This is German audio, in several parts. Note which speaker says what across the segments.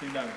Speaker 1: Vielen Dank.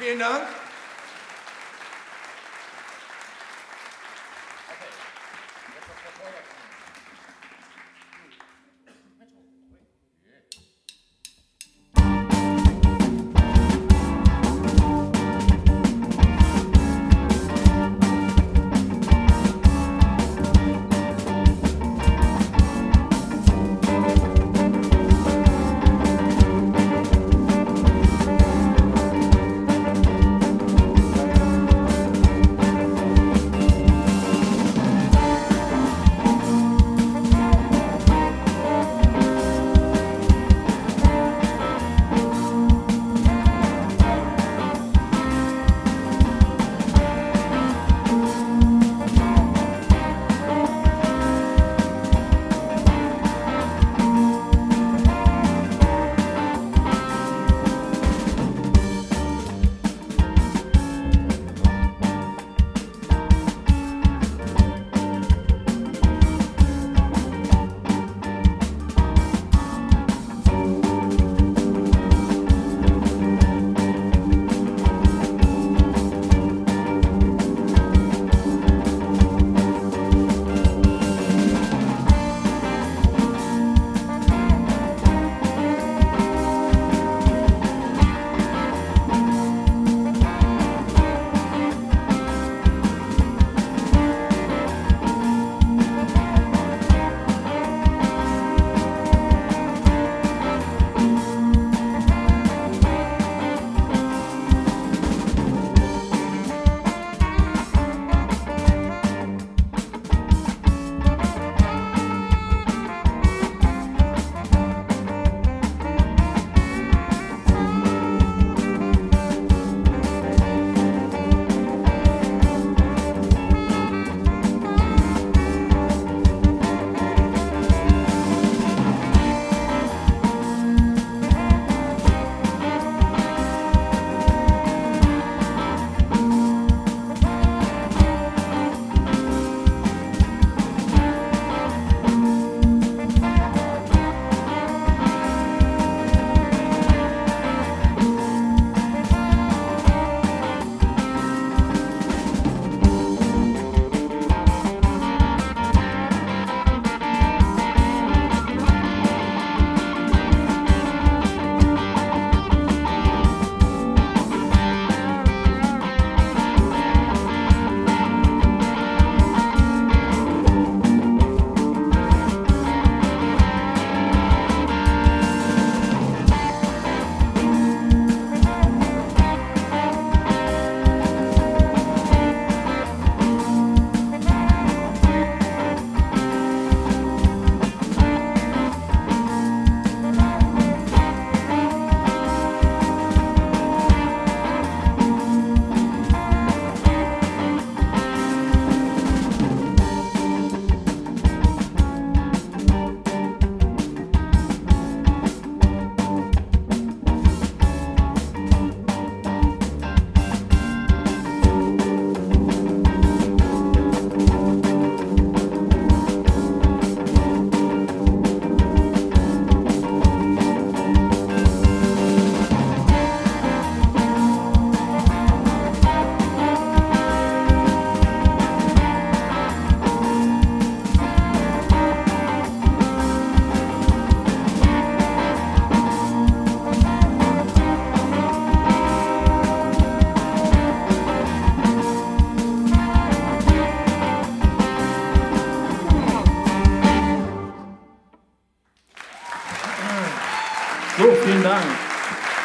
Speaker 2: Vielen Dank.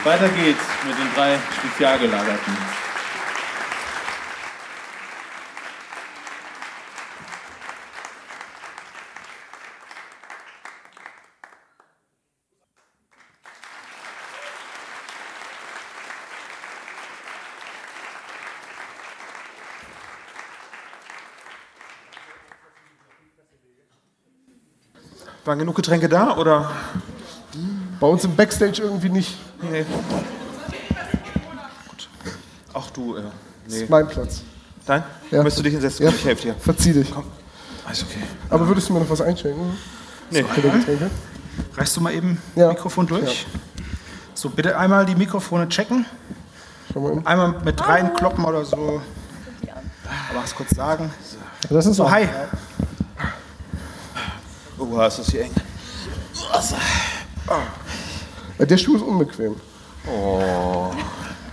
Speaker 1: Weiter geht's mit den drei Spezialgelagerten.
Speaker 2: Waren genug Getränke da oder?
Speaker 3: Bei uns im Backstage irgendwie nicht.
Speaker 2: Nee. Gut. Ach du, äh,
Speaker 3: Das
Speaker 2: nee.
Speaker 3: ist mein Platz.
Speaker 2: Nein?
Speaker 3: Ja.
Speaker 2: Möchtest du dich hinsetzen?
Speaker 3: Ja.
Speaker 2: Ich helfe dir.
Speaker 3: Verzieh dich.
Speaker 2: Alles okay.
Speaker 3: Aber würdest du mir noch was einschenken?
Speaker 2: Nee.
Speaker 3: Oder Getränke?
Speaker 4: Reichst du mal eben
Speaker 3: Ja.
Speaker 4: Mikrofon durch? So, bitte einmal die Mikrofone checken.
Speaker 3: Schau mal eben.
Speaker 4: Einmal mit reinkloppen oder so. Aber was kurz sagen.
Speaker 5: Das
Speaker 2: Ah.
Speaker 5: ist
Speaker 4: So,
Speaker 5: auch-
Speaker 4: hi.
Speaker 2: Oh, ist das hier eng.
Speaker 3: Äh, Der Schuh ist unbequem. Oh.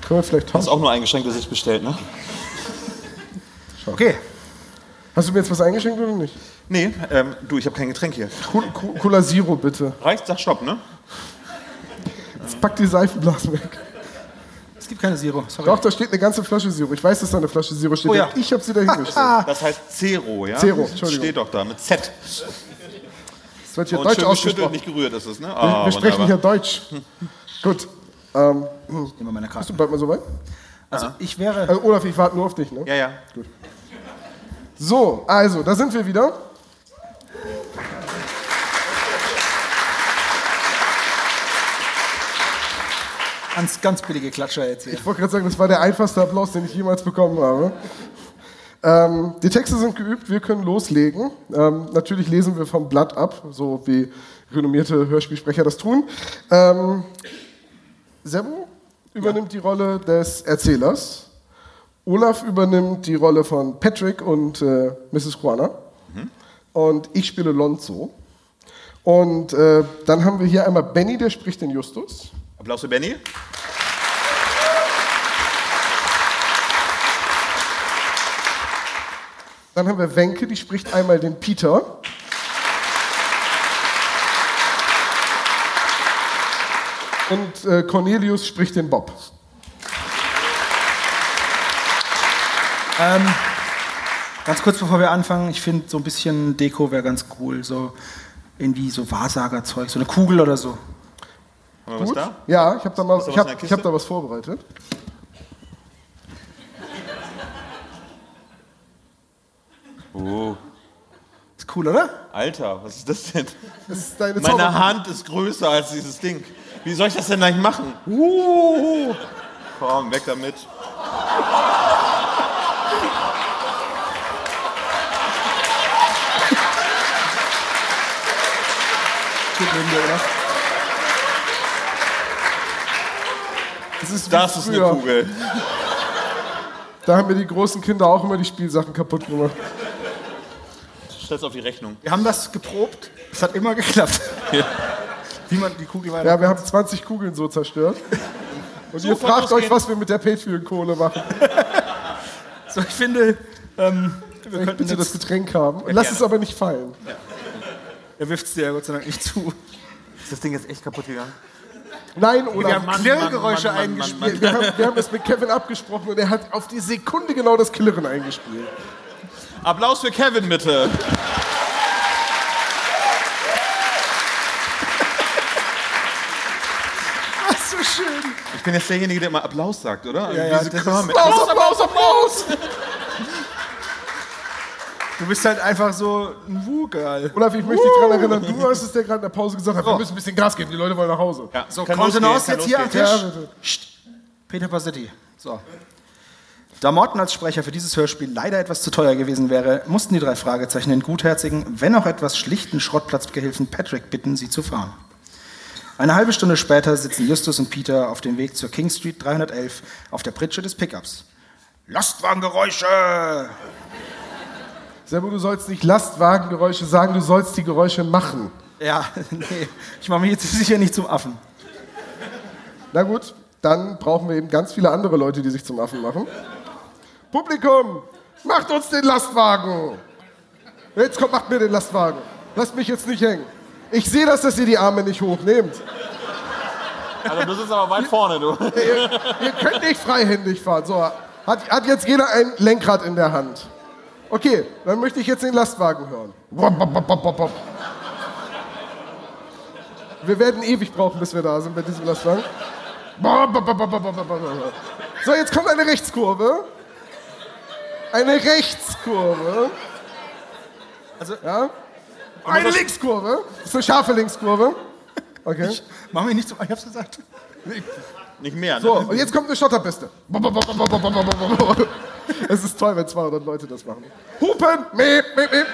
Speaker 3: Können wir vielleicht
Speaker 2: Ist
Speaker 3: tauschen?
Speaker 2: auch nur eingeschränkt, dass ich bestellt, ne?
Speaker 4: Okay.
Speaker 3: Hast du mir jetzt was eingeschenkt oder nicht?
Speaker 2: Nee, ähm, du, ich habe kein Getränk hier.
Speaker 3: Col- Co- Cola Zero bitte.
Speaker 2: Reicht? Sag Stopp, ne?
Speaker 3: Jetzt pack die Seifenblasen weg.
Speaker 4: Es gibt keine Zero. Sorry.
Speaker 3: Doch, da steht eine ganze Flasche Zero. Ich weiß, dass da eine Flasche Zero steht.
Speaker 4: Oh ja.
Speaker 3: Ich habe sie da hingestellt.
Speaker 2: Das heißt Zero, ja?
Speaker 3: Zero, Entschuldigung.
Speaker 2: Steht doch da mit Z.
Speaker 3: Es wird hier
Speaker 2: Und
Speaker 3: Deutsch
Speaker 2: schön geschüttelt,
Speaker 3: ausgesprochen.
Speaker 2: nicht gerührt ist es, ne?
Speaker 3: wir
Speaker 2: Ah,
Speaker 3: wir sprechen
Speaker 2: wunderbar.
Speaker 3: hier Deutsch. Gut. Ähm,
Speaker 4: Ich nehme meine Karte.
Speaker 3: bist du bald mal so weit?
Speaker 4: Also, ich wäre.
Speaker 3: Also Olaf, ich warte nur auf dich, ne?
Speaker 2: Ja, ja.
Speaker 3: So, also, da sind wir wieder.
Speaker 4: Ganz, ganz billige Klatscher jetzt hier.
Speaker 3: Ich wollte gerade sagen, das war der einfachste Applaus, den ich jemals bekommen habe. Ähm, die Texte sind geübt, wir können loslegen. Ähm, natürlich lesen wir vom Blatt ab, so wie renommierte Hörspielsprecher das tun. Ähm, Sebo übernimmt die Rolle des Erzählers. Olaf übernimmt die Rolle von Patrick und äh, Mrs. Juana. Und ich spiele Lonzo. Und äh, dann haben wir hier einmal Benny, der spricht den Justus.
Speaker 2: Applaus für Benny.
Speaker 3: Dann haben wir Wenke, die spricht einmal den Peter. Und äh, Cornelius spricht den Bob.
Speaker 4: Ähm, ganz kurz bevor wir anfangen, ich finde so ein bisschen Deko wäre ganz cool. So irgendwie so Wahrsagerzeug, so eine Kugel oder so.
Speaker 2: Haben wir was da?
Speaker 3: Ja, ich habe da,
Speaker 2: da
Speaker 3: mal-
Speaker 2: was in
Speaker 3: ich
Speaker 2: der
Speaker 3: hab,
Speaker 2: Kiste?
Speaker 3: ich hab da was vorbereitet.
Speaker 2: Oh.
Speaker 4: Ist cool, oder?
Speaker 2: Alter, was ist das denn?
Speaker 3: Das ist deine
Speaker 2: Meine
Speaker 3: Zauber-
Speaker 2: Hand ist größer als dieses Ding. Wie soll ich das denn gleich machen? Uh. Komm, weg damit.
Speaker 4: Gut neben dir, oder?
Speaker 3: Das ist, wie
Speaker 2: Das ist eine
Speaker 3: früher.
Speaker 2: Kugel.
Speaker 3: Da haben mir die großen Kinder auch immer die Spielsachen kaputt gemacht.
Speaker 2: Stell's auf die Rechnung.
Speaker 4: Wir haben das geprobt. Es hat immer geklappt. Wie man die Kugel weiter.
Speaker 3: Ja, wir haben 20 Kugeln so zerstört. Und ihr
Speaker 2: von
Speaker 3: fragt euch,
Speaker 2: ausgehen.
Speaker 3: was wir mit der Patreon-Kohle machen.
Speaker 4: So, ich finde, ähm, wir
Speaker 3: Ich
Speaker 4: könnten
Speaker 3: bitte das
Speaker 4: jetzt,
Speaker 3: Getränk haben. Und lasst
Speaker 2: gerne.
Speaker 3: es aber nicht fallen.
Speaker 4: er wirft es dir ja Gott sei Dank nicht zu.
Speaker 2: Ist das Ding jetzt echt kaputt gegangen?
Speaker 3: Nein, Olaf.
Speaker 4: Wir haben Klirrgeräusche
Speaker 2: Mann, Mann, Mann,
Speaker 4: eingespielt.
Speaker 3: Wir, wir, haben, wir haben es mit Kevin abgesprochen und er hat auf die Sekunde genau das Klirren eingespielt.
Speaker 2: Applaus für Kevin, bitte.
Speaker 4: Ach, so schön.
Speaker 2: Ich bin jetzt derjenige, der immer Applaus sagt, oder? Also
Speaker 4: Ja, ja,
Speaker 2: Diese
Speaker 4: das ist-
Speaker 2: Kermit.
Speaker 3: Applaus, Applaus, Applaus!
Speaker 4: Du bist halt einfach so ein Wu-Girl.
Speaker 3: Olaf, ich möchte dich daran erinnern, du warst es, der gerade in der Pause gesagt hat, wir müssen ein bisschen Gas geben, die Leute wollen nach Hause.
Speaker 2: Ja,
Speaker 4: So,
Speaker 2: kann
Speaker 4: Kontenance jetzt
Speaker 2: losgehen,
Speaker 4: hier
Speaker 2: kann
Speaker 4: am
Speaker 2: losgehen.
Speaker 4: Tisch.
Speaker 3: Ja, bitte.
Speaker 4: Psst. Peter Bassetti. So. Da Morten als Sprecher für dieses Hörspiel leider etwas zu teuer gewesen wäre, mussten die drei Fragezeichen den gutherzigen, wenn auch etwas schlichten Schrottplatzgehilfen Patrick bitten, sie zu fahren. Eine halbe Stunde später sitzen Justus und Peter auf dem Weg zur King Street 311 auf der Pritsche des Pickups. Lastwagengeräusche!
Speaker 3: Selber, du sollst nicht Lastwagengeräusche sagen, du sollst die Geräusche machen.
Speaker 4: Ja, nee, ich mache mich jetzt sicher nicht zum Affen.
Speaker 3: Na gut, dann brauchen wir eben ganz viele andere Leute, die sich zum Affen machen. Publikum, macht uns den Lastwagen! Jetzt kommt, macht mir den Lastwagen. Lasst mich jetzt nicht hängen. Ich sehe das, dass ihr die Arme nicht hochnehmt.
Speaker 2: Alter, du sitzt Also, aber weit vorne, du.
Speaker 3: Ihr könnt nicht freihändig fahren. So, hat, hat jetzt jeder ein Lenkrad in der Hand. Okay, dann möchte ich jetzt den Lastwagen hören. Wop, wop, wop, wop, wop, wop. Wir werden ewig brauchen, bis wir da sind bei diesem Lastwagen. Wop, wop, wop, wop, wop, wop, wop, wop. So, jetzt kommt eine Rechtskurve. Eine Rechtskurve.
Speaker 4: Also-
Speaker 3: ja. Eine Linkskurve. Das ist eine scharfe Linkskurve. Okay.
Speaker 4: Mach mich nicht so. Ich hab's gesagt.
Speaker 2: Nicht mehr, ne?
Speaker 3: So, und jetzt kommt eine Schotterpiste. Es ist toll, wenn 200 Leute das machen. Hupen! Miep, miep, miep.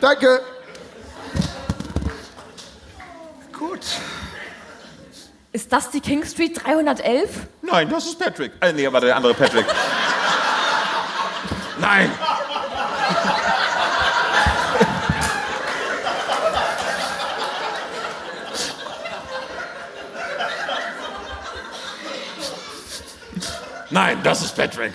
Speaker 3: Danke.
Speaker 4: Gut.
Speaker 5: Ist das die King Street 311?
Speaker 2: Nein, das ist Patrick. Äh, nee, war der andere Patrick. Nein! Nein, das ist Patrick.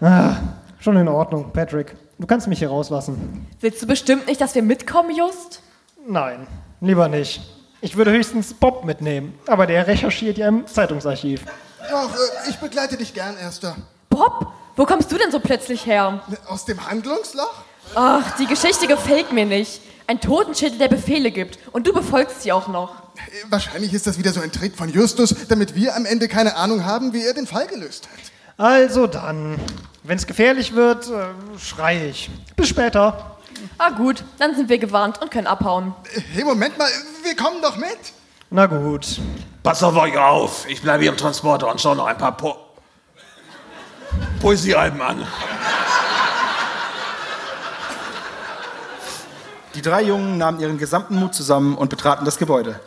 Speaker 6: Ah, Schon in Ordnung, Patrick. Du kannst mich hier rauslassen.
Speaker 5: Willst du bestimmt nicht, dass wir mitkommen, Just?
Speaker 6: Nein, lieber nicht. Ich würde höchstens Bob mitnehmen, aber der recherchiert ja im Zeitungsarchiv.
Speaker 7: Doch, äh, ich begleite dich gern, Erster.
Speaker 5: Bob, wo kommst du denn so plötzlich her?
Speaker 7: Ne, Aus dem Handlungsloch?
Speaker 5: Ach, die Geschichte gefällt mir nicht. Ein Totenschädel, der Befehle gibt. Und du befolgst sie auch noch.
Speaker 7: Äh, Wahrscheinlich ist das wieder so ein Trick von Justus, damit wir am Ende keine Ahnung haben, wie er den Fall gelöst hat.
Speaker 6: Also dann, wenn es gefährlich wird, äh, schrei ich. Bis später.
Speaker 5: Ah gut, dann sind wir gewarnt und können abhauen.
Speaker 7: Äh, Hey, Moment mal, wir kommen doch mit.
Speaker 6: Na gut.
Speaker 2: Pass auf euch auf. Ich bleibe hier im Transporter und schaue noch ein paar po Poesiealben an.
Speaker 4: Die drei Jungen nahmen ihren gesamten Mut zusammen und betraten das Gebäude.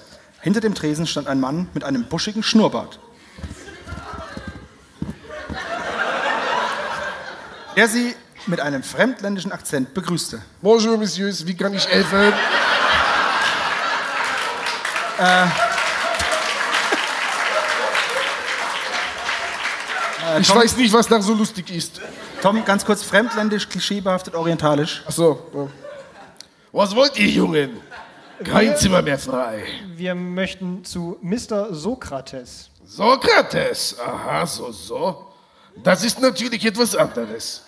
Speaker 4: Hinter dem Tresen stand ein Mann mit einem buschigen Schnurrbart. Der sie mit einem fremdländischen Akzent begrüßte.
Speaker 3: Bonjour, Messieurs, wie kann ich helfen? ich weiß nicht, was da so lustig ist.
Speaker 4: Tom, ganz kurz fremdländisch, klischeebehaftet, orientalisch.
Speaker 3: Ach so. ja. Was wollt ihr, Jungen? Kein Zimmer mehr frei.
Speaker 6: Wir möchten zu Mr. Sokrates.
Speaker 3: Sokrates. Aha, so, so. Das ist natürlich etwas anderes.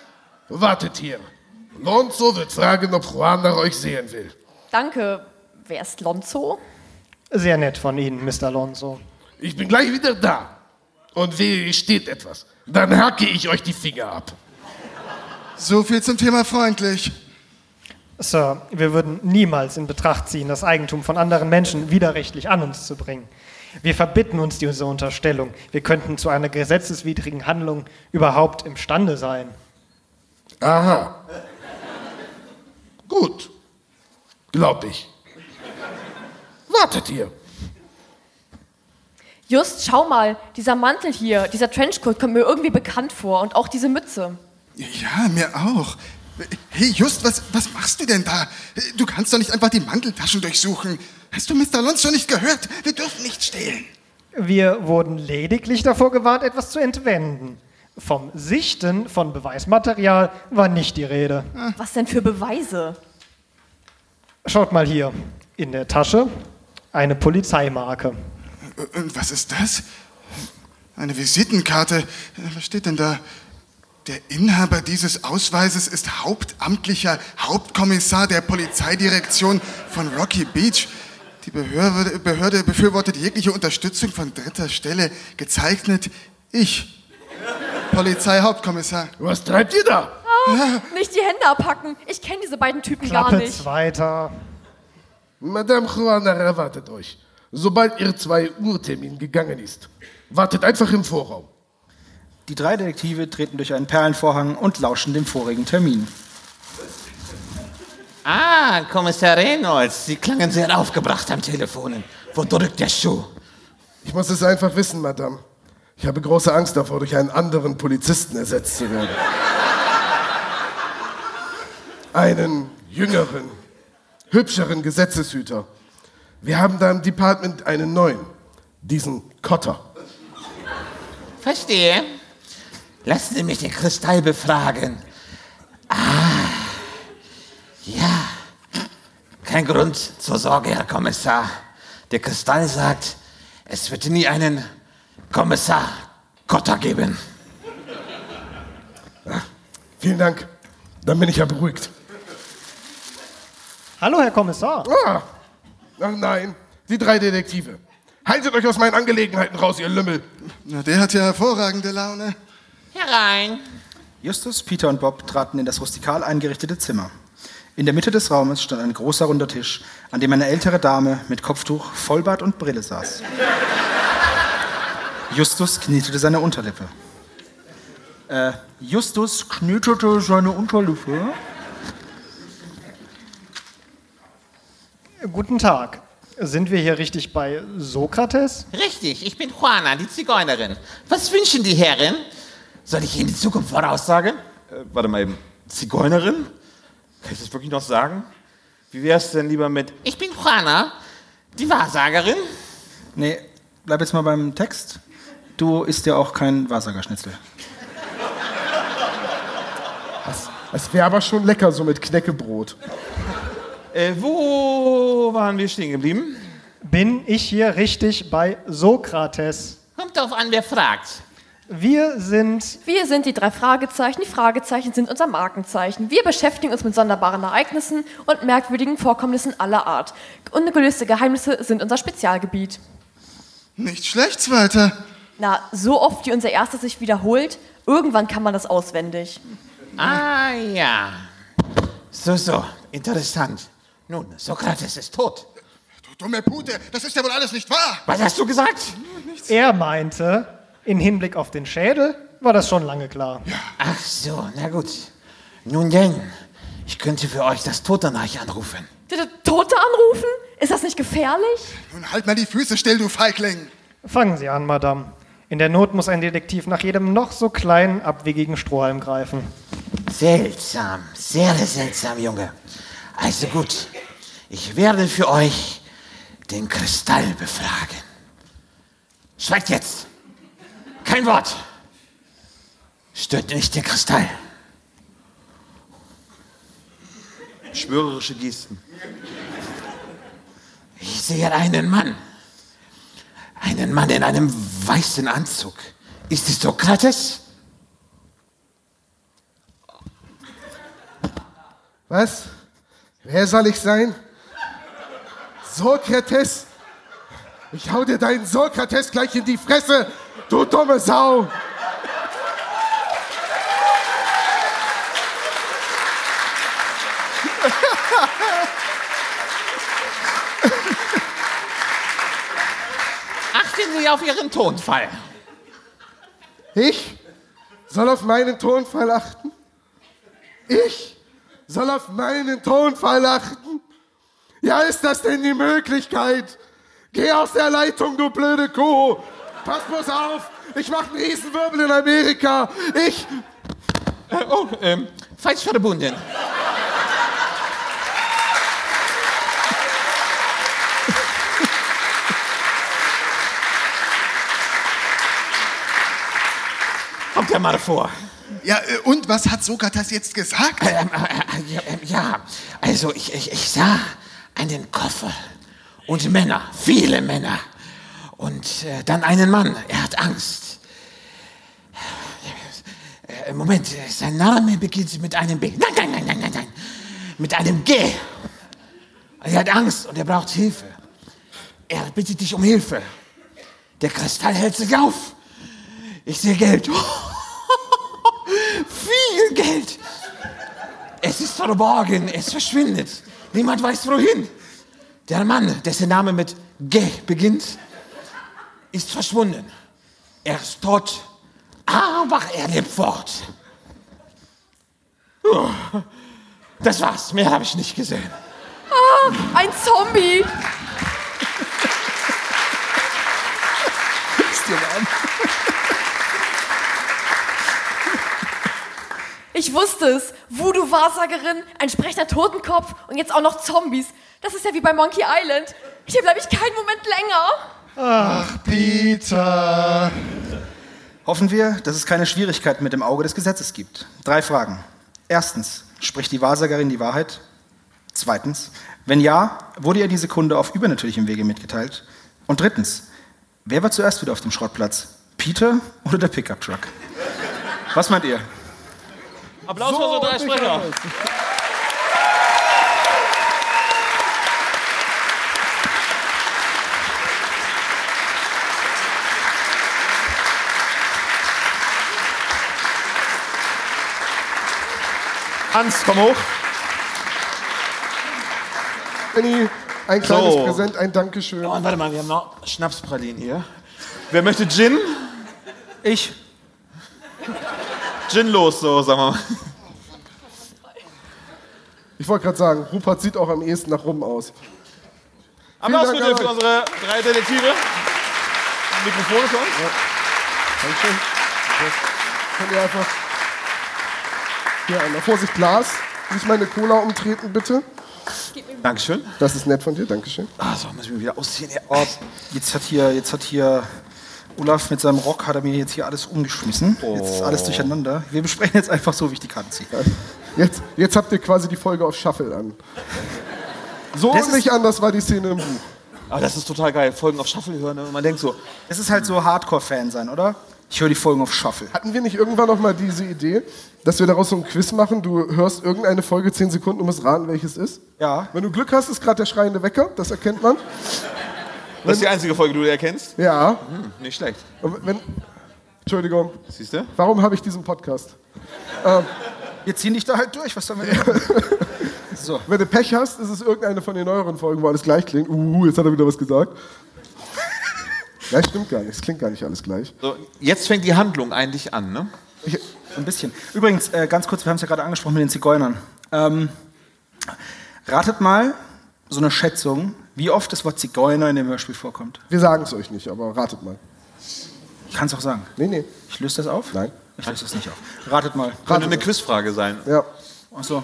Speaker 3: Wartet hier. Lonzo wird fragen, ob Juan nach euch sehen will.
Speaker 5: Danke. Wer ist Lonzo?
Speaker 6: Sehr nett von Ihnen, Mr. Alonso.
Speaker 3: Ich bin gleich wieder da. Und wehe, hier steht etwas. Dann hacke ich euch die Finger ab.
Speaker 7: So viel zum Thema freundlich.
Speaker 6: Sir, wir würden niemals in Betracht ziehen, das Eigentum von anderen Menschen widerrechtlich an uns zu bringen. Wir verbitten uns diese Unterstellung. Wir könnten zu einer gesetzeswidrigen Handlung überhaupt imstande sein.
Speaker 3: Aha. Gut. Glaub ich. Wartet hier.
Speaker 5: Just, schau mal, dieser Mantel hier, dieser Trenchcoat kommt mir irgendwie bekannt vor und auch diese Mütze.
Speaker 7: Ja, mir auch. Hey, Just, was, was machst du denn da? Du kannst doch nicht einfach die Manteltaschen durchsuchen. Hast du Mr. Lonzo nicht gehört? Wir dürfen nicht stehlen.
Speaker 6: Wir wurden lediglich davor gewarnt, etwas zu entwenden. Vom Sichten von Beweismaterial war nicht die Rede.
Speaker 7: Ah.
Speaker 5: Was denn für Beweise?
Speaker 6: Schaut mal hier. In der Tasche eine Polizeimarke.
Speaker 7: Und was ist das? Eine Visitenkarte. Was steht denn da? Der Inhaber dieses Ausweises ist hauptamtlicher Hauptkommissar der Polizeidirektion von Rocky Beach. Die Behörde, Behörde befürwortet jegliche Unterstützung von dritter Stelle. Gezeichnet ich, Polizeihauptkommissar.
Speaker 3: Was treibt ihr da?
Speaker 5: Nicht die Hände abhacken. Ich kenne diese beiden Typen gar nicht.
Speaker 6: Klappet's weiter.
Speaker 3: Madame Juana erwartet euch, sobald ihr 2 Uhr Termin gegangen ist. Wartet einfach im Vorraum.
Speaker 4: Die drei Detektive treten durch einen Perlenvorhang und lauschen dem vorigen Termin.
Speaker 2: Ah, Kommissar Reynolds, Sie klangen sehr aufgebracht am Telefon. Wo drückt der Schuh?
Speaker 3: Ich muss es einfach wissen, Madame. Ich habe große Angst davor, durch einen anderen Polizisten ersetzt zu werden. einen jüngeren, hübscheren Gesetzeshüter. Wir haben da im Department einen neuen, diesen Cotter.
Speaker 8: Verstehe. Lassen Sie mich den Kristall befragen. Ah,
Speaker 1: Ah,
Speaker 8: ja. Kein Grund zur Sorge, Herr Kommissar.
Speaker 1: Der Kristall sagt, es wird nie einen Kommissar Kotter geben.
Speaker 3: Vielen Dank. Dann bin ich ja beruhigt.
Speaker 6: Hallo, Herr Kommissar.
Speaker 3: Ah, ach nein, die drei Detektive. Haltet euch aus meinen Angelegenheiten raus, ihr Lümmel.
Speaker 7: Na, der hat ja hervorragende Laune.
Speaker 1: Herein.
Speaker 4: Justus, Peter und Bob traten in das rustikal eingerichtete Zimmer. In der Mitte des Raumes stand ein großer runder Tisch, an dem eine ältere Dame mit Kopftuch, Vollbart und Brille saß. Justus knetete seine Unterlippe. Äh, Justus knetete seine Unterlippe.
Speaker 6: Guten Tag. Sind wir hier richtig bei Sokrates?
Speaker 1: Richtig, ich bin Juana, die Zigeunerin. Was wünschen die Herren? Soll ich Ihnen die Zukunft voraussagen?
Speaker 2: Äh, warte mal eben. Zigeunerin? Kann ich das wirklich noch sagen? Wie wär's denn lieber mit.
Speaker 1: Ich bin Juana, die Wahrsagerin.
Speaker 4: Nee, bleib jetzt mal beim Text. Du isst ja auch kein Wahrsagerschnitzel.
Speaker 3: Das wäre aber schon lecker, so mit Knäckebrot.
Speaker 2: Äh, wo waren wir stehen geblieben?
Speaker 6: Bin ich hier richtig bei Sokrates?
Speaker 1: Kommt darauf an, wer fragt.
Speaker 6: Wir sind
Speaker 5: Wir sind die drei Fragezeichen. Die Fragezeichen sind unser Markenzeichen. Wir beschäftigen uns mit sonderbaren Ereignissen und merkwürdigen Vorkommnissen aller Art. Ungelöste Geheimnisse sind unser Spezialgebiet.
Speaker 7: Nicht schlecht, Zweiter.
Speaker 5: Na, so oft wie unser erstes sich wiederholt, irgendwann kann man das auswendig.
Speaker 1: Ah ja. So, so, interessant. Nun, Sokrates ist tot.
Speaker 7: Du dumme Pute, das ist ja wohl alles nicht wahr.
Speaker 1: Was hast du gesagt?
Speaker 6: Er meinte, in Hinblick auf den Schädel war das schon lange klar.
Speaker 1: Ach so, na gut. Nun denn, ich könnte für euch das Totenreich anrufen.
Speaker 5: D- d- Tote anrufen? Ist das nicht gefährlich?
Speaker 7: Nun halt mal die Füße still, du Feigling.
Speaker 6: Fangen Sie an, Madame. In der Not muss ein Detektiv nach jedem noch so kleinen, abwegigen Strohhalm greifen.
Speaker 1: Seltsam, sehr seltsam, Junge. Also gut, ich werde für euch den Kristall befragen. Schweigt jetzt! Kein Wort! Stört nicht den Kristall.
Speaker 2: Schwörerische Gesten.
Speaker 1: Ich sehe einen Mann. Einen Mann in einem weißen Anzug. Ist es Sokrates?
Speaker 3: Was? Wer soll ich sein? Sokrates? Ich hau dir deinen Sokrates gleich in die Fresse, du dumme Sau!
Speaker 1: Achten Sie auf Ihren Tonfall.
Speaker 3: Ich soll auf meinen Tonfall achten? Ich soll auf meinen Tonfall achten? Ja, ist das denn die Möglichkeit? Geh aus der Leitung, du blöde Kuh! Pass bloß auf! Ich mach einen Riesenwirbel in Amerika! Ich
Speaker 1: Äh, oh, ähm, falsch verbunden. Kommt ja mal vor.
Speaker 7: Ja, äh, und was hat Sokrates jetzt gesagt?
Speaker 1: Ähm, äh, äh, ja, ähm, ja, also ich, ich, ich sah einen Koffer und Männer, viele Männer. Und äh, dann einen Mann, er hat Angst. Äh, Moment, äh, sein Name beginnt mit einem B. Nein, nein, nein, nein, nein, nein. Mit einem G. Er hat Angst und er braucht Hilfe. Er bittet dich um Hilfe. Der Kristall hält sich auf. Ich sehe Geld. Viel Geld. Es ist verborgen, es verschwindet. Niemand weiß wohin. Der Mann, dessen Name mit G beginnt, ist verschwunden. Er ist tot, aber er lebt fort. Oh, Das war's, mehr habe ich nicht gesehen.
Speaker 5: Ein Zombie! Ich wusste es. Voodoo-Wahrsagerin, ein sprechender Totenkopf und jetzt auch noch Zombies. Das ist ja wie bei Monkey Island. Hier bleibe ich keinen Moment länger.
Speaker 7: Peter.
Speaker 4: Hoffen wir, dass es keine Schwierigkeiten mit dem Auge des Gesetzes gibt. Drei Fragen. Erstens, spricht die Wahrsagerin die Wahrheit? Zweitens, wenn ja, wurde ihr die Sekunde auf übernatürlichem Wege mitgeteilt? Und drittens, wer war zuerst wieder auf dem Schrottplatz? Peter oder der Pickup-Truck? Was meint ihr?
Speaker 1: Applaus für unsere drei Sprecher.
Speaker 2: Hans, komm hoch.
Speaker 3: Benny, ein kleines
Speaker 2: So.
Speaker 3: Präsent, ein Dankeschön.
Speaker 8: Und warte mal, wir haben noch Schnapspralinen hier.
Speaker 2: Wer möchte Gin?
Speaker 4: Ich.
Speaker 2: Gin los, so sagen wir mal.
Speaker 3: Ich wollte gerade sagen, Rupert sieht auch am ehesten nach rum aus.
Speaker 2: Applaus
Speaker 3: Dank
Speaker 2: bitte
Speaker 3: an
Speaker 2: für
Speaker 3: euch.
Speaker 2: unsere drei Detektive. Mikrofone für uns.
Speaker 3: Dankeschön. Das könnt ihr einfach hier einmal. Vorsicht, Glas. Nicht meine Cola umtreten, bitte.
Speaker 2: Dankeschön.
Speaker 3: Das ist nett von dir, Dankeschön.
Speaker 8: Ah, so, muss ich mich wieder ausziehen. hier. Oh,
Speaker 4: Jetzt hat hier, jetzt hat hier Olaf mit seinem Rock hat er mir jetzt hier alles umgeschmissen. Jetzt ist alles durcheinander. Wir besprechen jetzt einfach so, wie ich die Karten ziehe.
Speaker 3: Jetzt, jetzt habt ihr quasi die Folge auf Shuffle an. So
Speaker 4: Das
Speaker 3: und nicht
Speaker 4: ist- Ah,
Speaker 3: anders war die Szene im Buch.
Speaker 2: Aber das ist total geil. Folgen auf Shuffle hören. ne? Und man denkt so,
Speaker 4: Es ist halt so Hardcore-Fan sein, oder? Ich höre die Folgen auf Shuffle.
Speaker 3: Hatten wir nicht irgendwann noch mal diese Idee, dass wir daraus so ein Quiz machen? Du hörst irgendeine Folge 10 Sekunden und musst raten, welches ist.
Speaker 4: Ja.
Speaker 3: Wenn du Glück hast, ist gerade der schreiende Wecker, das erkennt man.
Speaker 2: das ist die einzige Folge, die du erkennst.
Speaker 3: Ja.
Speaker 2: Nicht schlecht.
Speaker 3: Und wenn, Entschuldigung,
Speaker 2: Siehst du?
Speaker 3: warum habe ich diesen Podcast?
Speaker 4: Wir ziehen dich da halt durch, was sollen wir denn?
Speaker 3: Wenn du Pech hast, ist es irgendeine von den neueren Folgen, wo alles gleich klingt. Uh, jetzt hat er wieder was gesagt. Nein, stimmt gar nicht. Es klingt gar nicht alles gleich.
Speaker 2: So, jetzt fängt die Handlung eigentlich an, ne?
Speaker 3: Ich,
Speaker 4: Ein bisschen. Übrigens, äh, ganz kurz, wir haben es ja gerade angesprochen mit den Zigeunern. Ähm, ratet mal so eine Schätzung, wie oft das Wort Zigeuner in dem Hörspiel vorkommt.
Speaker 3: wir sagen es euch nicht, aber ratet mal.
Speaker 4: Ich kann es auch sagen.
Speaker 3: Nee, nee.
Speaker 4: Ich löse das auf?
Speaker 3: Nein.
Speaker 4: Ich löse das nicht auf. Ratet mal.
Speaker 2: Könnte eine Quizfrage sein.
Speaker 3: Ja.
Speaker 4: Achso.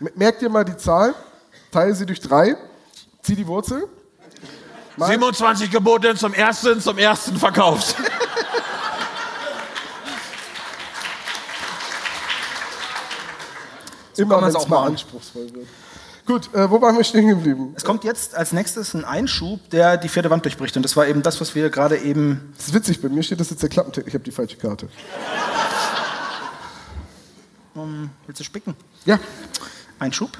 Speaker 3: M- Merkt ihr mal die Zahl, teile sie durch drei, zieh die Wurzel.
Speaker 2: 27 Gebote zum ersten, zum ersten verkauft.
Speaker 3: Immer
Speaker 4: kann
Speaker 3: wenn
Speaker 4: man's
Speaker 3: es
Speaker 4: auch
Speaker 3: mal
Speaker 4: machen.
Speaker 3: anspruchsvoll wird. Gut, äh, wo waren wir stehen geblieben?
Speaker 4: Es kommt jetzt als nächstes ein Einschub, der die vierte Wand durchbricht. Und das war eben das, was wir gerade eben.
Speaker 3: Das ist witzig, bei mir steht das jetzt der Klappentext. Ich habe die falsche Karte.
Speaker 4: Willst du spicken?
Speaker 3: Ja,
Speaker 4: Einschub?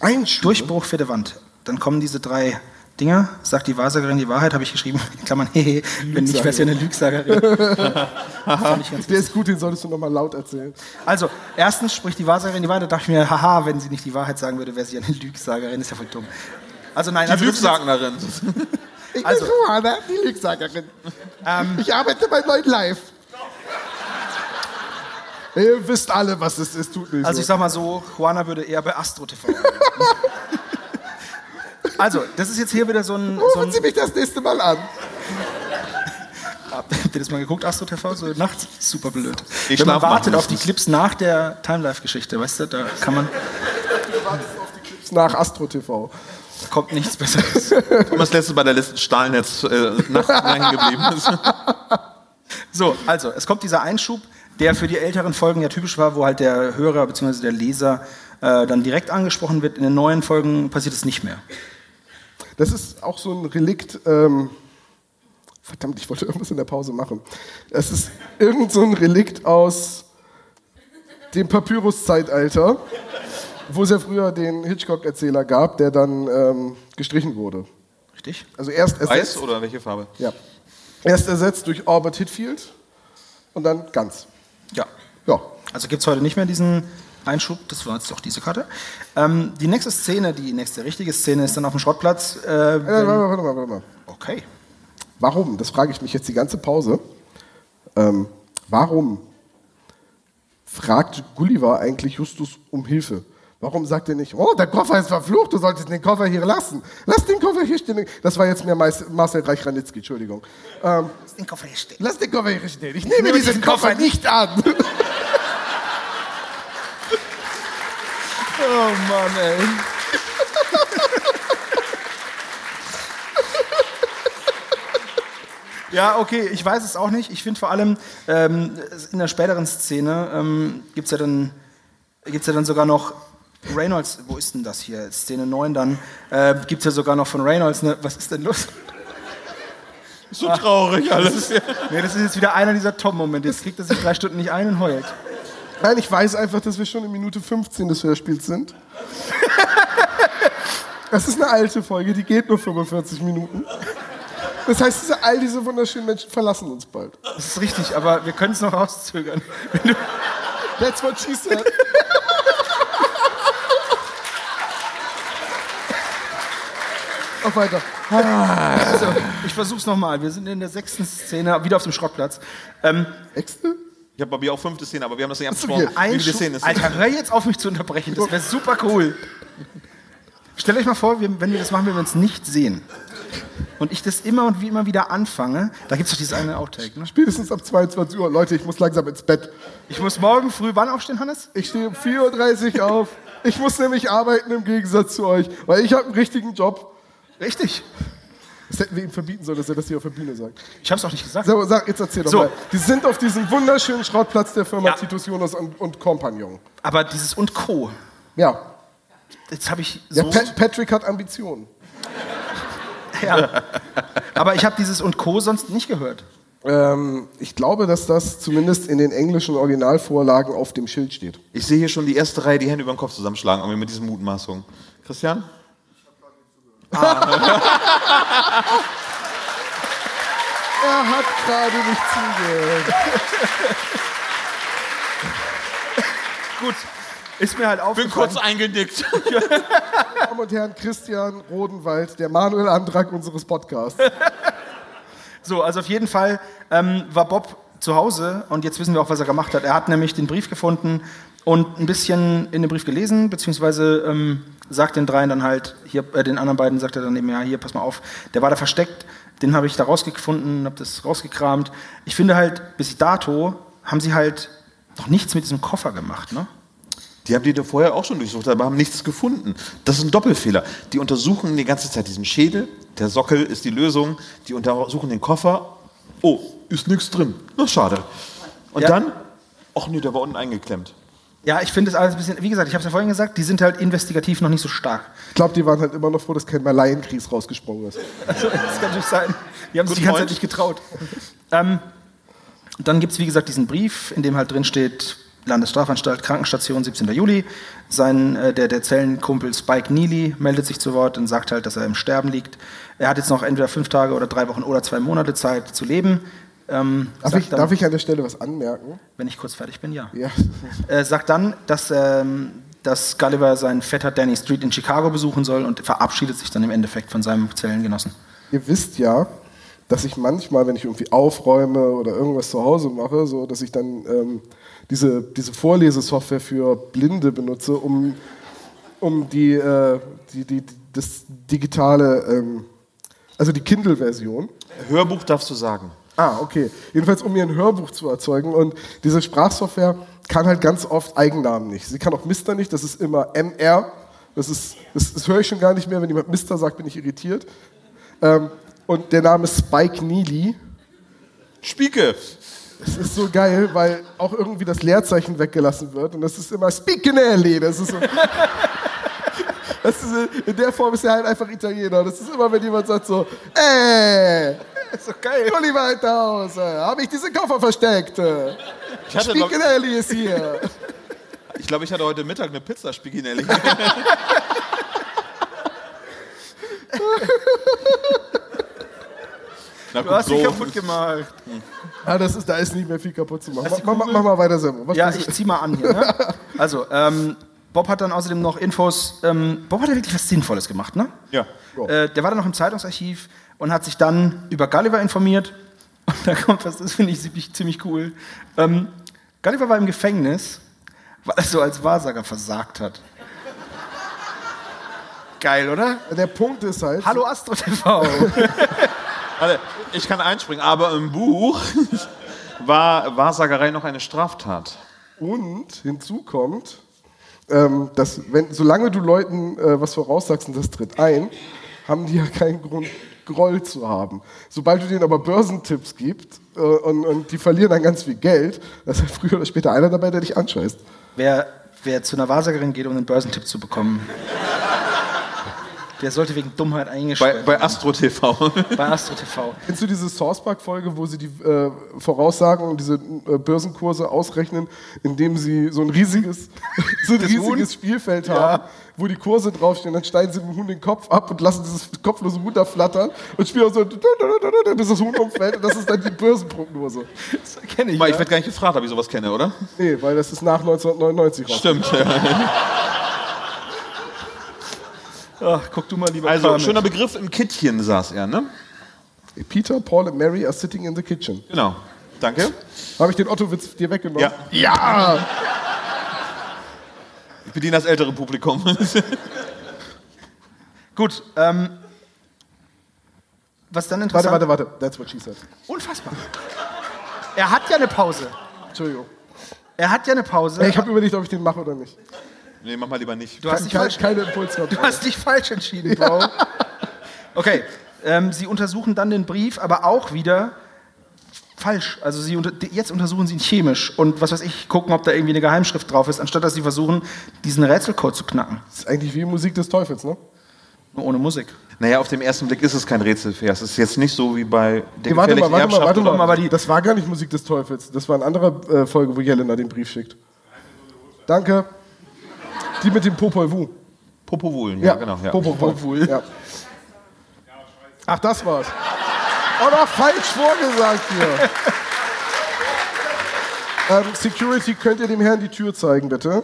Speaker 3: ein Schuh.
Speaker 4: Durchbruch, vierte Wand. Dann kommen diese drei Dinger. Sagt die Wahrsagerin die Wahrheit, habe ich geschrieben. In Klammern, hehe, wenn nicht, wäre es ja eine Lügsagerin. Das fand ich ganz
Speaker 3: Der ist gut, den solltest du nochmal laut erzählen.
Speaker 4: Also, erstens spricht die Wahrsagerin die Wahrheit. Da dachte ich mir, haha, wenn sie nicht die Wahrheit sagen würde, wäre sie ja eine Lügsagerin. Ist ja voll dumm. Also nein,
Speaker 2: Die
Speaker 4: also,
Speaker 2: Lügsagerin.
Speaker 3: Ich
Speaker 4: Also-
Speaker 3: bin Johanna, die Lügsagerin. ich arbeite bei Neuen Live. Ihr wisst alle, was es ist, tut nicht
Speaker 4: also ich
Speaker 3: so.
Speaker 4: sag mal so, Juana würde eher bei Astro TV. also, das ist jetzt hier wieder so ein... So
Speaker 3: Rufen
Speaker 4: ein
Speaker 3: Sie mich das nächste Mal an.
Speaker 4: habt ihr das mal geguckt, Astro TV, so nachts? Super blöd.
Speaker 2: Ich
Speaker 4: Wenn man
Speaker 2: schlaf mal
Speaker 4: wartet auf die
Speaker 2: mindestens.
Speaker 4: Clips nach der Timelife-Geschichte, weißt du, da kann man...
Speaker 3: Nach Astro TV.
Speaker 4: kommt nichts Besseres.
Speaker 2: Thomas letzte bei der letzten Stahlnetz äh, Nacht hängen geblieben ist.
Speaker 4: So, also, es kommt dieser Einschub, der für die älteren Folgen ja typisch war, wo halt der Hörer bzw. der Leser äh, dann direkt angesprochen wird. In den neuen Folgen passiert es nicht mehr.
Speaker 3: Das ist auch so ein Relikt. Ähm, verdammt, ich wollte irgendwas in der Pause machen. Das ist irgend so ein Relikt aus dem Papyrus-Zeitalter, wo es ja früher den Hitchcock-Erzähler gab, der dann ähm, gestrichen wurde.
Speaker 4: Richtig?
Speaker 3: Also erst
Speaker 2: Weiß
Speaker 3: ersetzt,
Speaker 2: oder welche Farbe?
Speaker 3: ja, erst ersetzt durch Albert Hitfield und dann ganz.
Speaker 4: Ja.
Speaker 3: Ja,
Speaker 4: Also gibt es heute nicht mehr diesen Einschub, das war jetzt doch diese Karte. Ähm, die nächste Szene, die nächste richtige Szene ist dann auf dem Schrottplatz. Äh,
Speaker 3: Äh, warte
Speaker 4: wenn-
Speaker 3: mal, warte mal, warte mal.
Speaker 4: okay.
Speaker 3: Warum? Das frage ich mich jetzt die ganze Pause. Ähm, warum fragt Gulliver eigentlich Justus um Hilfe? Warum sagt er nicht, oh, der Koffer ist verflucht, du solltest den Koffer hier lassen. Lass den Koffer hier stehen. Das war jetzt mehr Mais- Marcel Reich-Ranitzky, Entschuldigung. Ähm,
Speaker 4: Lass den Koffer hier stehen.
Speaker 3: lass den Koffer hier stehen. Ich nehme, diesen, Koffer nicht an.
Speaker 4: Oh Mann, ey. Ja, okay, ich weiß es auch nicht. Ich finde vor allem ähm, in der späteren Szene ähm, gibt es ja dann gibt es ja dann sogar noch Reynolds, wo ist denn das hier? Szene 9 dann. Äh, gibt es ja sogar noch von Reynolds eine, was ist denn los?
Speaker 2: So traurig alles.
Speaker 4: Nee, das ist jetzt wieder einer dieser Tom-Momente. Jetzt kriegt er sich drei Stunden nicht ein und heult.
Speaker 3: Nein, ich weiß einfach, dass wir schon in Minute 15 des Hörspiels sind. Das ist eine alte Folge, die geht nur 45 Minuten. Das heißt, diese- all diese wunderschönen Menschen verlassen uns bald.
Speaker 4: Das ist richtig, aber wir können es noch rauszögern.
Speaker 3: That's what she said. Auf weiter.
Speaker 4: Also, ich versuch's nochmal. Wir sind in der sechsten Szene, wieder auf dem Schrottplatz. Ähm,
Speaker 3: Äxte?
Speaker 2: Ich habe bei mir auch fünfte Szene, aber wir haben das nicht
Speaker 3: Achso,
Speaker 2: abgesprochen.
Speaker 3: hier.
Speaker 4: ein
Speaker 2: Wie viele
Speaker 4: Schu-
Speaker 2: Szenen es sind.
Speaker 4: Alter, hör jetzt auf, mich zu unterbrechen. Das wäre super cool. Stellt euch mal vor, wir, wenn wir das machen, wenn wir uns nicht sehen. Und ich das immer und wie immer wieder anfange. Da gibt's doch dieses eine Outtake, ne?
Speaker 3: Spätestens ab 22 Uhr. Leute, ich muss langsam ins Bett.
Speaker 4: Ich muss morgen früh wann aufstehen, Hannes?
Speaker 3: Ich stehe um 4.30 Uhr auf. Ich muss nämlich arbeiten im Gegensatz zu euch, weil ich habe einen richtigen Job.
Speaker 4: Richtig.
Speaker 3: Das hätten wir ihm verbieten sollen, dass er das hier auf der Bühne sagt.
Speaker 4: Ich hab's auch nicht gesagt.
Speaker 3: So, sag, jetzt erzähl doch
Speaker 4: So.
Speaker 3: mal. Die sind auf diesem wunderschönen Schrottplatz der Firma
Speaker 4: Ja.
Speaker 3: Titus Jonas und, und Kompagnon.
Speaker 4: Aber dieses und Co.
Speaker 3: Ja.
Speaker 4: Jetzt habe ich
Speaker 3: ja
Speaker 4: so.
Speaker 3: Pat Patrick hat Ambitionen.
Speaker 4: Ja. Aber ich habe dieses und Co. sonst nicht gehört.
Speaker 3: Ähm, ich glaube, dass das zumindest in den englischen Originalvorlagen auf dem Schild steht.
Speaker 2: Ich sehe hier schon die erste Reihe die Hände über den Kopf zusammenschlagen, aber mit diesen Mutmaßungen. Christian?
Speaker 3: Er hat gerade nicht zugehört.
Speaker 4: Gut. Ist mir halt aufgefallen.
Speaker 2: eingenickt.
Speaker 3: Meine Damen und Herren, Christian Rodenwald, der Manuel Antrag unseres Podcasts.
Speaker 4: So, also auf jeden Fall ähm, war Bob zu Hause und jetzt wissen wir auch, was er gemacht hat. Er hat nämlich den Brief gefunden und ein bisschen in den Brief gelesen, beziehungsweise ähm, sagt den dreien dann halt, hier, äh, den anderen beiden sagt er dann eben, ja, hier, pass mal auf, der war da versteckt, den habe ich da rausgefunden, habe das rausgekramt. Ich finde halt, bis dato haben sie halt noch nichts mit diesem Koffer gemacht, ne?
Speaker 2: Die haben die da vorher auch schon durchsucht, aber haben nichts gefunden. Das ist ein Doppelfehler. Die untersuchen die ganze Zeit diesen Schädel, der Sockel ist die Lösung, die untersuchen den Koffer. Oh, ist nichts drin. Na, schade. Und
Speaker 4: Ja.
Speaker 2: dann? Ach nee, der war unten eingeklemmt.
Speaker 4: Ja, ich finde das alles ein bisschen, wie gesagt, ich habe es ja vorhin gesagt, die sind halt investigativ noch nicht so stark.
Speaker 3: Ich glaube, die waren halt immer noch froh, dass kein Malaienkries rausgesprungen ist.
Speaker 4: Also, das kann natürlich sein. Die haben sich die
Speaker 2: Good
Speaker 4: ganze
Speaker 2: point.
Speaker 4: Zeit nicht getraut. Ähm, dann gibt es, wie gesagt, diesen Brief, in dem halt drin steht, Landesstrafanstalt, Krankenstation, 17. Juli. Sein, äh, der, der Zellenkumpel Spike Neely meldet sich zu Wort und sagt halt, dass er im Sterben liegt. Er hat jetzt noch entweder fünf Tage oder drei Wochen oder zwei Monate Zeit zu leben. Ähm,
Speaker 3: Darf
Speaker 4: sagt
Speaker 3: ich,
Speaker 4: dann,
Speaker 3: darf ich an der Stelle was anmerken?
Speaker 4: Wenn ich kurz fertig bin, ja.
Speaker 3: Ja.
Speaker 4: Äh, sagt dann, dass, ähm, dass Gulliver seinen Vetter Danny Street in Chicago besuchen soll und verabschiedet sich dann im Endeffekt von seinem Zellengenossen.
Speaker 3: Ihr wisst ja, dass ich manchmal, wenn ich irgendwie aufräume oder irgendwas zu Hause mache, so, dass ich dann ähm, diese, diese Vorlesesoftware für Blinde benutze, um, um die, äh, die, die, die, das digitale, ähm, also die Kindle-Version.
Speaker 2: Hörbuch darfst du sagen.
Speaker 3: Ah, okay. Jedenfalls, um mir ein Hörbuch zu erzeugen. Und diese Sprachsoftware kann halt ganz oft Eigennamen nicht. Sie kann auch Mister nicht, das ist immer MR. Das, ist, das, das höre ich schon gar nicht mehr. Wenn jemand Mister sagt, bin ich irritiert. Ähm, und der Name Spike Neely.
Speaker 2: Spieke!
Speaker 3: Das ist so geil, weil auch irgendwie das Leerzeichen weggelassen wird. Und das ist immer Spicanelli. Das ist so. Das ist, äh, in der Form ist er halt einfach Italiener. Das ist immer, wenn jemand sagt so, "Äh, ey,
Speaker 4: Ist doch geil.
Speaker 3: Oliver Althaus, äh, habe ich diesen Koffer versteckt? Äh.
Speaker 2: Ich, hatte, glaub,
Speaker 3: Spiegelelli ist hier.
Speaker 2: ich glaube, ich hatte heute Mittag eine Pizza Spiegelinelli. Na
Speaker 4: Du hast
Speaker 2: so.
Speaker 4: sie kaputt gemacht.
Speaker 3: Ah, das ist, da ist nicht mehr viel kaputt zu machen.
Speaker 4: Hast du die
Speaker 3: Mach, mach,
Speaker 4: Kugel?
Speaker 3: mach mal weiter, Semmo. Was
Speaker 4: Ja,
Speaker 3: passiert?
Speaker 4: ich zieh mal an hier. Ne? Also, ähm, Bob hat dann außerdem noch Infos. Ähm, Bob hat ja wirklich was Sinnvolles gemacht, ne?
Speaker 2: Ja.
Speaker 4: Äh, der war dann noch im Zeitungsarchiv und hat sich dann über Gulliver informiert. Und da kommt was, das finde ich ziemlich, ziemlich cool. Ähm, Gulliver war im Gefängnis, weil er so als Wahrsager versagt hat. Geil, oder?
Speaker 3: Der Punkt ist halt,
Speaker 4: Hallo Astro TV.
Speaker 2: Warte, ich kann einspringen, aber im Buch war Wahrsagerei noch eine Straftat.
Speaker 3: und hinzu kommt, ähm, dass, wenn, solange du Leuten äh, was voraussagst und das tritt ein, haben die ja keinen Grund, Groll zu haben. Sobald du denen aber Börsentipps gibst äh, und, und die verlieren dann ganz viel Geld, da ist halt früher oder später einer dabei, der dich anscheißt.
Speaker 4: Wer Wer zu einer Wahrsagerin geht, um einen Börsentipp zu bekommen, der sollte wegen Dummheit
Speaker 2: Bei,
Speaker 4: eingesperrt
Speaker 2: bei Astro TV.
Speaker 4: bei, bei Astro TV.
Speaker 3: Kennst du diese Sourcepark-Folge, wo sie die äh, Voraussagen und diese äh, Börsenkurse ausrechnen, indem sie so ein riesiges, so ein riesiges Spielfeld haben, wo die Kurse draufstehen, dann schneiden sie dem Huhn den Kopf ab und lassen dieses kopflose Huhn da flattern und spielen auch so, bis das Huhn umfällt und das ist dann die Börsenprognose.
Speaker 4: Kenne ich.
Speaker 2: Mal, Ich werde gar nicht gefragt, ob ich sowas kenne, oder?
Speaker 3: Nee, weil das ist nach 1999 raus.
Speaker 2: Stimmt. Ja.
Speaker 4: Ach, guck du mal lieber.
Speaker 2: Also,
Speaker 4: Kermit.
Speaker 2: schöner Begriff, im Kittchen saß er, ne?
Speaker 3: Peter, Paul und Mary are sitting in the kitchen.
Speaker 2: Genau. Danke.
Speaker 3: Habe ich den Otto-Witz dir weggenommen?
Speaker 2: Ja.
Speaker 3: Ja!
Speaker 2: Ich bediene das ältere Publikum.
Speaker 4: Gut. Ähm, was dann
Speaker 3: Warte,
Speaker 4: interessant
Speaker 3: warte, warte. That's what she said.
Speaker 4: Unfassbar. Er hat ja eine Pause.
Speaker 3: Entschuldigung.
Speaker 4: Er hat ja eine Pause.
Speaker 3: Ich habe überlegt, ob ich den mache oder nicht.
Speaker 2: nee, mach mal lieber nicht.
Speaker 4: du hast dich
Speaker 3: Keine,
Speaker 4: falsch
Speaker 3: keine Impulskontrolle.
Speaker 4: Du hast dich falsch entschieden, Bro. Okay, ähm, sie untersuchen dann den Brief, aber auch wieder falsch. Also sie unter jetzt untersuchen sie ihn chemisch und was weiß ich, gucken, ob da irgendwie eine Geheimschrift drauf ist, anstatt dass sie versuchen, diesen Rätselcode zu knacken.
Speaker 3: Das ist eigentlich wie Musik des Teufels, ne?
Speaker 4: Nur ohne Musik.
Speaker 2: Naja, auf den ersten Blick ist es kein Rätselvers. Es ist jetzt nicht so wie bei der
Speaker 3: Nee, warte
Speaker 2: gefährlichen
Speaker 3: mal, warte mal,
Speaker 2: Erbschaft.
Speaker 3: warte mal.
Speaker 4: Doch, aber die-
Speaker 3: das war gar nicht Musik des Teufels. Das war eine andere äh, Folge, wo Jelena den Brief schickt. Danke. Die mit dem Popol Vuh.
Speaker 2: Popowohlen, ja, genau. Ja.
Speaker 3: Popol Vuh. Ja. Ach, das war's. Oder falsch vorgesagt hier. ähm, Security, könnt ihr dem Herrn die Tür zeigen, bitte?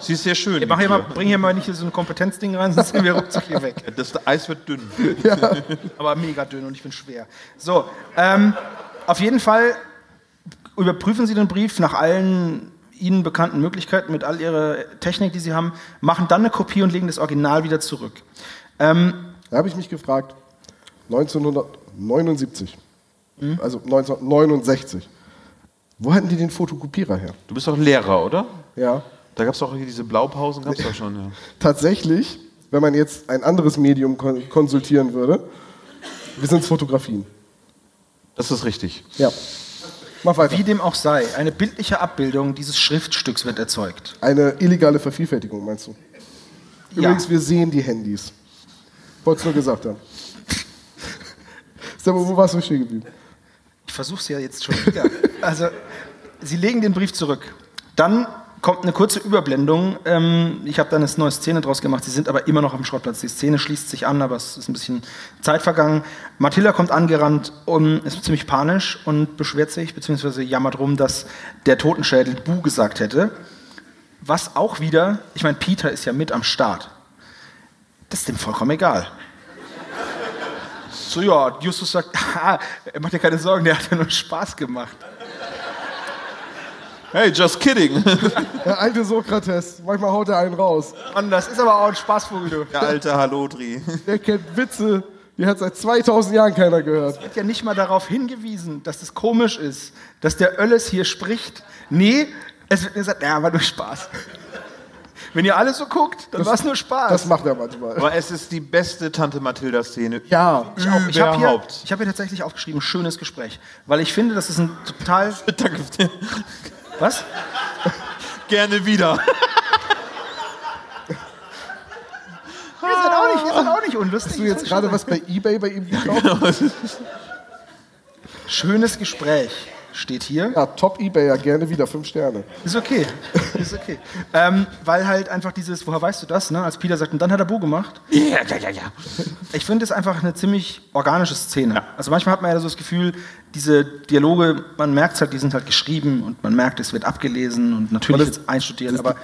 Speaker 2: Sie ist sehr schön.
Speaker 4: Mach
Speaker 2: die
Speaker 4: hier mal,
Speaker 2: Tür.
Speaker 4: bring hier mal nicht so ein Kompetenzding rein, sonst sind wir ruckzuck hier weg.
Speaker 2: Das Eis wird dünn.
Speaker 4: aber mega dünn und ich bin schwer. So, ähm, auf jeden Fall überprüfen Sie den Brief nach allen Ihnen bekannten Möglichkeiten mit all Ihrer Technik, die Sie haben, machen dann eine Kopie und legen das Original wieder zurück. Ähm,
Speaker 3: Da habe ich mich gefragt. 1979. Also 1969. Wo hatten die den Fotokopierer her?
Speaker 2: Du bist doch Lehrer, oder?
Speaker 3: Ja.
Speaker 2: Da gab es doch hier diese Blaupausen, gab es doch schon. Ja.
Speaker 3: Tatsächlich, wenn man jetzt ein anderes Medium kon konsultieren würde, wir sind Fotografien.
Speaker 2: Das ist richtig.
Speaker 3: Ja. Mach weiter.
Speaker 4: Wie dem auch sei, eine bildliche Abbildung dieses Schriftstücks wird erzeugt.
Speaker 3: Eine illegale Vervielfältigung, meinst du? Übrigens, wir sehen die Handys. Wollt's nur gesagt haben. Sag mal, wo warst du stehen geblieben?
Speaker 4: Ich versuche es ja jetzt schon wieder. Also, Sie legen den Brief zurück. Dann kommt eine kurze Überblendung. Ähm, ich habe da eine neue Szene draus gemacht. Sie sind aber immer noch am Schrottplatz. Die Szene schließt sich an, aber es ist ein bisschen Zeit vergangen. Mathilda kommt angerannt und ist ziemlich panisch und beschwert sich, beziehungsweise jammert rum, dass der Totenschädel Bu gesagt hätte. Was auch wieder, ich meine, Peter ist ja mit am Start. Das ist dem vollkommen egal. So, ja, Justus sagt, "Haha, er macht dir keine Sorgen, der hat ja nur Spaß gemacht.
Speaker 2: Hey, just kidding.
Speaker 3: Der alte Sokrates, manchmal haut er einen raus.
Speaker 4: Mann, das ist aber auch ein Spaßvogel, du.
Speaker 2: Der alte Halodri.
Speaker 3: Der kennt Witze, die hat seit 2000 Jahren keiner gehört.
Speaker 4: Ich hab ja nicht mal darauf hingewiesen, dass es komisch ist, dass der Ölles hier spricht. Nee, es wird gesagt, naja, war nur Spaß. Wenn ihr alle so guckt, dann war es nur Spaß.
Speaker 3: Das macht er manchmal.
Speaker 2: Aber es ist die beste Tante Mathilda-Szene.
Speaker 3: Ja.
Speaker 4: ich auch. ich habe hier,
Speaker 2: überhaupt.
Speaker 4: ich hab hier tatsächlich aufgeschrieben, schönes Gespräch. Weil ich finde, das ist ein total.
Speaker 2: Danke.
Speaker 4: Was?
Speaker 2: Gerne wieder.
Speaker 4: Wir sind auch nicht, wir sind auch nicht unlustig.
Speaker 3: Hast du jetzt gerade was bei Ebay bei ihm gekauft?
Speaker 4: Schönes Gespräch steht hier.
Speaker 3: Ja, top Ebayer, gerne wieder, fünf Sterne.
Speaker 4: Ist okay. Ist okay. ähm, weil halt einfach dieses, woher weißt du das, ne? Als Peter sagt, und dann hat er Bo gemacht. Ja, ja, ja, ja. Ich finde es einfach eine ziemlich organische Szene. Also manchmal hat man ja so das Gefühl, diese Dialoge, man merkt halt, die sind halt geschrieben und man merkt, es wird abgelesen und natürlich
Speaker 3: Aber das-
Speaker 4: wird es einstudiert,
Speaker 3: das-
Speaker 4: aber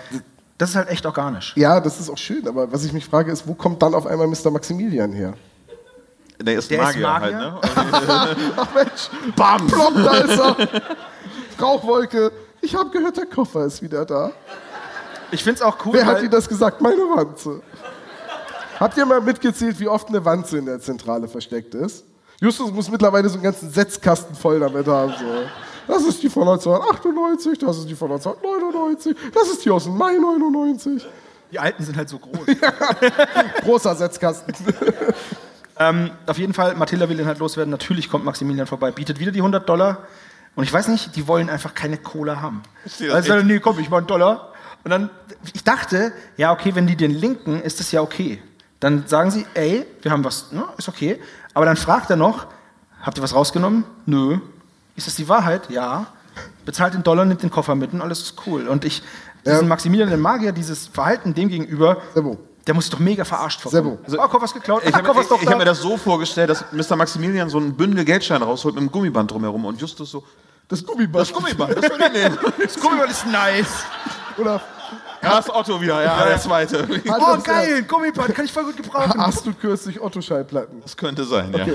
Speaker 4: das ist halt echt organisch.
Speaker 3: Ja, das ist auch schön, aber was ich mich frage, ist, wo kommt dann auf einmal Mr. Maximilian her?
Speaker 2: Der ist
Speaker 4: Der ist
Speaker 2: Magier, halt,
Speaker 4: Magier.
Speaker 2: ne?
Speaker 3: Ach Mensch, bam, plopp, da ist er. Rauchwolke, ich habe gehört, der Koffer ist wieder da.
Speaker 4: Ich finde es auch cool,
Speaker 3: Wer hat
Speaker 4: weil-
Speaker 3: Ihnen das gesagt? Meine Wanze. Habt ihr mal mitgezählt, wie oft eine Wanze in der Zentrale versteckt ist? Justus muss mittlerweile so einen ganzen Setzkasten voll damit haben. So. Das ist die von 1998, das ist die von 1999, das ist die aus dem Mai 99.
Speaker 4: die Alten sind halt so groß.
Speaker 3: Großer Setzkasten.
Speaker 4: Ähm, Auf jeden Fall, Mathilda will ihn halt loswerden. Natürlich kommt Maximilian vorbei, bietet wieder die 100 Dollar. Und ich weiß nicht, die wollen einfach keine Cola haben.
Speaker 2: das
Speaker 4: Also, nee, komm, ich mach einen Dollar. Und dann, ich dachte, ja, okay, wenn die den linken, ist das ja okay. Dann sagen sie, ey, wir haben was, ne, ist okay. Aber dann fragt er noch, habt ihr was rausgenommen? Nö. Ist das die Wahrheit? Ja. Bezahlt den Dollar, nimmt den Koffer mit und alles ist cool. Und ich, diesen
Speaker 3: Ähm.
Speaker 4: Maximilian den Magier, dieses Verhalten dem gegenüber,
Speaker 3: Sebo.
Speaker 4: der muss sich doch mega verarscht vorkommen.
Speaker 3: Sebo.
Speaker 4: Also, ah, Koffer's geklaut,
Speaker 2: Ich
Speaker 4: ah,
Speaker 2: habe mir,
Speaker 4: Koffer's doch
Speaker 2: ich, ich hab
Speaker 4: da.
Speaker 2: mir das so vorgestellt, dass Mr. Maximilian so ein Bündel Geldscheine rausholt mit einem Gummiband drumherum und Justus so,
Speaker 3: Das Gummiband.
Speaker 2: das Gummiband, das will ich nehmen.
Speaker 4: Das Gummiband ist nice.
Speaker 3: Oder
Speaker 2: Ja, das Otto wieder, ja, der zweite.
Speaker 3: Also
Speaker 4: Oh, geil, Gummiband, kann ich voll gut gebrauchen.
Speaker 3: hast du kürzlich Otto-Schallplatten?
Speaker 2: Das könnte sein, ja.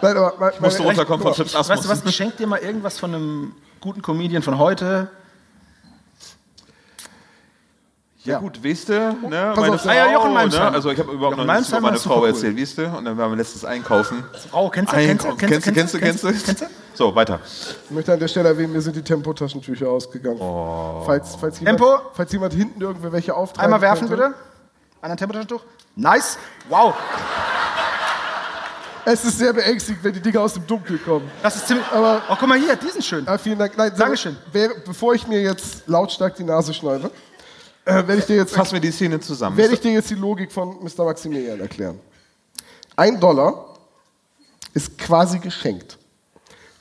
Speaker 3: Nein, aber mein, meine,
Speaker 2: Musst du runterkommen von Chips
Speaker 4: Weißt du
Speaker 2: Asmus.
Speaker 4: was, ich schenk dir mal irgendwas von einem guten Comedian von heute.
Speaker 2: Ja gut, weißt du, ne,
Speaker 3: Pass
Speaker 2: meine
Speaker 3: auf,
Speaker 2: Frau,
Speaker 3: ah
Speaker 4: ja, Jochen
Speaker 2: ne,
Speaker 4: Malmsheimer.
Speaker 2: also ich habe überhaupt
Speaker 4: Jochen
Speaker 2: noch nichts über
Speaker 4: Malmsheimer
Speaker 2: meine
Speaker 4: ist super
Speaker 2: Frau
Speaker 4: cool.
Speaker 2: erzählt, weißt du, und dann waren wir letztes Einkaufen.
Speaker 4: Frau, kennst du, kennst du,
Speaker 2: Einkaufen.
Speaker 4: kennst du,
Speaker 2: kennst du, kennst du?
Speaker 4: kennst du?
Speaker 2: So, weiter.
Speaker 3: ich möchte an der Stelle erwähnen, mir sind die Tempotaschentücher ausgegangen. Falls, falls, jemand,
Speaker 4: Oh. Tempo?
Speaker 3: falls jemand hinten irgendwer welche auftreibt.
Speaker 4: Einmal werfen bitte. An ein Temperaturentuch. Nice. Wow.
Speaker 3: Es ist sehr beängstigend, wenn die Dinger aus dem Dunkel kommen.
Speaker 4: Das ist ziemlich.
Speaker 3: Aber-
Speaker 4: oh, guck mal hier, die sind schön.
Speaker 3: Ah, vielen Dank. Nein,
Speaker 4: Dankeschön.
Speaker 3: Wer, bevor ich mir jetzt lautstark die Nase schneide, äh, werde ich dir jetzt
Speaker 2: Fassen wir die Szene zusammen.
Speaker 3: werde ich dir jetzt die Logik von Mr. Maximilian erklären. Ein Dollar ist quasi geschenkt.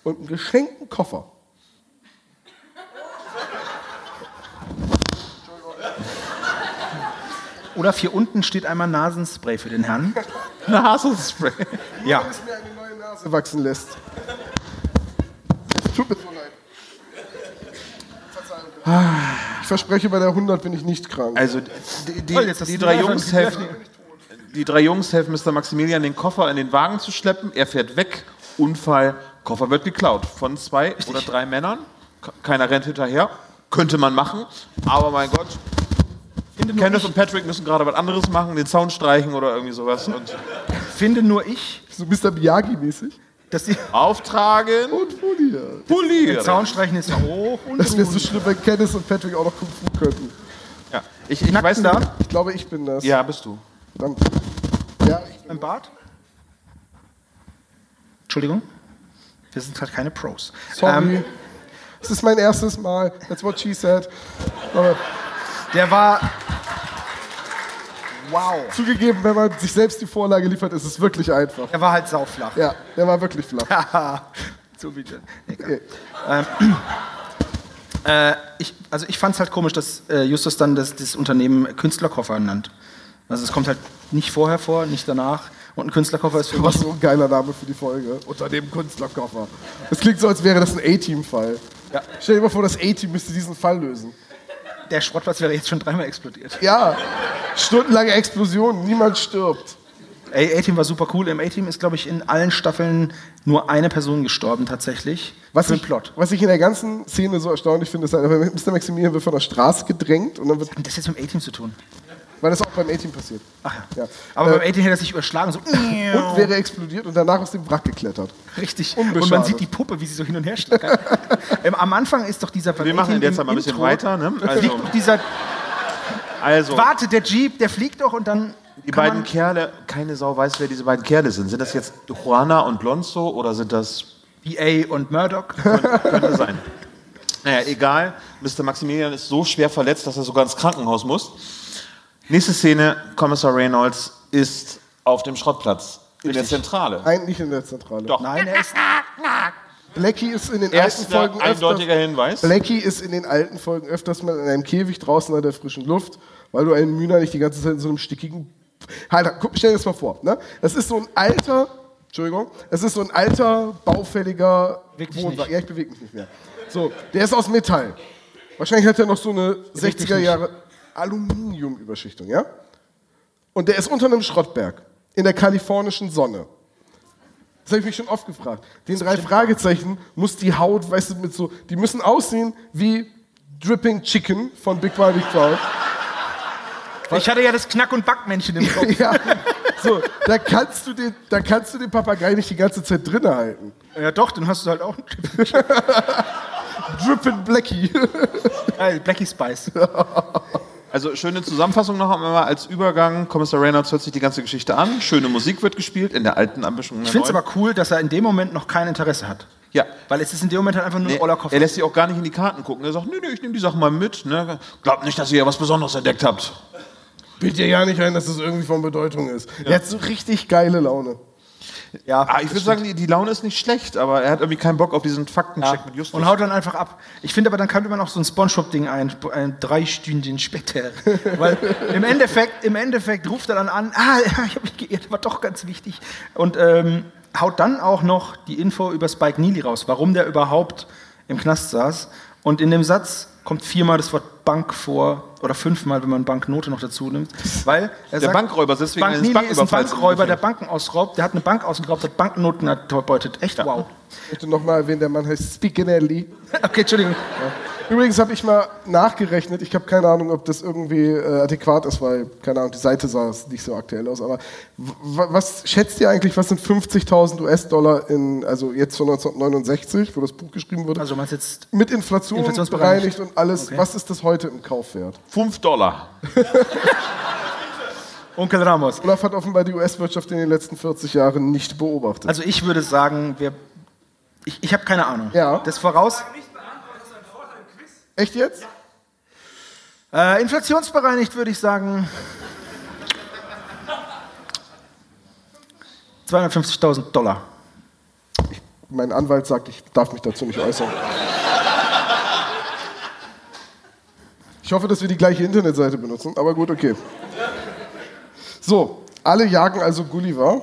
Speaker 3: Und einen geschenkten Koffer.
Speaker 4: Oder hier unten steht einmal Nasenspray für den Herrn.
Speaker 2: Nasenspray.
Speaker 4: Ja.
Speaker 3: mir eine neue Nase wachsen lässt. Tut mir so leid. Ich verspreche, bei der 100 bin ich nicht krank.
Speaker 2: Also die, die,
Speaker 4: Oh, jetzt hast
Speaker 2: die,
Speaker 4: du
Speaker 2: drei
Speaker 4: einfach
Speaker 2: Jungs
Speaker 4: gesagt.
Speaker 2: helfen, die drei Jungs helfen Mr. Maximilian, den Koffer in den Wagen zu schleppen. Er fährt weg. Unfall. Koffer wird geklaut von zwei oder drei Männern. Ke- Keiner rennt hinterher. Könnte man machen. Aber mein Gott,
Speaker 4: Finde nur,
Speaker 2: Kenneth und
Speaker 4: ich,
Speaker 2: Patrick müssen gerade was anderes machen, den Sound streichen oder irgendwie sowas. Und
Speaker 4: finde nur ich,
Speaker 3: so Mr. Miyagi-mäßig. Oh,
Speaker 4: dass die
Speaker 2: auftragen und
Speaker 3: Und Folie.
Speaker 2: polieren.
Speaker 4: Zaunstreichen ist hoch und
Speaker 3: Das wäre so schlimm, wenn Kenneth und Patrick auch noch Kung Fu könnten.
Speaker 2: Ja. Ich, ich
Speaker 4: Nackten
Speaker 2: weiß nicht.
Speaker 4: da.
Speaker 3: Ich glaube, ich bin das.
Speaker 2: Ja, bist du.
Speaker 3: Verdammt. Ja, ich bin
Speaker 4: Ein Bart? Entschuldigung. Wir sind gerade keine Pros.
Speaker 3: sorry.
Speaker 4: Ähm,
Speaker 3: es ist mein erstes Mal. That's what she said. Aber
Speaker 4: der war. Wow.
Speaker 3: zugegeben, wenn man sich selbst die Vorlage liefert, ist es wirklich einfach.
Speaker 4: Der war halt sauflach.
Speaker 3: Ja, der war wirklich flach.
Speaker 4: Haha. so wie Jen. Egal. Ähm,
Speaker 3: Okay.
Speaker 4: Äh, ich, also ich fand es halt komisch, dass äh, Justus dann das, das Unternehmen Künstlerkoffer nennt. Also es kommt halt nicht vorher vor, nicht danach. Und ein Künstlerkoffer ist für
Speaker 3: Was
Speaker 4: mich.
Speaker 3: so ein geiler Name für die Folge. Unter dem Künstlerkoffer. Das klingt so, als wäre das ein A-Team-Fall.
Speaker 4: Ja.
Speaker 3: Stell dir mal vor, das A-Team müsste diesen Fall lösen.
Speaker 4: Der Schrottplatz wäre jetzt schon dreimal explodiert.
Speaker 3: Ja, stundenlange Explosionen, niemand stirbt.
Speaker 4: Ey, A-Team war super cool. Im A-Team ist, glaube ich, in allen Staffeln nur eine Person gestorben tatsächlich.
Speaker 3: Was
Speaker 4: für
Speaker 3: ich,
Speaker 4: einen Plot.
Speaker 3: was ich in der ganzen Szene so erstaunlich finde, ist, halt, Mr. Maximilian wird von der Straße gedrängt und dann wird,
Speaker 4: Und das jetzt mit dem A-Team zu tun.
Speaker 3: weil das auch beim A-Team passiert.
Speaker 4: Ach ja.
Speaker 3: Ja.
Speaker 4: Aber
Speaker 3: Äh,
Speaker 4: beim A-Team hätte er sich überschlagen. So.
Speaker 3: Und wäre explodiert und danach aus dem Wrack geklettert.
Speaker 4: Richtig.
Speaker 3: Unbeschadet.
Speaker 4: Und man sieht die Puppe, wie sie so hin und her schlackert. ähm, am Anfang ist doch dieser
Speaker 2: Wir machen jetzt mal ein bisschen weiter. Ne? Also,
Speaker 4: Fliegt doch dieser,
Speaker 2: also
Speaker 4: warte, der Jeep, der fliegt doch und dann.
Speaker 2: die
Speaker 4: kann
Speaker 2: beiden
Speaker 4: man-
Speaker 2: Kerle, keine Sau weiß, wer diese beiden Kerle sind. Sind das jetzt Juana und Lonzo oder sind das.
Speaker 4: EA und Murdoch.
Speaker 2: Könnte sein. Naja, egal. Mr. Maximilian ist so schwer verletzt, dass er sogar ins Krankenhaus muss. Nächste Szene: Kommissar Reynolds ist auf dem Schrottplatz in der Zentrale.
Speaker 3: Eigentlich in der Zentrale.
Speaker 2: Doch.
Speaker 4: Nein, er ist,
Speaker 3: Blackie ist in den alten
Speaker 2: Erster
Speaker 3: Folgen
Speaker 2: eindeutiger
Speaker 3: öfters,
Speaker 2: Hinweis.
Speaker 3: Blackie ist in den alten Folgen öfters mal in einem Käfig draußen an der frischen Luft, weil du einen Mühner nicht die ganze Zeit in so einem stickigen. Halt, guck, stell dir das mal vor. Ne? Das ist so ein alter, Entschuldigung, es ist so ein alter, baufälliger
Speaker 4: Beweg dich
Speaker 3: Wohnwagen.
Speaker 4: nicht.
Speaker 3: Ja, ich bewege mich nicht mehr. So, der ist aus Metall. Wahrscheinlich hat er noch so eine 60er Jahre Aluminiumüberschichtung, ja? Und der ist unter einem Schrottberg in der kalifornischen Sonne. Das habe ich mich schon oft gefragt. Den drei Fragezeichen muss die Haut, weißt du, mit so, die müssen aussehen wie Dripping Chicken von Big Bang Big Crowd.
Speaker 4: ich hatte ja das Knack- und Backmännchen im Kopf.
Speaker 3: ja. So, da kannst du den, da kannst du den Papagei nicht die ganze Zeit drinne halten.
Speaker 4: ja, doch, dann hast du halt auch einen Jeep.
Speaker 3: Drippin' Blackie.
Speaker 4: Äh, Blackie Spice.
Speaker 2: Also schöne Zusammenfassung noch einmal als Übergang. Kommissar Reynolds hört sich die ganze Geschichte an. Schöne Musik wird gespielt in der alten Anmischung.
Speaker 4: Ich finde es aber cool, dass er in dem Moment noch kein Interesse hat.
Speaker 2: Ja.
Speaker 4: Weil es ist in dem Moment halt einfach nur ein
Speaker 2: Nee,
Speaker 4: oller Koffer.
Speaker 2: er lässt sich auch gar nicht in die Karten gucken. Er sagt, nee, nee, ich nehme die Sachen mal mit. Ne? Glaubt nicht, dass ihr ja was Besonderes entdeckt habt.
Speaker 3: Bild dir ja nicht ein, dass das irgendwie von Bedeutung ist. Er hat so richtig geile Laune.
Speaker 4: Ja,
Speaker 2: Ah, ich würde sagen, die, die Laune ist nicht schlecht, aber er hat irgendwie keinen Bock auf diesen Faktencheck
Speaker 4: Ja.
Speaker 2: mit Justus.
Speaker 4: Und haut dann einfach ab. Ich finde aber, dann könnte man auch so ein Spongebob-Ding ein, ein drei Stunden später. Weil im Endeffekt, im Endeffekt ruft er dann an, ah, ja, ich habe mich geirrt, war doch ganz wichtig. Und ähm, haut dann auch noch die Info über Spike Neely raus, warum der überhaupt im Knast saß. Und in dem Satz kommt viermal das Wort Bank vor, oder fünfmal, wenn man Banknote noch dazu nimmt. Weil er
Speaker 2: Der
Speaker 4: sagt,
Speaker 2: Bankräuber sitzt wegen
Speaker 4: Bank
Speaker 2: eines
Speaker 4: Neely ist ein
Speaker 2: Banküberfalls im
Speaker 4: Bankräuber, der
Speaker 2: Gefängnis.
Speaker 4: Banken ausraubt, der hat eine Bank ausgeraubt, hat Banknoten erbeutet. Echt, wow.
Speaker 3: Ich möchte nochmal erwähnen, der Mann heißt Spiganelli.
Speaker 4: Okay, Entschuldigung.
Speaker 3: Übrigens habe ich mal nachgerechnet, ich habe keine Ahnung, ob das irgendwie äh, adäquat ist, weil, keine Ahnung, die Seite sah es nicht so aktuell aus, aber w- wa- was schätzt ihr eigentlich, was sind 50.000 US-Dollar in, also jetzt von 1969, wo das Buch geschrieben wurde,
Speaker 4: Also meinst jetzt
Speaker 3: mit Inflation
Speaker 4: Inflationsbereinigt.
Speaker 3: bereinigt und alles, was ist das heute im Kaufwert?
Speaker 2: 5 Dollar.
Speaker 4: Onkel Ramos.
Speaker 3: Olaf hat offenbar die US-Wirtschaft in den letzten 40 Jahren nicht beobachtet.
Speaker 4: Also ich würde sagen, wir. Ich, ich habe keine Ahnung.
Speaker 3: Ja.
Speaker 4: Das voraus.
Speaker 3: Echt jetzt?
Speaker 4: Äh, inflationsbereinigt würde ich sagen. 250.000 Dollar.
Speaker 3: Mein Anwalt sagt, ich darf mich dazu nicht äußern. Ich hoffe, dass wir die gleiche Internetseite benutzen, aber gut, okay. So, alle jagen also Gulliver
Speaker 4: Mhm.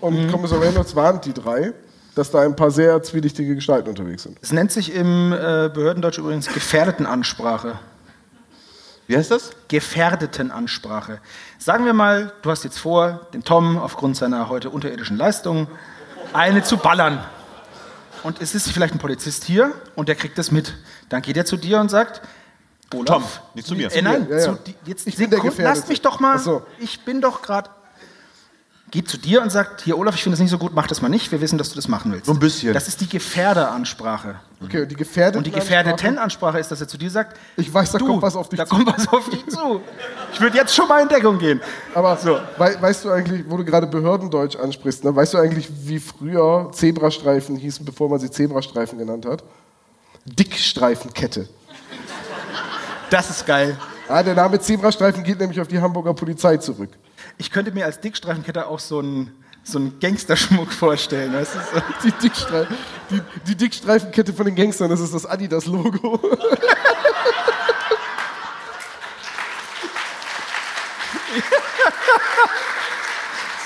Speaker 3: und Kommissar Reynolds warnt die drei, dass da ein paar sehr zwielichtige Gestalten unterwegs sind.
Speaker 4: Es nennt sich im äh, Behördendeutsch übrigens Gefährdetenansprache.
Speaker 2: Wie heißt das?
Speaker 4: Gefährdetenansprache. Sagen wir mal, du hast jetzt vor, den Tom aufgrund seiner heute unterirdischen Leistungen eine zu ballern. Und es ist vielleicht ein Polizist hier und der kriegt das mit. Dann geht er zu dir und sagt, Olaf,
Speaker 2: Tom, nicht zu mir.
Speaker 4: Äh, nein,
Speaker 3: Ja, ja.
Speaker 4: Zu, di- jetzt
Speaker 3: Ich bin der
Speaker 4: Sekunden,
Speaker 3: Gefährdete.
Speaker 4: lasst mich doch mal.
Speaker 3: Ach so.
Speaker 4: Ich bin doch gerade. Geht zu dir und sagt, hier Olaf, ich finde das nicht so gut, mach das mal nicht. Wir wissen, dass du das machen willst. So
Speaker 2: ein bisschen.
Speaker 4: Das ist die Gefährderansprache.
Speaker 3: Okay, und die Gefährdeten.
Speaker 4: Mhm. Und die Gefährdetenansprache ist, dass er zu dir sagt,
Speaker 3: Ich weiß, da
Speaker 4: du,
Speaker 3: kommt was auf dich
Speaker 4: da
Speaker 3: zu.
Speaker 4: kommt was auf dich zu. Ich würde jetzt schon mal in Deckung gehen.
Speaker 3: Aber wei weißt du eigentlich, wo du gerade Behördendeutsch ansprichst, ne? weißt du eigentlich, wie früher Zebrastreifen hießen, bevor man sie Zebrastreifen genannt hat? Dickstreifenkette.
Speaker 4: Das ist geil.
Speaker 3: Ah, der Name Zebrastreifen geht nämlich auf die Hamburger Polizei zurück.
Speaker 4: Ich könnte mir als Dickstreifenkette auch so einen so einen Gangsterschmuck vorstellen. Weißt du? so.
Speaker 3: Die, Dickstre die, die Dickstreifenkette von den Gangstern, das ist das Adidas-Logo.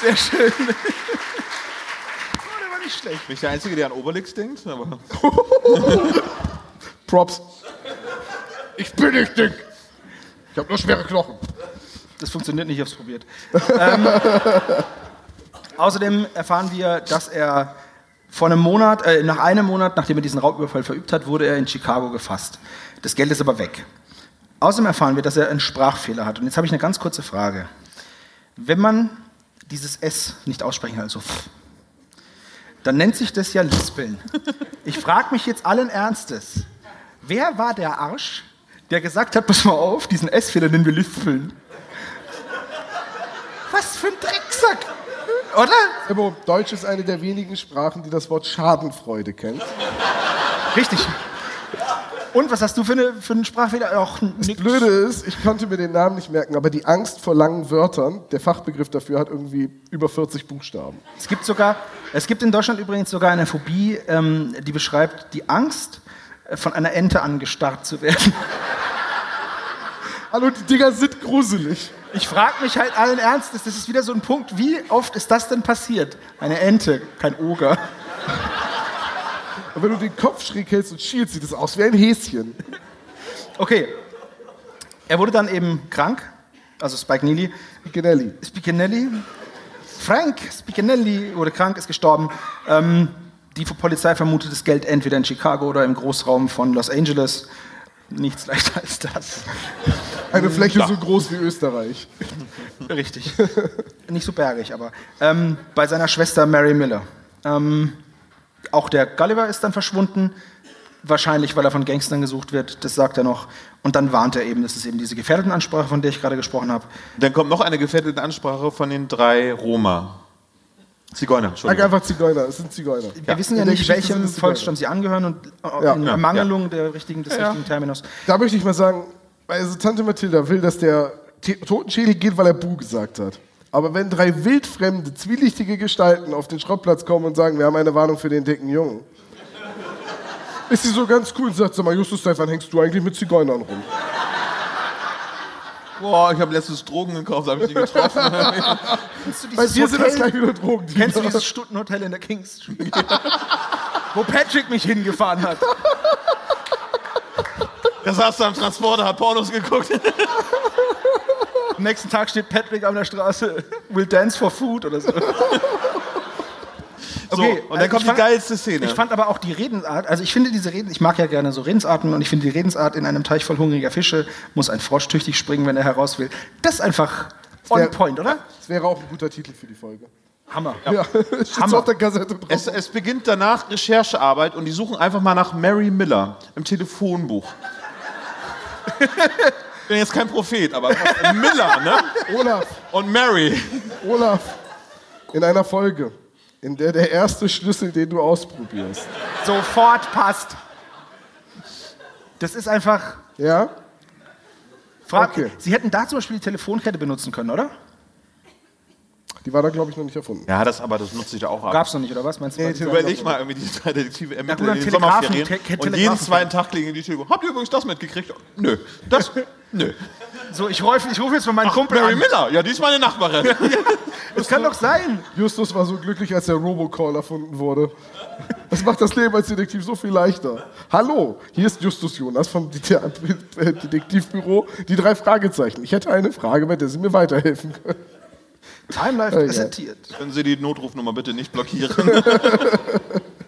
Speaker 4: Sehr schön. Oh, der war nicht schlecht.
Speaker 2: Bin ich der Einzige, der an Obelix denkt? Aber
Speaker 3: Props. Ich bin nicht dick. Ich habe nur schwere Knochen.
Speaker 4: Das funktioniert nicht, ich hab's probiert. ähm, außerdem erfahren wir, dass er vor einem Monat, äh, nach einem Monat, nachdem er diesen Raubüberfall verübt hat, wurde er in Chicago gefasst. Das Geld ist aber weg. Außerdem erfahren wir, dass er einen Sprachfehler hat. Und jetzt habe ich eine ganz kurze Frage. Wenn man dieses S nicht aussprechen kann, also F, dann nennt sich das ja Lispeln. Ich frage mich jetzt allen Ernstes, wer war der Arsch, der gesagt hat, pass mal auf, diesen S-Fehler nennen wir Lispeln? Was für ein Drecksack! Oder?
Speaker 3: Immo, Deutsch ist eine der wenigen Sprachen, die das Wort Schadenfreude kennt.
Speaker 4: Richtig. Und was hast du für, eine, für einen Sprachfehler? Auch
Speaker 3: Das Blöde ist, ich konnte mir den Namen nicht merken, aber die Angst vor langen Wörtern, der Fachbegriff dafür hat irgendwie über 40 Buchstaben.
Speaker 4: Es gibt sogar, es gibt in Deutschland übrigens sogar eine Phobie, ähm, die beschreibt die Angst, äh, von einer Ente angestarrt zu werden.
Speaker 3: Hallo, die Dinger sind gruselig.
Speaker 4: Ich frage mich halt allen Ernstes, das ist wieder so ein Punkt, wie oft ist das denn passiert? Eine Ente, kein Oger.
Speaker 3: Und wenn du den Kopf schräg hältst und schielst, sieht es aus wie ein Häschen.
Speaker 4: Okay. Er wurde dann eben krank, also Spike Neely.
Speaker 3: Genelli.
Speaker 4: Spicanelli. Frank Spicanelli wurde krank, ist gestorben. Ähm, die Polizei vermutet das Geld entweder in Chicago oder im Großraum von Los Angeles. Nichts leichter als das.
Speaker 3: Eine Fläche so groß wie Österreich.
Speaker 4: Richtig. Nicht so bergig, aber. Ähm, bei seiner Schwester Mary Miller. Ähm, auch der Gulliver ist dann verschwunden. Wahrscheinlich, weil er von Gangstern gesucht wird, das sagt er noch. Und dann warnt er eben, das ist eben diese Gefährdetenansprache, von der ich gerade gesprochen habe.
Speaker 2: dann kommt noch eine gefährdete Ansprache von den drei Roma. Zigeuner,
Speaker 3: Sag
Speaker 2: Entschuldigung.
Speaker 3: einfach Zigeuner, es sind Zigeuner.
Speaker 4: Wir wissen ja
Speaker 3: In der
Speaker 4: nicht,
Speaker 3: Geschichte sind
Speaker 4: welchem
Speaker 3: es Zigeuner.
Speaker 4: Volksstamm sie angehören und äh,
Speaker 3: Ja.
Speaker 4: in
Speaker 3: Ja,
Speaker 4: Ermangelung der richtigen, des
Speaker 3: Ja.
Speaker 4: richtigen Terminus.
Speaker 3: Da möchte ich mal sagen, also Tante Mathilda will, dass der T Totenschädel geht, weil er Bu gesagt hat. Aber wenn drei wildfremde, zwielichtige Gestalten auf den Schrottplatz kommen und sagen, wir haben eine Warnung für den dicken Jungen, ist sie so ganz cool und sagt, sag mal, Justus, seit wann hängst du eigentlich mit Zigeunern rum?
Speaker 2: Boah, ich habe letztens Drogen gekauft, habe ich die getroffen.
Speaker 4: Kennst du
Speaker 3: Bei
Speaker 4: dieses
Speaker 3: dir sind das gleich
Speaker 4: Hotel,
Speaker 3: wieder Drogen.
Speaker 4: kennst du dieses Stundenhotel in der Kings Street? Wo Patrick mich hingefahren hat.
Speaker 2: da saß da am Transporter, hab Pornos geguckt.
Speaker 4: Am nächsten Tag steht Patrick an der Straße, will dance for food oder so. äh,
Speaker 2: und dann kommt
Speaker 4: ich
Speaker 2: die geilste Szene.
Speaker 4: Ich fand aber auch die Redensart, also ich finde diese Reden, ich mag ja gerne so Redensarten und ich finde die Redensart, in einem Teich voll hungriger Fische muss ein Frosch tüchtig springen, wenn er heraus will. Das ist einfach on
Speaker 3: wär-
Speaker 4: point, oder?
Speaker 3: Das wäre auch ein guter Titel für die Folge.
Speaker 4: Hammer.
Speaker 3: Ja, steht's
Speaker 4: Hammer.
Speaker 3: auf der Kassette drauf.
Speaker 2: Es, es beginnt danach Recherchearbeit und die suchen einfach mal nach Mary Miller im Telefonbuch. Ich bin jetzt kein Prophet, aber Miller, ne?
Speaker 3: Olaf,
Speaker 2: Und Mary.
Speaker 3: Olaf, in einer Folge, in der der erste Schlüssel, den du ausprobierst,
Speaker 4: Sofort passt. Das ist einfach.
Speaker 3: ja,
Speaker 4: Frag,
Speaker 3: Okay.
Speaker 4: Sie hätten da zum Beispiel die Telefonkette benutzen können, oder?
Speaker 3: die war da, glaube ich, noch nicht erfunden.
Speaker 2: Ja, das aber, das nutze ich ja auch ab.
Speaker 4: Gab's noch nicht, oder was? Meinst du? weil die sagen,
Speaker 2: Überleg mal, irgendwie diese drei Detektive ermitteln
Speaker 4: Ja,
Speaker 2: in
Speaker 4: gut,
Speaker 2: den
Speaker 4: am Telegrafen-
Speaker 2: Sommerferien
Speaker 4: Te- Te-
Speaker 2: und jeden
Speaker 4: Telegrafen-
Speaker 2: zweiten Tag klingen die Tür. Habt ihr übrigens das mitgekriegt? Nö. Das? Nö.
Speaker 4: So, ich rufe ich ruf jetzt mal meinen Kumpel
Speaker 2: Mary
Speaker 4: an.
Speaker 2: Miller. Ja, die ist meine Nachbarin.
Speaker 4: Das kann doch sein.
Speaker 3: Justus war so glücklich, als der Robocall erfunden wurde. Das macht das Leben als Detektiv so viel leichter. Hallo, hier ist Justus Jonas vom Det- äh, Detektivbüro. Die drei Fragezeichen. Ich hätte eine Frage, bei der Sie mir weiterhelfen können.
Speaker 4: Timelife
Speaker 3: Egal.
Speaker 4: präsentiert.
Speaker 2: Können Sie die Notrufnummer bitte nicht blockieren?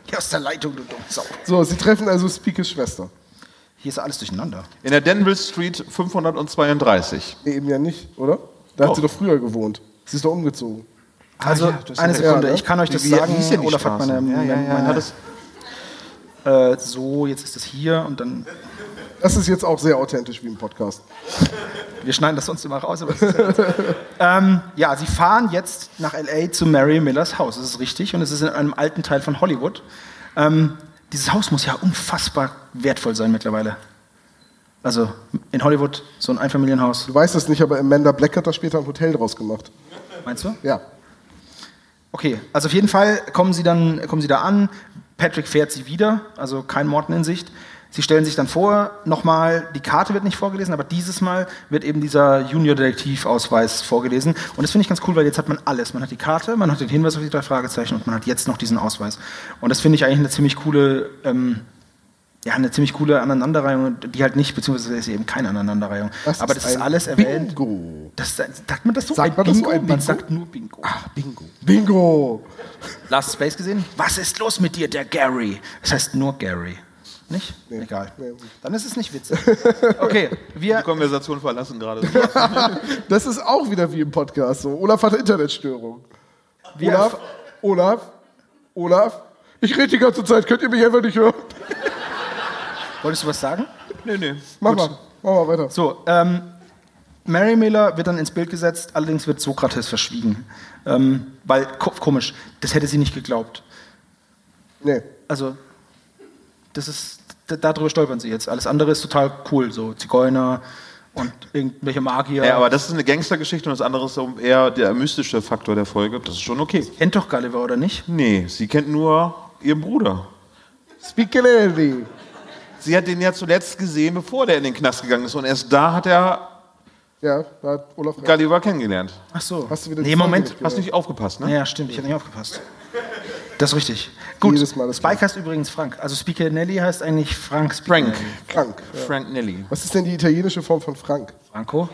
Speaker 4: Geh aus der Leitung, du dumme Sau.
Speaker 3: So, Sie treffen also Speakes Schwester.
Speaker 4: Hier ist alles durcheinander.
Speaker 2: In der Denville Street 532.
Speaker 3: Nee, eben ja nicht, oder? Da hat sie
Speaker 2: Doch.
Speaker 3: doch früher gewohnt. Sie ist doch umgezogen.
Speaker 4: Also, eine
Speaker 3: ist-
Speaker 4: Sekunde,
Speaker 3: ja, ne?
Speaker 4: ich kann euch das
Speaker 2: Wie- wie
Speaker 4: sagen.
Speaker 2: hieß denn die
Speaker 4: Olaf hat
Speaker 2: Straße?
Speaker 4: meine.
Speaker 2: Ja, ja, ja. Hat es-
Speaker 4: meine äh, so, jetzt ist es hier und dann.
Speaker 3: Das ist jetzt auch sehr authentisch wie im Podcast.
Speaker 4: Wir schneiden das sonst immer raus. Aber das ist ja, ähm, ja, sie fahren jetzt nach L.A. zu Mary Millers Haus. Das ist richtig. Und es ist in einem alten Teil von Hollywood. Ähm, dieses Haus muss ja unfassbar wertvoll sein mittlerweile. Also in Hollywood so ein Einfamilienhaus.
Speaker 3: Du weißt es nicht, aber Amanda Black hat da später ein Hotel draus gemacht.
Speaker 4: Meinst du?
Speaker 3: Ja.
Speaker 4: Okay, also auf jeden Fall kommen sie dann kommen sie da an. Patrick fährt sie wieder, also kein Morden in Sicht. Sie stellen sich dann vor, nochmal, die Karte wird nicht vorgelesen, aber dieses Mal wird eben dieser Junior-Detektiv-Ausweis vorgelesen. Und das finde ich ganz cool, weil jetzt hat man alles. Man hat die Karte, man hat den Hinweis auf die drei Fragezeichen und man hat jetzt noch diesen Ausweis. Und das finde ich eigentlich eine ziemlich coole, ähm, ja, eine ziemlich coole Aneinanderreihung, die halt nicht, beziehungsweise ist eben keine Aneinanderreihung.
Speaker 3: Das
Speaker 4: aber
Speaker 3: ist
Speaker 4: das ist
Speaker 3: ein
Speaker 4: alles erwähnt.
Speaker 3: Bingo.
Speaker 4: Das, ist ein- sagt man das so?
Speaker 3: Sagt man das so, ein
Speaker 4: Man
Speaker 3: Bingo?
Speaker 4: sagt nur Bingo.
Speaker 3: Bingo. Bingo.
Speaker 4: Last Space gesehen? Was ist los mit dir, der Gary? Es heißt nur Gary. Nicht? Egal. Dann ist es nicht witzig. Okay, wir.
Speaker 2: Die Konversation verlassen gerade.
Speaker 3: Das ist auch wieder wie im Podcast so. Olaf hatte Internetstörung.
Speaker 4: wir
Speaker 3: Olaf, Olaf, Olaf, ich rede die ganze Zeit, könnt ihr mich einfach nicht hören?
Speaker 4: Wolltest du was sagen?
Speaker 2: nee, nee.
Speaker 3: Mach mal, mach mal weiter.
Speaker 4: So, ähm, Mary Miller wird dann ins Bild gesetzt, allerdings wird Sokrates verschwiegen. Ähm, weil, ko- komisch, das hätte sie nicht geglaubt.
Speaker 3: Nee.
Speaker 4: Also, das ist. da- Darüber stolpern sie jetzt. Alles andere ist total cool. So Zigeuner und irgendwelche Magier.
Speaker 2: Ja, aber das ist eine Gangstergeschichte und das andere ist so eher der mystische Faktor der Folge. Das ist schon okay.
Speaker 4: Kennt doch Gulliver, oder nicht?
Speaker 2: Nee, sie kennt nur ihren Bruder.
Speaker 3: Spickelelli.
Speaker 2: Sie hat den ja zuletzt gesehen, bevor der in den Knast gegangen ist. Und erst da hat er
Speaker 3: Ja, da hat Olaf recht.
Speaker 2: Gulliver kennengelernt.
Speaker 4: Ach so.
Speaker 3: Hast du wieder die
Speaker 4: nee,
Speaker 3: Folge
Speaker 4: Moment.
Speaker 3: nicht
Speaker 2: Hast nicht aufgepasst,
Speaker 3: Ah?
Speaker 2: ne?
Speaker 4: Ja, stimmt, ich habe nicht aufgepasst. Das ist richtig. Gut,
Speaker 3: Jedes Mal das
Speaker 4: Spike
Speaker 3: Gleiche.
Speaker 4: heißt übrigens Frank. Also Speaker Nelly heißt eigentlich Frank Speaker
Speaker 2: Frank.
Speaker 3: Frank.
Speaker 2: Frank Nelly.
Speaker 3: Was ist denn die italienische Form von Frank?
Speaker 4: Franco?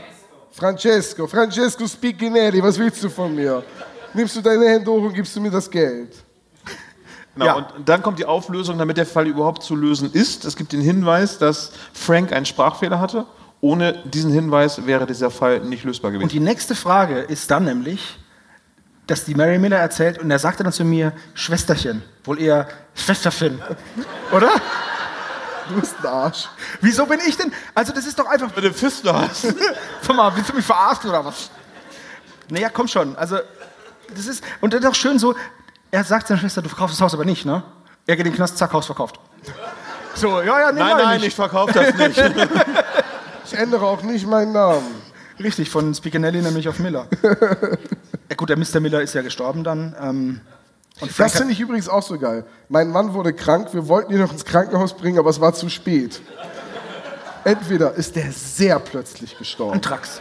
Speaker 3: Francesco, Francesco Spickelelli, was willst du von mir? Nimmst du deine Hände hoch und gibst du mir das Geld?
Speaker 2: Genau.
Speaker 4: Ja.
Speaker 2: Und dann kommt die Auflösung, damit der Fall überhaupt zu lösen ist. Es gibt den Hinweis, dass Frank einen Sprachfehler hatte. Ohne diesen Hinweis wäre dieser Fall nicht lösbar gewesen.
Speaker 4: Und die nächste Frage ist dann nämlich, dass die Mary Miller erzählt und er sagte dann zu mir Schwesterchen, wohl eher Schwesterchen. Oder?
Speaker 3: Du bist ein Arsch.
Speaker 4: Wieso bin ich denn? Also das ist doch einfach
Speaker 2: Mit dem Fistler hast.
Speaker 4: Sag mal, willst du mich verarschen oder was? Naja, komm schon. Also, das ist, und das ist auch schön so, Er sagt seiner Schwester, du verkaufst das Haus aber nicht, ne? Er geht in den Knast, zack, Haus verkauft. So, ja, ja, nee,
Speaker 2: Nein,
Speaker 4: mach ich
Speaker 2: nein, ich
Speaker 4: nicht.
Speaker 2: verkaufe das nicht.
Speaker 3: Ich ändere auch nicht meinen Namen.
Speaker 4: Richtig, von Spicanelli nämlich auf Miller. ja, gut, der Mr. Miller ist ja gestorben dann. Ähm, und
Speaker 3: Das
Speaker 4: Frank hat,
Speaker 3: finde ich übrigens auch so geil. Mein Mann wurde krank, wir wollten ihn noch ins Krankenhaus bringen, aber es war zu spät. Entweder ist der sehr plötzlich gestorben.
Speaker 4: einen Trax.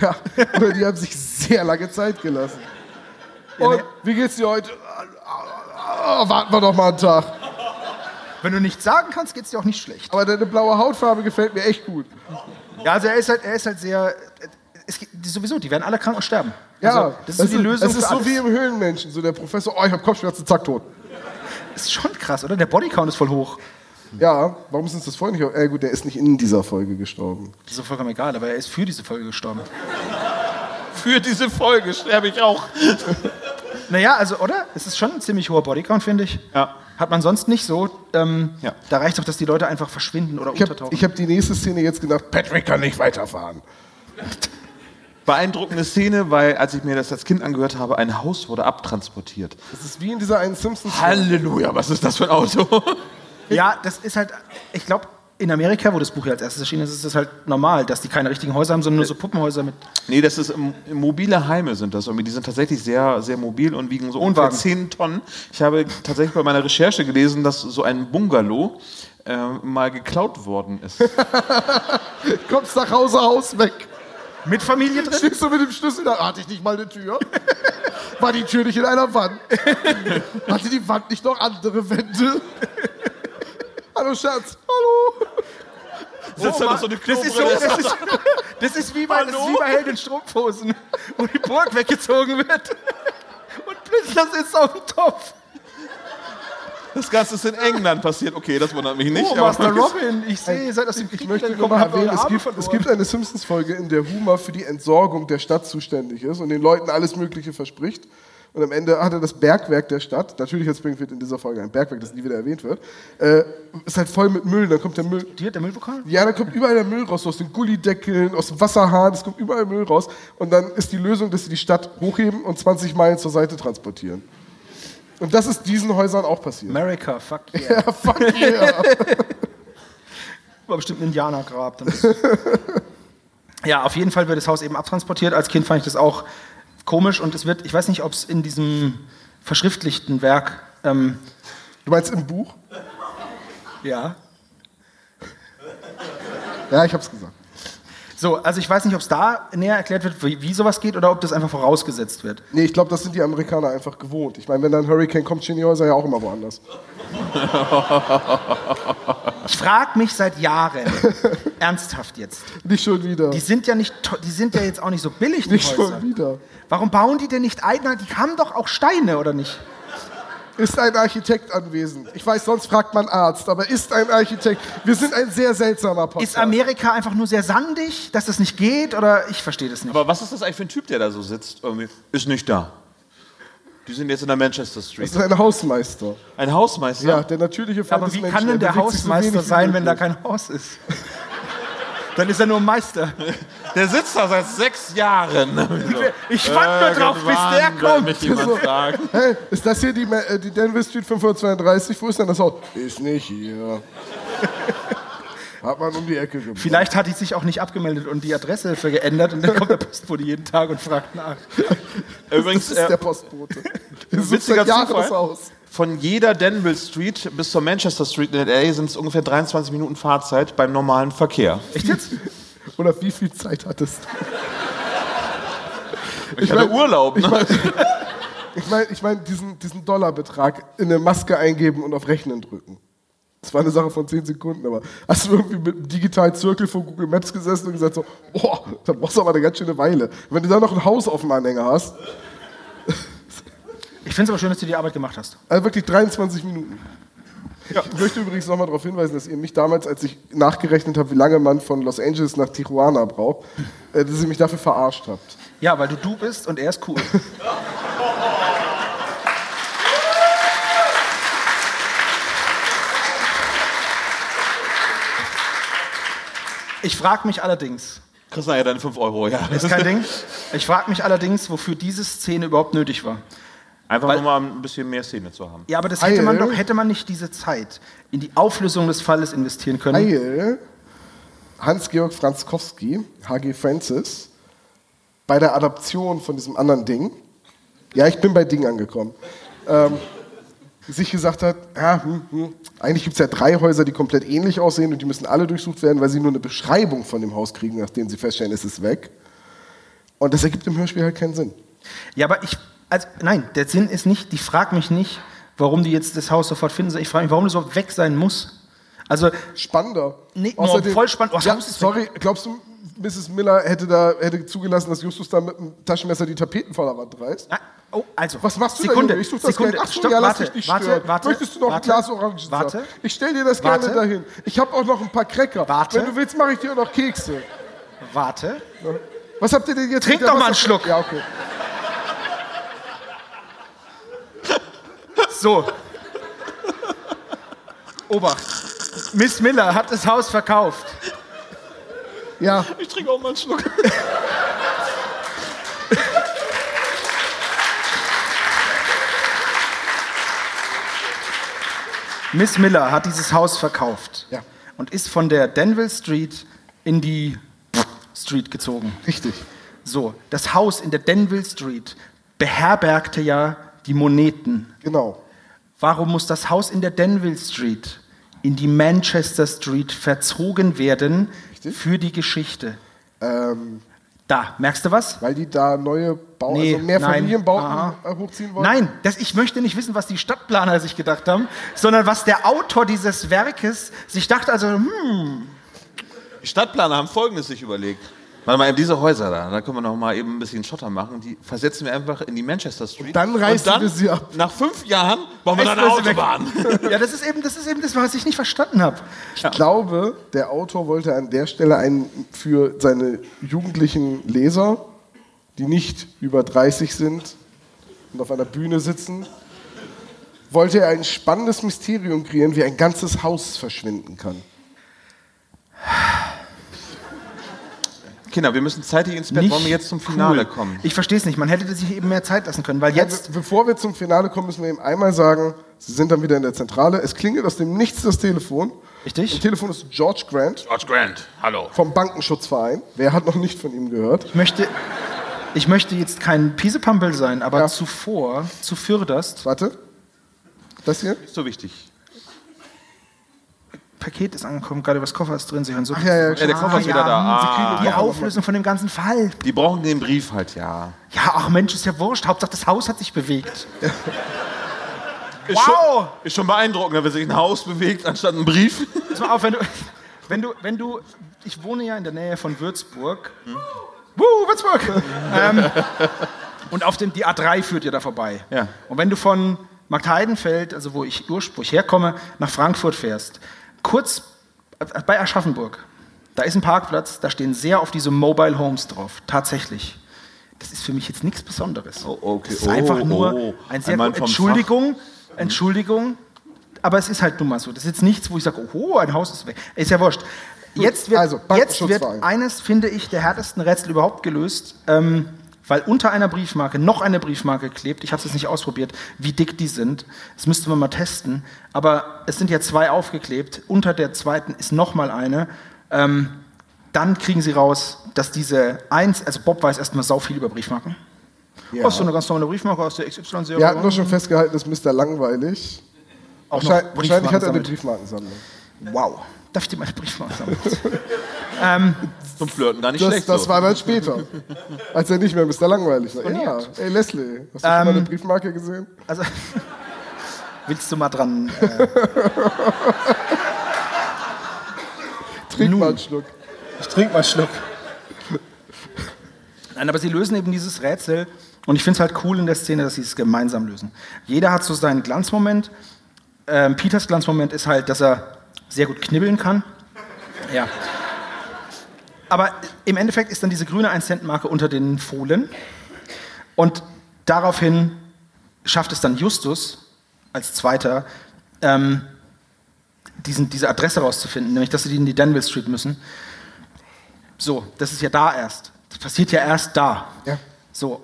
Speaker 3: Ja, oder die haben sich sehr lange Zeit gelassen.
Speaker 4: ne-
Speaker 3: Und wie geht's dir heute? Ah, warten wir doch mal einen Tag.
Speaker 4: Wenn du nichts sagen kannst, geht's dir auch nicht schlecht.
Speaker 3: Aber deine blaue Hautfarbe gefällt mir echt gut.
Speaker 4: Ja, also er ist halt, er ist halt sehr. Es, gibt- sowieso, die werden alle krank und sterben.
Speaker 3: Ja,
Speaker 4: also, das ist so die Lösung.
Speaker 3: Es ist
Speaker 4: für
Speaker 3: so
Speaker 4: alles.
Speaker 3: wie im Höhlenmenschen. So der Professor, oh, ich hab Kopfschmerzen, zack, tot.
Speaker 4: ist schon krass, oder? Der Bodycount ist voll hoch.
Speaker 3: Ja, warum ist uns das vorhin nicht... Äh, gut, der ist nicht in dieser Folge gestorben.
Speaker 4: Das ist doch vollkommen egal, aber er ist für diese Folge gestorben.
Speaker 2: Für diese Folge sterbe ich auch.
Speaker 4: Naja, also, oder? Es ist schon ein ziemlich hoher Bodycount, finde ich.
Speaker 2: Ja.
Speaker 4: Hat man sonst nicht so. Ähm,
Speaker 2: Ja.
Speaker 4: Da reicht doch, dass die Leute einfach verschwinden oder
Speaker 3: Ich hab,
Speaker 4: untertauchen.
Speaker 3: ich hab die nächste Szene jetzt gedacht, Patrick kann nicht weiterfahren.
Speaker 2: Beeindruckende Szene, weil als ich mir das als Kind angehört habe, ein Haus wurde abtransportiert.
Speaker 3: Das ist wie in dieser einen Simpsons...
Speaker 2: Halleluja, was ist das für ein Auto?
Speaker 4: ja, das ist halt. Ich glaube, in Amerika, wo das Buch ja als erstes erschienen ist, ist das halt normal, dass die keine richtigen Häuser haben, sondern nur so Puppenhäuser mit.
Speaker 2: Nee, das ist im, mobile Heime sind das. Irgendwie. Die sind tatsächlich sehr, sehr mobil und wiegen so ungefähr
Speaker 4: Wohnwagen.
Speaker 2: 10 Tonnen. Ich habe tatsächlich bei meiner Recherche gelesen, dass so ein Bungalow äh, mal geklaut worden ist.
Speaker 4: Oh,
Speaker 3: Kommst nach Hause, Haus weg.
Speaker 4: Mit Familie drin?
Speaker 3: Stehst du mit dem Schlüssel da? Hatte ich nicht mal eine Tür? War die Tür nicht in einer Wand? Hatte die Wand nicht noch andere Wände? Hallo Schatz, hallo.
Speaker 2: Sitzt da noch so eine
Speaker 4: Das ist, so, das, ist, das, ist wie bei, das ist wie bei Helden in Strumpfhosen, wo die Burg weggezogen wird. Und Blitzler sitzt auf dem Topf.
Speaker 2: Das Ganze ist in England passiert. Okay, das wundert mich nicht.
Speaker 4: Oh,
Speaker 2: aber-
Speaker 4: Master Robin, ich sehe, ihr seid aus dem Krieg
Speaker 3: Ich möchte nur
Speaker 4: gekommen,
Speaker 3: mal
Speaker 4: habt eure
Speaker 3: erwähnen, es
Speaker 4: Arme
Speaker 3: gibt,
Speaker 4: verloren.
Speaker 3: es gibt eine Simpsons-Folge, in der Homer für die Entsorgung der Stadt zuständig ist und den Leuten alles Mögliche verspricht. Und am Ende hat er das Bergwerk der Stadt, natürlich hat Springfield in dieser Folge ein Bergwerk, das nie wieder erwähnt wird, äh, ist halt voll mit Müll. Dann kommt der Müll,
Speaker 4: Die hat der Müllpokal?
Speaker 3: Ja, da kommt überall der Müll raus, aus den Gullideckeln, aus dem Wasserhahn, es kommt überall Müll raus. Und dann ist die Lösung, dass sie die Stadt hochheben und 20 Meilen zur Seite transportieren. Und das ist diesen Häusern auch passiert.
Speaker 4: America, fuck yeah.
Speaker 3: Ja, fuck yeah.
Speaker 4: War bestimmt ein Indianergrab. Dann ist- ja, auf jeden Fall wird das Haus eben abtransportiert. Als Kind fand ich das auch komisch und es wird, ich weiß nicht, ob es in diesem verschriftlichten Werk, ähm,
Speaker 3: Du meinst im Buch?
Speaker 4: ja,
Speaker 3: Ja, ich hab's gesagt.
Speaker 4: so, also ich weiß nicht, ob es da näher erklärt wird, wie, wie sowas geht oder ob das einfach vorausgesetzt wird.
Speaker 3: Nee, ich glaube, das sind die Amerikaner einfach gewohnt. Ich meine, wenn dann ein Hurricane kommt, stehen die Häuser ja auch immer woanders.
Speaker 4: Ich frag mich seit Jahren, ernsthaft jetzt,
Speaker 3: Nicht schon wieder.
Speaker 4: die sind ja nicht, to- die sind ja jetzt auch nicht so billig, die
Speaker 3: Nicht
Speaker 4: Häuser.
Speaker 3: schon wieder.
Speaker 4: Warum bauen die denn nicht ein? Na, Die haben doch auch Steine, oder nicht?
Speaker 3: Ist ein Architekt anwesend? Ich weiß, sonst fragt man Arzt, aber ist ein Architekt? Wir sind ein sehr seltsamer Podcast.
Speaker 4: Ist Amerika einfach nur sehr sandig, dass das nicht geht? Oder ich verstehe das nicht.
Speaker 2: Aber was ist das eigentlich für ein Typ, der da so sitzt? Irgendwie ist nicht da. Die sind jetzt in der Manchester Street.
Speaker 4: Also-
Speaker 3: das ist ein Hausmeister.
Speaker 2: Ein Hausmeister.
Speaker 3: Ja, der natürliche Feind
Speaker 4: Aber
Speaker 3: des
Speaker 4: wie
Speaker 3: Menschen,
Speaker 4: kann denn der
Speaker 3: bewegt sich so
Speaker 4: Hausmeister
Speaker 3: wenig wie
Speaker 4: sein, wenn da
Speaker 3: möglich.
Speaker 4: kein Haus ist? Dann ist er nur Meister.
Speaker 2: Der sitzt da seit sechs Jahren.
Speaker 4: Ich warte nur drauf, bis der
Speaker 2: Irgendwann wird Mich
Speaker 4: kommt.
Speaker 2: jemand fragen.
Speaker 3: Hey, ist das hier die, Ma- äh, die Denver Street 532? Wo ist denn das Haus? Ist nicht hier. Hat man um die Ecke gebracht.
Speaker 4: Vielleicht hat die sich auch nicht abgemeldet und die Adresse für geändert und dann kommt der Postbote jeden Tag und fragt nach.
Speaker 2: Übrigens,
Speaker 3: Das ist
Speaker 2: äh,
Speaker 3: der Postbote. Das ist
Speaker 2: witziger
Speaker 3: seit Jahren
Speaker 2: Zufall.
Speaker 3: das Haus.
Speaker 2: Von jeder Danville Street bis zur Manchester Street in LA sind es ungefähr 23 Minuten Fahrzeit beim normalen Verkehr.
Speaker 4: Echt jetzt?
Speaker 3: Oder wie viel Zeit hattest du?
Speaker 2: Ich, hatte Urlaub. Ne?
Speaker 3: Ich meine, ich mein, diesen, diesen Dollarbetrag in eine Maske eingeben und auf Rechnen drücken. Das war eine Sache von 10 Sekunden, aber hast du irgendwie mit einem digitalen Zirkel vor Google Maps gesessen und gesagt so, boah, da brauchst du aber eine ganz schöne Weile. Wenn du da noch ein Haus auf dem Anhänger hast,
Speaker 4: Ich finde es aber schön, dass du die Arbeit gemacht hast.
Speaker 3: Also wirklich 23 Minuten. Ich möchte übrigens nochmal darauf hinweisen, dass ihr mich damals, als ich nachgerechnet habe, wie lange man von Los Angeles nach Tijuana braucht, äh, dass ihr mich dafür verarscht habt.
Speaker 4: Ja, weil du du bist und er ist cool. Ich frage mich allerdings,
Speaker 2: Kriegst du ja deine 5 Euro, ja.
Speaker 4: ist kein Ding, ich frage mich allerdings, wofür diese Szene überhaupt nötig war.
Speaker 2: Einfach
Speaker 4: Weil-
Speaker 2: nur mal ein bisschen mehr Szene zu haben.
Speaker 4: Ja, aber das hätte man
Speaker 3: Eil.
Speaker 4: doch, hätte man nicht diese Zeit in die Auflösung des Falles investieren können.
Speaker 3: Weil Hans-Georg Franzkowski, H.G. Francis, bei der Adaption von diesem anderen Ding, ja, ich bin bei Ding angekommen, ähm, sich gesagt hat, ja, hm, hm, eigentlich gibt es ja drei Häuser, die komplett ähnlich aussehen und die müssen alle durchsucht werden, weil sie nur eine Beschreibung von dem Haus kriegen, nachdem sie feststellen, es ist weg. Und das ergibt im Hörspiel halt keinen Sinn.
Speaker 4: Ja, aber ich, also nein, der Sinn ist nicht, ich frage mich nicht, warum die jetzt das Haus sofort finden. Ich frage mich, warum das überhaupt weg sein muss. Also,
Speaker 3: Spannender.
Speaker 4: Nee, oh, voll spannend. Oh,
Speaker 3: ja,
Speaker 4: Haus ist
Speaker 3: sorry, glaubst du, Mrs. Miller hätte da hätte zugelassen, dass Justus da mit dem Taschenmesser die Tapeten von der Wand reißt?
Speaker 4: ah, oh, also.
Speaker 3: Was machst du
Speaker 4: Sekunde,
Speaker 3: denn? hier? Ich such das
Speaker 4: Sekunde,
Speaker 3: Geld. Ach so,
Speaker 4: stopp,
Speaker 3: ja, lass
Speaker 4: warte,
Speaker 3: dich nicht
Speaker 4: warte,
Speaker 3: stören.
Speaker 4: warte,
Speaker 3: Möchtest du noch
Speaker 4: warte,
Speaker 3: ein Glas Orangensaft?
Speaker 4: Warte,
Speaker 3: Ich stell dir das gerne
Speaker 4: Warte.
Speaker 3: dahin. Ich habe auch noch ein paar Cracker.
Speaker 4: Warte.
Speaker 3: Wenn du willst, mache ich dir auch noch Kekse.
Speaker 4: warte.
Speaker 3: Was habt ihr denn jetzt?
Speaker 4: Trink
Speaker 3: mit der
Speaker 4: doch mal einen
Speaker 3: Wasser-
Speaker 4: Schluck.
Speaker 3: Ja, okay.
Speaker 4: So. Obacht. Miss Miller hat das Haus verkauft.
Speaker 3: Ja,
Speaker 1: Ich trinke auch mal einen Schluck.
Speaker 4: Miss Miller hat dieses Haus verkauft.
Speaker 3: Ja.
Speaker 4: Und ist von der Denville Street in die Street gezogen.
Speaker 3: richtig.
Speaker 4: So, das Haus in der Denville Street beherbergte ja die Moneten.
Speaker 3: Genau.
Speaker 4: Warum muss das Haus in der Denville Street in die Manchester Street verzogen werden für die Geschichte?
Speaker 3: Ähm,
Speaker 4: Da, merkst du was?
Speaker 3: weil die da neue Bau,
Speaker 4: Nee,
Speaker 3: also mehr
Speaker 4: nein.
Speaker 3: Familienbauten
Speaker 4: Aha.
Speaker 3: hochziehen wollen.
Speaker 4: Nein, das, ich möchte nicht wissen, was die Stadtplaner sich gedacht haben, sondern was der Autor dieses Werkes sich dachte. Also, hm,
Speaker 2: Die Stadtplaner haben Folgendes sich überlegt. Warte mal, eben diese Häuser da, da können wir noch mal eben ein bisschen Schotter machen. Die versetzen wir einfach in die Manchester Street. Und
Speaker 3: dann reißen wir sie ab.
Speaker 2: Nach fünf Jahren bauen wir
Speaker 4: Reißen
Speaker 2: dann eine
Speaker 4: wir sie weg.
Speaker 2: Autobahn.
Speaker 4: ja, das ist, eben, das ist eben das, was ich nicht verstanden habe.
Speaker 3: Ich glaube, der Autor wollte an der Stelle einen für seine jugendlichen Leser, die nicht über 30 sind und auf einer Bühne sitzen, wollte er ein spannendes Mysterium kreieren, wie ein ganzes Haus verschwinden kann.
Speaker 2: Kinder, wir müssen zeitig ins Bett. Wollen wir jetzt zum Finale
Speaker 4: cool.
Speaker 2: kommen?
Speaker 4: Ich verstehe es nicht. Man hätte sich eben mehr Zeit lassen können, weil jetzt.
Speaker 3: Be bevor wir zum Finale kommen, müssen wir ihm einmal sagen, sie sind dann wieder in der Zentrale. Es klingelt aus dem Nichts das Telefon.
Speaker 4: Richtig.
Speaker 3: Am Telefon ist George Grant
Speaker 2: George Grant, hallo.
Speaker 3: vom Bankenschutzverein. Wer hat noch nicht von ihm gehört?
Speaker 4: Ich möchte, ich möchte jetzt kein Piesepampel sein, aber
Speaker 3: Ja.
Speaker 4: zuvor, zuvörderst,
Speaker 3: Warte. Das hier?
Speaker 2: Ist so wichtig.
Speaker 4: Paket ist angekommen, gerade was Koffer ist drin, Sie hören so.
Speaker 3: ja, ja,
Speaker 2: Ja, der Koffer ist wieder da. Ah,
Speaker 4: Die Auflösung von dem ganzen Fall.
Speaker 2: die brauchen den Brief halt, ja.
Speaker 4: Ja, ach Mensch, ist ja wurscht. Hauptsache, das Haus hat sich bewegt.
Speaker 2: Ist
Speaker 4: Wow!
Speaker 2: Schon, ist schon beeindruckend, wenn sich ein Haus bewegt, anstatt ein Brief.
Speaker 4: Pass mal auf, wenn du, wenn du, wenn du, ich wohne ja in der Nähe von Würzburg. Wuh, Würzburg! ähm, und auf dem, die A3 führt ja da vorbei.
Speaker 2: Ja.
Speaker 4: Und wenn du von Magdeidenfeld, also wo ich ursprünglich herkomme, nach Frankfurt fährst, kurz bei Aschaffenburg, da ist ein Parkplatz, da stehen sehr oft diese Mobile Homes drauf, tatsächlich. Das ist für mich jetzt nichts Besonderes.
Speaker 2: Oh, okay.
Speaker 4: Das ist
Speaker 2: Oh,
Speaker 4: einfach nur
Speaker 2: oh.
Speaker 4: ein sehr
Speaker 2: Ein Mann
Speaker 4: gut-
Speaker 2: vom Fach. Mhm.
Speaker 4: Entschuldigung, Entschuldigung, aber es ist halt nun mal so. Das ist jetzt nichts, wo ich sage, oh, ein Haus ist weg. Ist ja wurscht. Jetzt wird,
Speaker 3: also,
Speaker 4: jetzt wird
Speaker 3: Bankenschutzverein.
Speaker 4: eines, finde ich, der härtesten Rätsel überhaupt gelöst, ähm, weil unter einer Briefmarke noch eine Briefmarke klebt. Ich habe es jetzt nicht ausprobiert, wie dick die sind. Das müsste man mal testen. Aber es sind ja zwei aufgeklebt. Unter der zweiten ist noch mal eine. Ähm, dann kriegen sie raus, dass diese eins, also Bob weiß erstmal sau viel über Briefmarken. Ja. so eine ganz normale Briefmarke aus der XY-Serie.
Speaker 3: Wir hatten nur schon festgehalten, das ist Mr. Langweilig.
Speaker 4: Auch noch
Speaker 3: Wahrscheinlich, wahrscheinlich hat er eine
Speaker 4: Briefmarken
Speaker 3: Briefmarkensammlung.
Speaker 4: sammelt. Wow. Darf ich dir meine Briefmarke sammeln?
Speaker 2: Zum Flirten gar nicht
Speaker 3: Das,
Speaker 2: schlecht.
Speaker 3: das
Speaker 2: so.
Speaker 3: war dann später, als er nicht mehr Mr. Langweilig war. Ja,
Speaker 4: Imponiert.
Speaker 3: ey Leslie, hast du schon mal
Speaker 4: Ähm,
Speaker 3: eine Briefmarke gesehen?
Speaker 4: Also, willst du mal dran? Äh,
Speaker 3: Trink mal einen Schluck.
Speaker 4: ich trinke mal einen Schluck. Nein, aber sie lösen eben dieses Rätsel und ich finde es halt cool in der Szene, dass sie es gemeinsam lösen. Jeder hat so seinen Glanzmoment. Ähm, Peters Glanzmoment ist halt, dass er sehr gut knibbeln kann. Ja. Aber im Endeffekt ist dann diese grüne 1-Cent-Marke unter den Fohlen. Und daraufhin schafft es dann Justus als Zweiter, ähm, diesen, diese Adresse rauszufinden, nämlich dass sie die in die Danville Street müssen. So, das ist ja da erst. Das passiert ja erst da.
Speaker 3: Ja.
Speaker 4: So,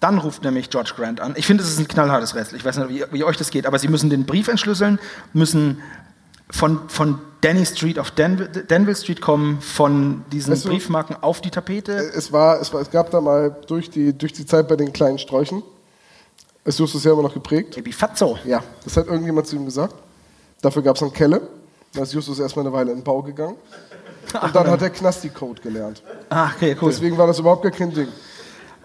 Speaker 4: Dann ruft nämlich George Grant an. Ich finde, es ist ein knallhartes Rätsel. Ich weiß nicht, wie, wie euch das geht, aber sie müssen den Brief entschlüsseln, müssen von, von Danny Street auf Danville, Danville Street kommen, von diesen
Speaker 3: Weißt du- Äh,
Speaker 4: Briefmarken auf die Tapete.
Speaker 3: Es, war, es, war, es gab da mal durch die, durch die Zeit bei den kleinen Sträuchen, es ist ja immer noch geprägt.
Speaker 4: Baby Fatso.
Speaker 3: Ja, das hat irgendjemand zu ihm gesagt. Dafür gab es einen Kelle. Da ist Justus erstmal eine Weile in den Bau gegangen. Und dann hat er Knasti-Code gelernt.
Speaker 4: Ah, okay, cool.
Speaker 3: Deswegen war das überhaupt gar kein Ding.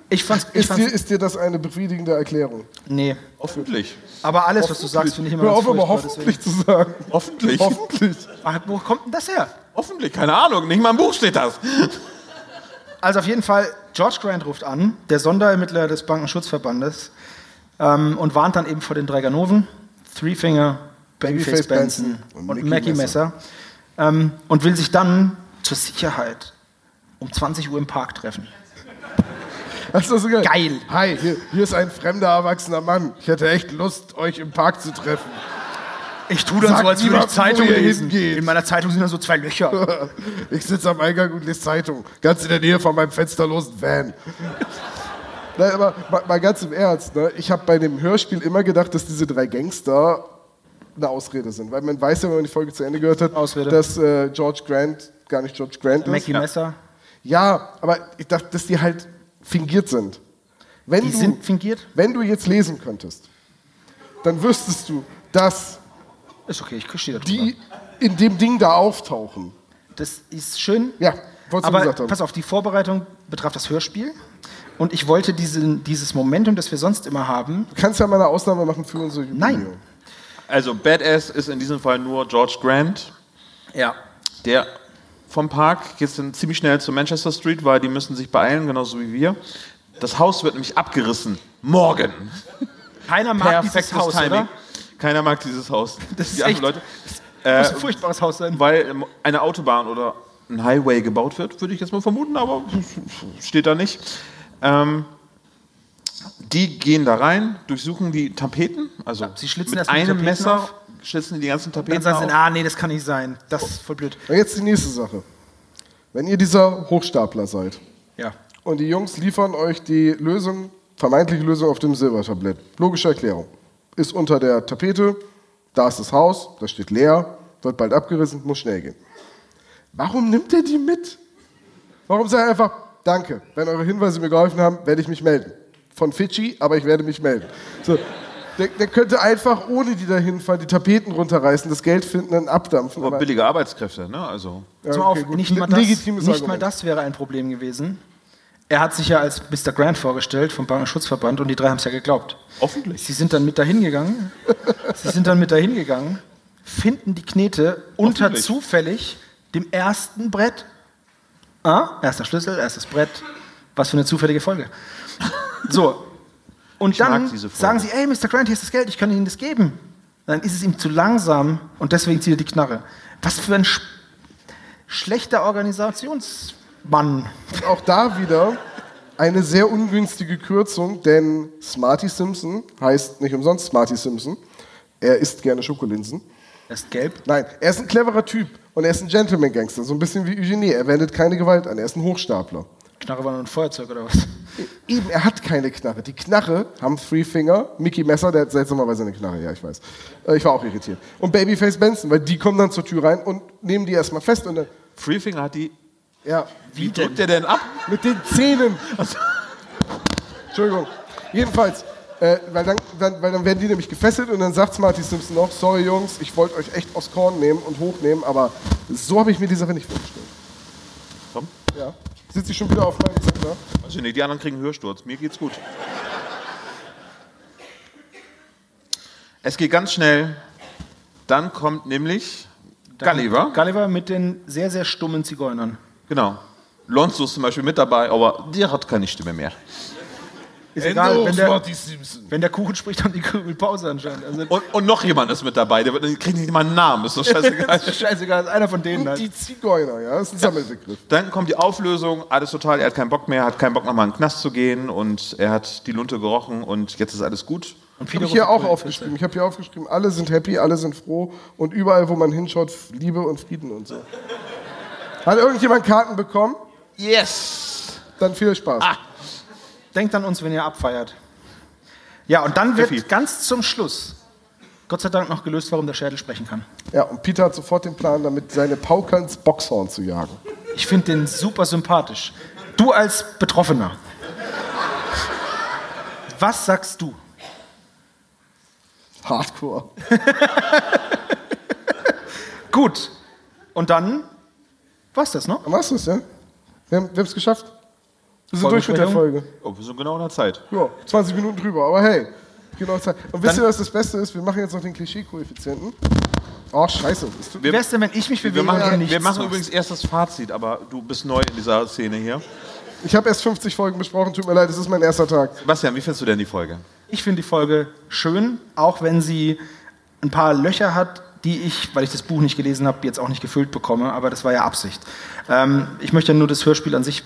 Speaker 4: Ich fand's, ich
Speaker 3: Ist dir,
Speaker 4: fand's,
Speaker 3: ist dir das eine befriedigende Erklärung?
Speaker 4: nee.
Speaker 2: Hoffentlich.
Speaker 4: Aber alles, was du sagst, finde ich immer
Speaker 3: Hör
Speaker 4: ganz
Speaker 3: auf, aber
Speaker 4: furchtbar,
Speaker 3: hoffentlich zu sagen.
Speaker 2: Hoffentlich.
Speaker 3: Hoffentlich.
Speaker 4: deswegen- Ach, wo kommt denn das her?
Speaker 2: Hoffentlich. Keine Ahnung. Nicht mal im Buch steht das.
Speaker 4: Also auf jeden Fall, George Grant ruft an, der Sonderermittler des Bankenschutzverbandes, ähm, und warnt dann eben vor den drei Ganoven, Three Finger, Babyface,
Speaker 3: Babyface
Speaker 4: Benson
Speaker 3: Benson
Speaker 4: und,
Speaker 3: und Mackie
Speaker 4: Mackie Messer, ähm, und will sich dann zur Sicherheit um 20 Uhr im Park treffen.
Speaker 3: Das ist so geil.
Speaker 4: Geil.
Speaker 3: Hi, hier, hier ist ein fremder, erwachsener Mann. Ich hätte echt Lust, euch im Park zu treffen.
Speaker 4: Ich tue dann
Speaker 3: Sagt
Speaker 4: so, als würde ich
Speaker 3: niemandem, wo
Speaker 4: Zeitung
Speaker 3: ihr
Speaker 4: lesen.
Speaker 3: hingeht.
Speaker 4: In meiner Zeitung sind dann so zwei Löcher.
Speaker 3: Ich sitze am Eingang und lese Zeitung. Ganz in der Nähe von meinem fensterlosen Van. Nein, aber mal, mal ganz im Ernst. Ne? Ich habe bei dem Hörspiel immer gedacht, dass diese drei Gangster eine Ausrede sind. Weil man weiß ja, wenn man die Folge zu Ende gehört hat,
Speaker 4: Ausrede.
Speaker 3: dass äh, George Grant gar nicht George Grant ist.
Speaker 4: Mackie Messer,
Speaker 3: Ja, aber ich dachte, dass die halt fingiert sind. Wenn
Speaker 4: die
Speaker 3: du,
Speaker 4: sind fingiert.
Speaker 3: Wenn du jetzt lesen könntest, dann wüsstest du, dass
Speaker 4: Ist okay, ich stehe da drüber.
Speaker 3: die in dem Ding da auftauchen.
Speaker 4: Das ist schön.
Speaker 3: Ja, wolltest du
Speaker 4: Aber
Speaker 3: gesagt haben.
Speaker 4: pass auf, die Vorbereitung betraf das Hörspiel. Und ich wollte diesen, dieses Momentum, das wir sonst immer haben.
Speaker 3: Du kannst ja mal eine Ausnahme machen für unser Jubiläum.
Speaker 4: Nein.
Speaker 2: Also, Badass ist in diesem Fall nur George Grant.
Speaker 4: Ja.
Speaker 2: Der vom Park geht dann ziemlich schnell zur Manchester Street, weil die müssen sich beeilen, genauso wie wir. Das Haus wird nämlich abgerissen. Morgen.
Speaker 4: Keiner mag dieses Haus, oder?
Speaker 2: Keiner mag dieses Haus.
Speaker 4: Das ist
Speaker 2: Die armen
Speaker 4: echt-
Speaker 2: Leute. Äh,
Speaker 4: Das muss ein furchtbares Haus sein.
Speaker 2: Weil ähm, eine Autobahn oder ein Highway gebaut wird, würde ich jetzt mal vermuten, aber steht da nicht. Ähm, die gehen da rein, durchsuchen die Tapeten, also
Speaker 4: sie schlitzen
Speaker 2: mit
Speaker 4: erst die
Speaker 2: einem
Speaker 4: Tapeten
Speaker 2: Messer
Speaker 4: auf.
Speaker 2: schlitzen die die ganzen
Speaker 4: Dann
Speaker 2: Tapeten
Speaker 4: sagst du,
Speaker 2: auf.
Speaker 4: ah, nee, das kann nicht sein. Das ist voll blöd.
Speaker 3: Und jetzt die nächste Sache. Wenn ihr dieser Hochstapler seid
Speaker 4: Ja.
Speaker 3: und die Jungs liefern euch die Lösung, vermeintliche Lösung auf dem Silbertablett. Logische Erklärung. Ist unter der Tapete, da ist das Haus, das steht leer, wird bald abgerissen, muss schnell gehen. Warum nimmt er die mit? Warum sagt er einfach, danke, wenn eure Hinweise mir geholfen haben, werde ich mich melden. Von Fidschi, aber ich werde mich melden. So. Der, der könnte einfach ohne die dahin fahren, die Tapeten runterreißen, das Geld finden, dann abdampfen.
Speaker 2: Aber billige Arbeitskräfte, ne? Also
Speaker 3: Ja,
Speaker 4: Pass mal auf,
Speaker 3: okay, gut.
Speaker 4: nicht, mal
Speaker 3: Le-
Speaker 4: das,
Speaker 3: legitimes
Speaker 4: nicht
Speaker 3: Argument.
Speaker 4: mal das wäre ein Problem gewesen. Er hat sich ja als Mr. Grant vorgestellt vom Bankenschutzverband und die drei haben es ja geglaubt.
Speaker 2: hoffentlich.
Speaker 4: Sie sind dann mit dahin gegangen. Sie sind dann mit dahin gegangen, finden die Knete unter
Speaker 2: Hoffentlich.
Speaker 4: zufällig dem ersten Brett. Ah, erster Schlüssel, erstes Brett. Was für eine zufällige Folge. So. Und dann
Speaker 2: mag diese Folge.
Speaker 4: sagen sie, ey, Mr. Grant, hier ist das Geld, ich kann Ihnen das geben. Dann ist es ihm zu langsam und deswegen zieht er die Knarre. Was für ein sch schlechter Organisationsmann.
Speaker 3: Auch da wieder eine sehr ungünstige Kürzung, denn Smarty Simpson heißt nicht umsonst Smarty Simpson. Er isst gerne Schokolinsen.
Speaker 4: Er ist gelb.
Speaker 3: Nein, er ist ein cleverer Typ und er ist ein Gentleman-Gangster, so ein bisschen wie Eugenie. Er wendet keine Gewalt an, er ist ein Hochstapler.
Speaker 4: Knarre war nur ein Feuerzeug oder was?
Speaker 3: Eben, er hat keine Knarre. Die Knarre haben Three Finger, Mickey Messer, der hat seltsamerweise eine Knarre, ja, ich weiß. Äh, Ich war auch irritiert. Und Babyface Benson, weil die kommen dann zur Tür rein und nehmen die erstmal fest und dann,
Speaker 2: Freefinger hat die.
Speaker 3: ja,
Speaker 2: Wie drückt der denn ab?
Speaker 3: Mit den Zähnen. Also, Entschuldigung. Jedenfalls, äh, weil, dann, dann, weil dann werden die nämlich gefesselt und dann sagt Smarty Simpson noch, sorry Jungs, ich wollte euch echt aufs Korn nehmen und hochnehmen, aber so habe ich mir die Sache nicht vorgestellt.
Speaker 2: Tom?
Speaker 3: Ja. Sitze ich schon wieder auf meinem Zimmer?
Speaker 2: Also nee, die anderen kriegen Hörsturz. Mir geht's gut. Es geht ganz schnell. Dann kommt nämlich Gulliver.
Speaker 4: Gulliver mit den sehr, sehr stummen Zigeunern.
Speaker 2: Genau. Lonzo ist zum Beispiel mit dabei, aber der hat keine Stimme mehr.
Speaker 4: Ist egal, wenn der, wenn der Kuchen spricht, haben die Krümel Pause anscheinend.
Speaker 3: Oh,
Speaker 4: Also,
Speaker 2: Und, und noch jemand ist mit dabei, der wird, der kriegt nicht mal einen Namen, ist doch scheißegal.
Speaker 4: ist scheißegal, ist einer von denen
Speaker 3: Und
Speaker 4: halt.
Speaker 3: die Zigeuner, ja, das ist ein Sammelbegriff.
Speaker 2: Dann kommt die Auflösung, alles total, er hat keinen Bock mehr, hat keinen Bock nochmal in den Knast zu gehen und er hat die Lunte gerochen und jetzt ist alles gut.
Speaker 4: Und
Speaker 3: Habe
Speaker 4: viele
Speaker 3: ich hier
Speaker 4: rote
Speaker 3: auch
Speaker 4: Krümel.
Speaker 3: aufgeschrieben. Ich habe hier aufgeschrieben, alle sind happy, alle sind froh und überall, wo man hinschaut, Liebe und Frieden und so. Hat irgendjemand Karten bekommen?
Speaker 2: Yes!
Speaker 3: Dann viel Spaß.
Speaker 4: Denkt an uns, wenn ihr abfeiert. Ja, und dann wird
Speaker 2: Effi.
Speaker 4: ganz zum Schluss Gott sei Dank noch gelöst, warum der Schädel sprechen kann.
Speaker 3: Ja, und Peter hat sofort den Plan, damit seine Pauke ins Boxhorn zu jagen.
Speaker 4: Ich finde den super sympathisch. Du als Betroffener. Was sagst du?
Speaker 3: Hardcore.
Speaker 4: Gut. Und dann war's das, ne?
Speaker 3: Dann war's das, ja? Wir haben wir haben's geschafft. Wir sind durch mit der Folge.
Speaker 2: Oh, wir sind genau in der Zeit.
Speaker 3: Ja, 20 Minuten drüber, aber hey. Genau Zeit. Und wisst ihr, was das Beste ist? Wir machen jetzt noch den Klischee-Koeffizienten. Oh, scheiße. das tut-
Speaker 4: Wie wär's denn, wenn ich mich bewege
Speaker 2: Wir
Speaker 4: und du
Speaker 2: machen,
Speaker 4: nichts
Speaker 2: wir machen
Speaker 4: machst?
Speaker 2: übrigens erst das Fazit, aber du bist neu in dieser Szene hier.
Speaker 3: Ich habe erst 50 Folgen besprochen, tut mir leid, es ist mein erster Tag.
Speaker 2: Sebastian, wie findest du denn die Folge?
Speaker 4: Ich finde die Folge schön, auch wenn sie ein paar Löcher hat, die ich, weil ich das Buch nicht gelesen habe, jetzt auch nicht gefüllt bekomme, aber das war ja Absicht. Ähm, ich möchte ja nur das Hörspiel an sich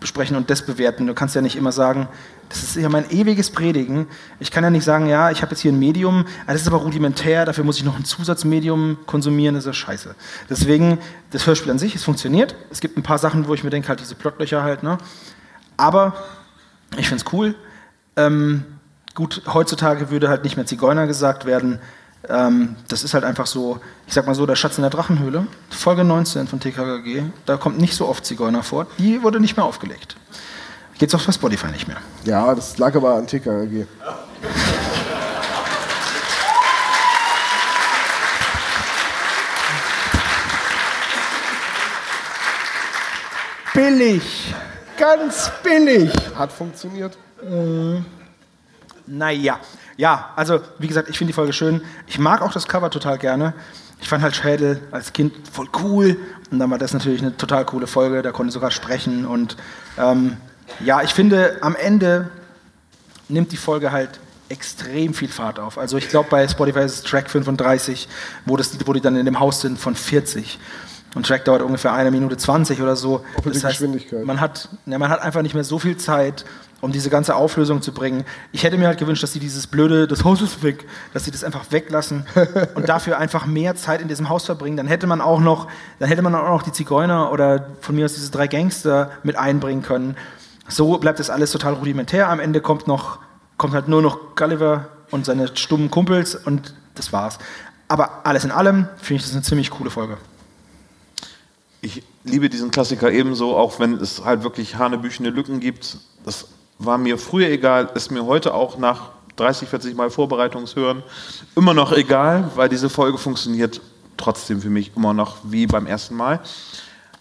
Speaker 4: besprechen und das bewerten. Du kannst ja nicht immer sagen, das ist ja mein ewiges Predigen. Ich kann ja nicht sagen, ja, ich habe jetzt hier ein Medium, ah, das ist aber rudimentär, dafür muss ich noch ein Zusatzmedium konsumieren, das ist ja scheiße. Deswegen, das Hörspiel an sich, es funktioniert. Es gibt ein paar Sachen, wo ich mir denke, halt diese Plotlöcher halt, ne? Aber ich finde es cool. Ähm, gut, heutzutage würde halt nicht mehr Zigeuner gesagt werden. Ähm, das ist halt einfach so, ich sag mal so, der Schatz in der Drachenhöhle, Folge 19 von TKKG, da kommt nicht so oft Zigeuner vor, die wurde nicht mehr aufgelegt. Geht's auch bei Spotify nicht mehr.
Speaker 3: Ja, das lag aber an TKG.
Speaker 4: Billig! Ganz billig!
Speaker 3: Hat funktioniert.
Speaker 4: Naja. Ja, also wie gesagt, ich finde die Folge schön. Ich mag auch das Cover total gerne. Ich fand halt Schädel als Kind voll cool. Und dann war das natürlich eine total coole Folge. Da konnte ich sogar sprechen. Und ähm, ja, ich finde, am Ende nimmt die Folge halt extrem viel Fahrt auf. Also ich glaube, bei Spotify ist es Track 35, wo, das, wo die dann in dem Haus sind von 40. Und Track dauert ungefähr eine Minute 20 oder so.
Speaker 3: Doppelte Geschwindigkeit.
Speaker 4: Man hat, ja, man hat einfach nicht mehr so viel Zeit, um diese ganze Auflösung zu bringen. Ich hätte mir halt gewünscht, dass sie dieses blöde, das Haus ist weg, dass sie das einfach weglassen und dafür einfach mehr Zeit in diesem Haus verbringen. Dann hätte man auch noch, dann hätte man auch noch die Zigeuner oder von mir aus diese drei Gangster mit einbringen können. So bleibt das alles total rudimentär. Am Ende kommt noch, kommt halt nur noch Gulliver und seine stummen Kumpels und das war's. Aber alles in allem finde ich das eine ziemlich coole Folge.
Speaker 2: Ich liebe diesen Klassiker ebenso, auch wenn es halt wirklich hanebüchene Lücken gibt. Das war mir früher egal, ist mir heute auch nach 30, 40 Mal Vorbereitungshören immer noch egal, weil diese Folge funktioniert trotzdem für mich immer noch wie beim ersten Mal.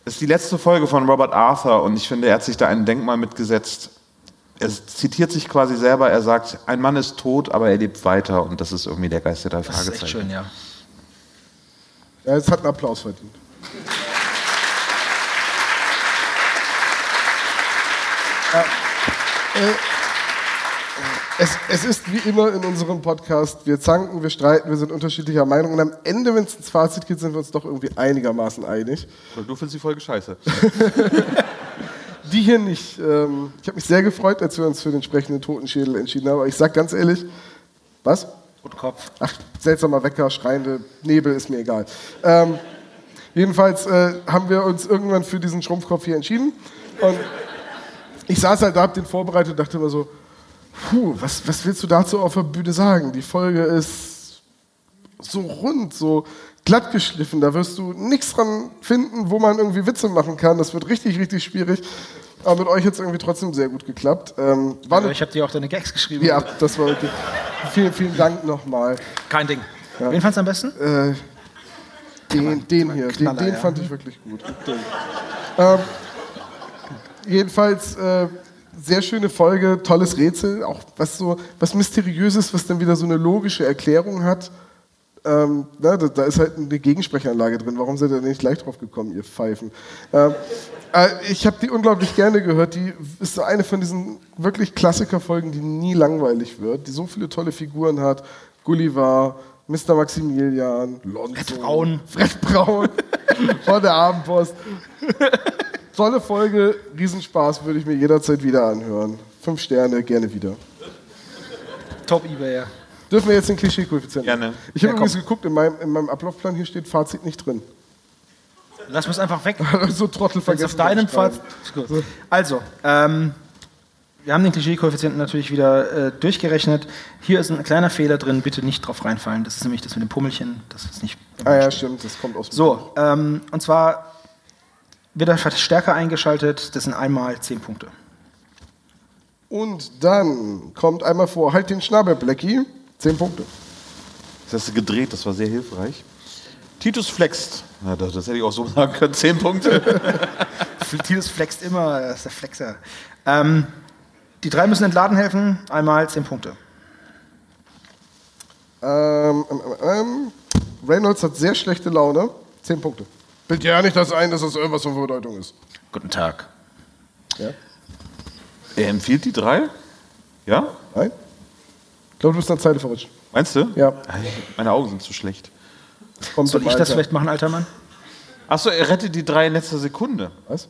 Speaker 2: Es ist die letzte Folge von Robert Arthur und ich finde, er hat sich da ein Denkmal mitgesetzt. Er zitiert sich quasi selber, er sagt, ein Mann ist tot, aber er lebt weiter und das ist irgendwie der Geist der drei
Speaker 4: Das ist echt
Speaker 2: Fragezeichen.
Speaker 4: schön, ja.
Speaker 3: Ja, es hat einen Applaus verdient. Äh, Es, es ist wie immer in unserem Podcast, wir zanken, wir streiten, wir sind unterschiedlicher Meinung und am Ende, wenn es ins Fazit geht, sind wir uns doch irgendwie einigermaßen einig.
Speaker 2: Du findest die Folge scheiße.
Speaker 3: Die hier nicht. Ähm, ich habe mich sehr gefreut, als wir uns für den sprechenden Totenschädel entschieden haben, aber ich sag ganz ehrlich, was?
Speaker 4: Totkopf.
Speaker 3: Ach, seltsamer Wecker, schreiende Nebel, ist mir egal. Ähm, jedenfalls äh, haben wir uns irgendwann für diesen Schrumpfkopf hier entschieden. Und ich saß halt da, hab den vorbereitet und dachte immer so, puh, was, was willst du dazu auf der Bühne sagen? Die Folge ist so rund, so glatt geschliffen, da wirst du nichts dran finden, wo man irgendwie Witze machen kann. Das wird richtig, richtig schwierig. Aber mit euch hat es irgendwie trotzdem sehr gut geklappt. Ähm, war eine
Speaker 4: Ich habe dir auch deine Gags geschrieben.
Speaker 3: ja, das war okay. Vielen, vielen Dank nochmal.
Speaker 4: Kein Ding. Wen fandst du am besten?
Speaker 3: Äh, den, den hier, den,
Speaker 4: Knaller,
Speaker 3: den
Speaker 4: ja.
Speaker 3: fand ich wirklich gut. Den. Ähm, jedenfalls äh, sehr schöne Folge, tolles Rätsel, auch was so was mysteriöses, was dann wieder so eine logische Erklärung hat. Ähm, na, da, da ist halt eine Gegensprechanlage drin. Warum seid ihr denn nicht gleich drauf gekommen, ihr Pfeifen? Ähm, äh, ich habe die unglaublich gerne gehört. Die ist so eine von diesen wirklich Klassikerfolgen, die nie langweilig wird, die so viele tolle Figuren hat. Gulliver, Mr. Maximilian, Lonzo,
Speaker 4: Fred Braun.
Speaker 3: Fred Braun von der Abendpost. Tolle Folge, Riesenspaß, würde ich mir jederzeit wieder anhören. Fünf Sterne, gerne wieder.
Speaker 4: Top eBayer.
Speaker 3: Dürfen wir jetzt den Klischee-Koeffizienten?
Speaker 2: Gerne.
Speaker 3: Ich habe
Speaker 4: Ja, komm.
Speaker 3: übrigens geguckt, in meinem, in meinem Ablaufplan hier steht Fazit nicht drin.
Speaker 4: Lass uns einfach weg.
Speaker 3: so Trottel
Speaker 4: Wenn's
Speaker 3: vergessen.
Speaker 4: auf deinem
Speaker 3: zu schreiben.
Speaker 4: Pfad. Ist gut. Also, ähm, Wir haben den Klischee-Koeffizienten natürlich wieder äh, durchgerechnet. Hier ist ein kleiner Fehler drin, bitte nicht drauf reinfallen. Das ist nämlich das mit dem Pummelchen. Das ist nicht.
Speaker 3: Ah ja, stimmt, das kommt aus dem
Speaker 4: So, ähm, und zwar wird er stärker eingeschaltet. Das sind einmal 10 Punkte.
Speaker 3: Und dann kommt einmal vor, halt den Schnabel, Blackie. Zehn Punkte.
Speaker 2: Das hast du gedreht, das war sehr hilfreich. Titus flext. Na, das, das hätte ich auch so sagen können. Zehn Punkte.
Speaker 4: Titus flext immer, er ist der Flexer. Ähm, die drei müssen entladen helfen. Einmal 10 Punkte.
Speaker 3: Ähm, ähm, ähm, ähm. Reynolds hat sehr schlechte Laune. Zehn Punkte. Bild ja nicht das ein, dass das irgendwas von Bedeutung ist.
Speaker 2: Guten Tag.
Speaker 3: Ja?
Speaker 2: Er empfiehlt die drei? Ja?
Speaker 3: Nein? Ich glaube, du bist an Zeile verrutscht.
Speaker 2: Meinst du?
Speaker 3: Ja.
Speaker 2: Meine Augen sind zu schlecht.
Speaker 3: Kommt
Speaker 4: Soll
Speaker 3: im
Speaker 4: ich das
Speaker 3: Alter.
Speaker 4: vielleicht machen, alter Mann?
Speaker 2: Achso, er rettet die drei in letzter Sekunde.
Speaker 3: Was?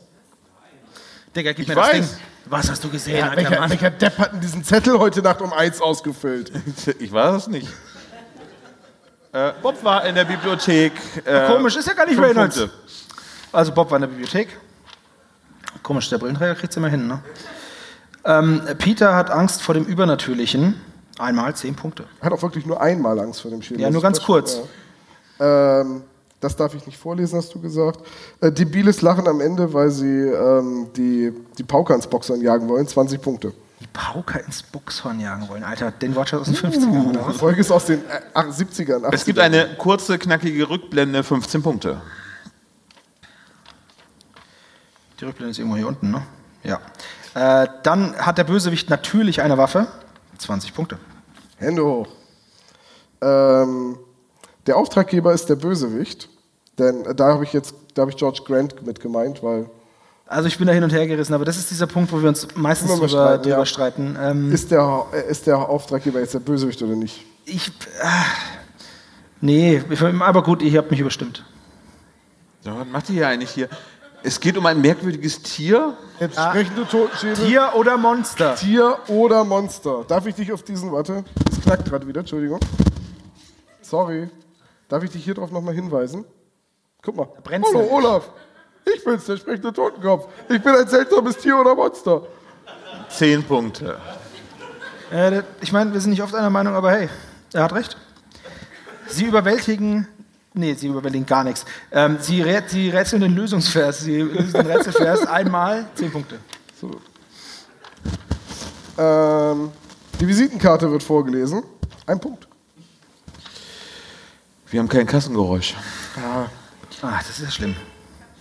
Speaker 4: Digga, gib mir
Speaker 2: das
Speaker 4: das
Speaker 2: Ding.
Speaker 4: Ding. Was hast du gesehen, alter
Speaker 3: Welcher,
Speaker 4: Mann?
Speaker 3: welcher Depp hat denn diesen Zettel heute Nacht um eins ausgefüllt?
Speaker 2: Ich weiß es nicht. Äh, Bob war in der Bibliothek. Äh,
Speaker 4: Komisch, ist ja gar nicht
Speaker 2: fünf
Speaker 4: Reynolds.
Speaker 2: Punkte.
Speaker 4: Also Bob war in der Bibliothek. Komisch, der Brillenträger kriegt es immer hin, ne? Ähm, Peter hat Angst vor dem Übernatürlichen. Einmal 10 Punkte.
Speaker 3: Hat auch wirklich nur einmal Angst vor dem Schild.
Speaker 4: Ja, nur ganz kurz.
Speaker 3: Ähm, das darf ich nicht vorlesen, hast du gesagt. Äh, debiles Lachen am Ende, weil sie ähm, die, die Pauker ins Boxern jagen wollen. 20 Punkte.
Speaker 4: Die Pauker ins Buchshorn jagen wollen. Alter, den Watcher aus den 50ern, oder
Speaker 3: Die
Speaker 4: was?
Speaker 3: Folge ist aus den äh, ach- 70ern. 80ern.
Speaker 2: Es gibt eine kurze, knackige Rückblende, 15 Punkte.
Speaker 4: Die Rückblende ist irgendwo hier unten, ne? Ja. Äh, dann hat der Bösewicht natürlich eine Waffe. 20 Punkte.
Speaker 3: Hände hoch. Ähm, der Auftraggeber ist der Bösewicht. Denn äh, da habe ich jetzt, da habe ich George Grant mit gemeint, weil
Speaker 4: Also ich bin da hin und her gerissen, aber das ist dieser Punkt, wo wir uns meistens
Speaker 3: Immer mal
Speaker 4: drüber
Speaker 3: streiten,
Speaker 4: streiten. Drüber
Speaker 3: ja.
Speaker 4: streiten. Ähm,
Speaker 3: ist der, äh, ist der Auftraggeber jetzt der Bösewicht oder nicht?
Speaker 4: ich. Äh, nee, ich- aber gut, ihr habt mich überstimmt.
Speaker 2: Ja, was macht ihr hier eigentlich hier? Es geht um ein merkwürdiges Tier.
Speaker 3: Entsprechende Totenschädel.
Speaker 4: Tier oder Monster?
Speaker 3: Tier oder Monster? Darf ich dich auf diesen, warte, es knackt gerade wieder, Entschuldigung. Sorry. Darf ich dich hier drauf nochmal hinweisen? Guck mal.
Speaker 4: brennt's
Speaker 3: Hallo
Speaker 4: nämlich.
Speaker 3: Olaf, ich bin's, der sprechende Totenkopf. Ich bin ein seltsames Tier oder Monster.
Speaker 2: 10 Punkte.
Speaker 4: Äh, der- ich meine, wir sind nicht oft einer Meinung, aber hey, er hat recht. Sie überwältigen. Nee, sie überwältigen gar nichts. Ähm, sie, rät, sie rätseln den Lösungsvers. Sie lösen den Rätselvers einmal, 10 Punkte.
Speaker 3: Ähm, die Visitenkarte wird vorgelesen. Ein Punkt.
Speaker 2: Wir haben kein Kassengeräusch.
Speaker 4: Ah, das ist ja schlimm.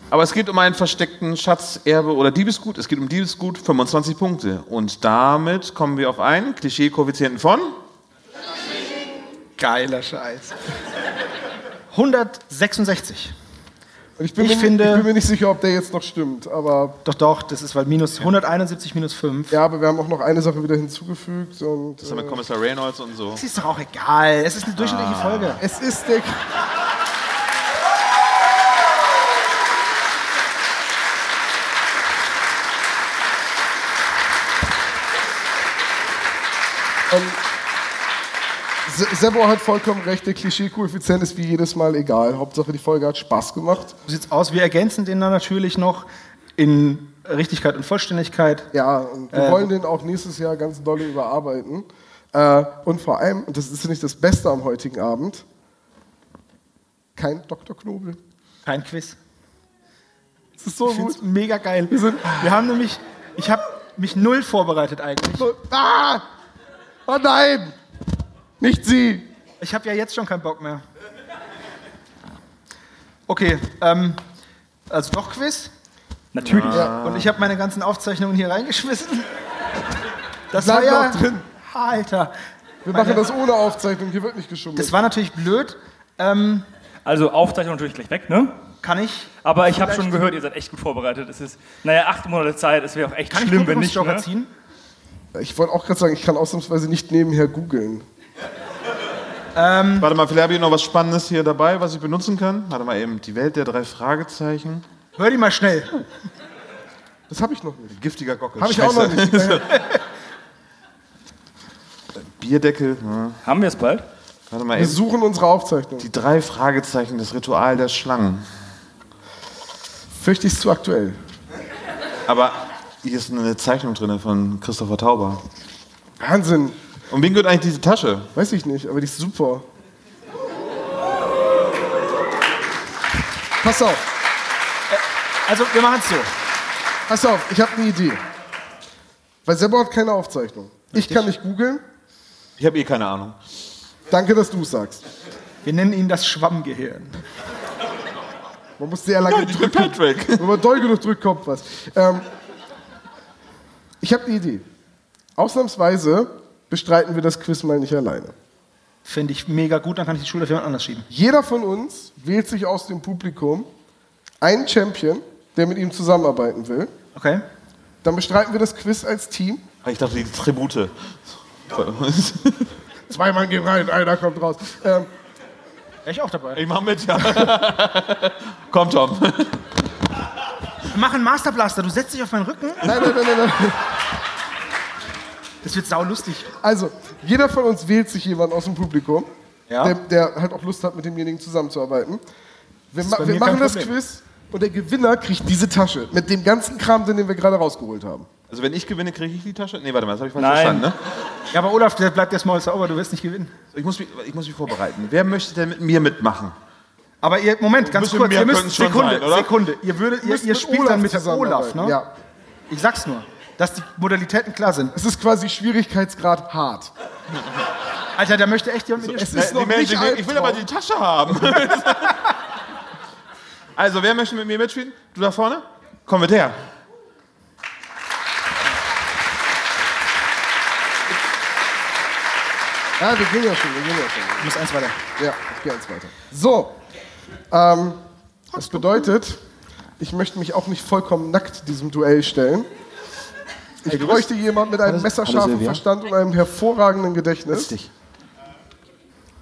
Speaker 2: Aber es geht um einen versteckten Schatz, Erbe oder Diebesgut. Es geht um Diebesgut, 25 Punkte. Und damit kommen wir auf einen Klischee-Koeffizienten von.
Speaker 4: Geiler Scheiß. 166.
Speaker 3: Und ich bin,
Speaker 4: Ich
Speaker 3: mir,
Speaker 4: finde-
Speaker 3: ich bin mir nicht sicher, ob der jetzt noch stimmt, aber
Speaker 4: Doch, doch, das ist weil minus 171 minus 5.
Speaker 3: ja, aber wir haben auch noch eine Sache wieder hinzugefügt und
Speaker 2: Das haben
Speaker 3: äh,
Speaker 2: wir Kommissar Reynolds und so.
Speaker 4: Das ist doch auch egal. Es ist eine durchschnittliche Folge.
Speaker 3: es ist der Ähm, Se- Sebo hat vollkommen recht, der Klischee-Koeffizient ist wie jedes Mal egal. Hauptsache, die Folge hat Spaß gemacht.
Speaker 4: So sieht's aus. Wir ergänzen den dann natürlich noch in Richtigkeit und Vollständigkeit.
Speaker 3: Ja, und wir
Speaker 4: Äh,
Speaker 3: wollen den auch nächstes Jahr ganz doll überarbeiten. Äh, und vor allem, und das ist nicht das Beste am heutigen Abend, kein Dr. Knobel.
Speaker 4: Kein Quiz.
Speaker 3: Das ist so
Speaker 4: Ich find's
Speaker 3: gut.
Speaker 4: mega geil. Wir, haben nämlich, ich habe mich null vorbereitet eigentlich.
Speaker 3: Ah! Oh nein! Nicht sie!
Speaker 4: Ich habe ja jetzt schon keinen Bock mehr. Okay, ähm, also doch Quiz.
Speaker 1: Natürlich.
Speaker 4: Und ich habe meine ganzen Aufzeichnungen hier reingeschmissen. Das war
Speaker 3: Bleib
Speaker 4: ja...
Speaker 3: noch drin.
Speaker 4: Alter.
Speaker 3: Wir machen das ohne Aufzeichnung, hier wird nicht geschummelt.
Speaker 4: Das war natürlich blöd. Ähm,
Speaker 1: Also Aufzeichnung natürlich gleich weg, ne?
Speaker 4: kann ich...
Speaker 1: Aber ich habe schon gehört, ihr seid echt gut vorbereitet. Es ist, naja, acht Monate Zeit, es wäre auch echt
Speaker 4: Kann ich
Speaker 1: schlimm, wenn nicht.
Speaker 4: Publikumsjoker
Speaker 1: Ne?
Speaker 4: ziehen?
Speaker 3: Ich wollte auch gerade sagen, ich kann ausnahmsweise nicht nebenher googeln.
Speaker 4: Hm.
Speaker 2: Warte mal, vielleicht habe ich noch was Spannendes hier dabei, was ich benutzen kann. Warte mal eben, die Welt der drei Fragezeichen.
Speaker 4: Hör die mal schnell.
Speaker 3: Das habe ich noch nicht.
Speaker 2: Giftiger Gockel.
Speaker 3: Habe ich auch noch
Speaker 2: Scheiße.
Speaker 3: nicht.
Speaker 2: Bierdeckel. Ja.
Speaker 1: Haben wir es bald?
Speaker 2: Warte mal
Speaker 3: Wir
Speaker 2: eben.
Speaker 3: suchen unsere Aufzeichnung.
Speaker 2: Die drei Fragezeichen, das Ritual der Schlangen.
Speaker 3: Fürchte ich ist zu aktuell.
Speaker 2: Aber Hier ist eine Zeichnung drin von Christopher Tauber.
Speaker 3: Wahnsinn.
Speaker 2: Und wem gehört eigentlich diese Tasche?
Speaker 3: Weiß ich nicht, aber die ist super. Pass auf,
Speaker 4: Also, wir machen es so.
Speaker 3: pass auf, ich habe eine Idee. Weil Sebo hat keine Aufzeichnung. Ich kann nicht googeln.
Speaker 2: Ich habe eh keine Ahnung.
Speaker 3: Danke, dass du es sagst.
Speaker 4: Wir nennen ihn das Schwammgehirn.
Speaker 3: Man muss sehr lange drücken.
Speaker 2: Patrick.
Speaker 3: Wenn man doll genug drückt, kommt was. Ähm, ich habe eine Idee. Ausnahmsweise bestreiten wir das Quiz mal nicht alleine.
Speaker 4: Finde ich mega gut, dann kann ich die Schule auf jemand anders schieben.
Speaker 3: Jeder von uns wählt sich aus dem Publikum einen Champion, der mit ihm zusammenarbeiten will.
Speaker 4: Okay?
Speaker 3: Dann bestreiten wir das Quiz als Team.
Speaker 2: Ich dachte, die Tribute.
Speaker 3: Zwei Mann gehen rein, einer kommt raus. Ähm,
Speaker 4: Wär ich auch dabei.
Speaker 2: Ich mach mit, ja. Komm, Tom.
Speaker 4: Mach einen Master Blaster, du setzt dich auf meinen Rücken.
Speaker 3: nein, nein, nein, nein, nein.
Speaker 4: Das wird saulustig.
Speaker 3: Also, jeder von uns wählt sich jemanden aus dem Publikum,
Speaker 4: Ja.
Speaker 3: der, der halt auch Lust hat, mit demjenigen zusammenzuarbeiten. Wir,
Speaker 4: ist
Speaker 3: ma
Speaker 4: bei
Speaker 3: wir
Speaker 4: mir
Speaker 3: machen
Speaker 4: kein
Speaker 3: das
Speaker 4: Problem.
Speaker 3: Quiz und der Gewinner kriegt diese Tasche mit dem ganzen Kram, den wir gerade rausgeholt haben.
Speaker 2: Also wenn ich gewinne, kriege ich die Tasche? Nee, warte mal, das habe ich falsch
Speaker 1: Nein.
Speaker 2: verstanden, ne?
Speaker 4: Ja, aber Olaf, der bleibt jetzt mal sauber, du wirst nicht gewinnen.
Speaker 2: Ich muss, mich, ich muss mich vorbereiten. Wer möchte denn mit mir mitmachen?
Speaker 4: Aber ihr, Moment, ganz
Speaker 2: Bisschen
Speaker 4: kurz,
Speaker 2: mehr
Speaker 4: ihr müsst,
Speaker 2: können's schon
Speaker 4: Sekunde,
Speaker 2: sein, oder?
Speaker 4: Sekunde, ihr, würdet, ihr,
Speaker 3: Müssen
Speaker 4: ihr
Speaker 3: mit
Speaker 4: spielt dann mit der Olaf,
Speaker 3: zusammenarbeiten.
Speaker 4: ne?
Speaker 3: Ja.
Speaker 4: Ich sag's nur, dass die Modalitäten klar sind.
Speaker 3: Es ist quasi Schwierigkeitsgrad hart.
Speaker 4: Alter, da möchte echt jemand mit dir
Speaker 3: Es
Speaker 4: spielen.
Speaker 3: ist noch
Speaker 2: Die Menschen-
Speaker 3: nicht
Speaker 2: ich, will aber die Tasche haben. also, wer möchte mit mir mitspielen? Du da vorne? Komm mit her.
Speaker 3: Ja, Ah, wir gehen ja schon, wir gehen ja schon.
Speaker 4: Ich muss eins weiter.
Speaker 3: Ja, ich gehe jetzt weiter. So, ähm, das bedeutet, ich möchte mich auch nicht vollkommen nackt diesem Duell stellen. Ich bräuchte jemand mit einem messerscharfen Verstand und einem hervorragenden Gedächtnis.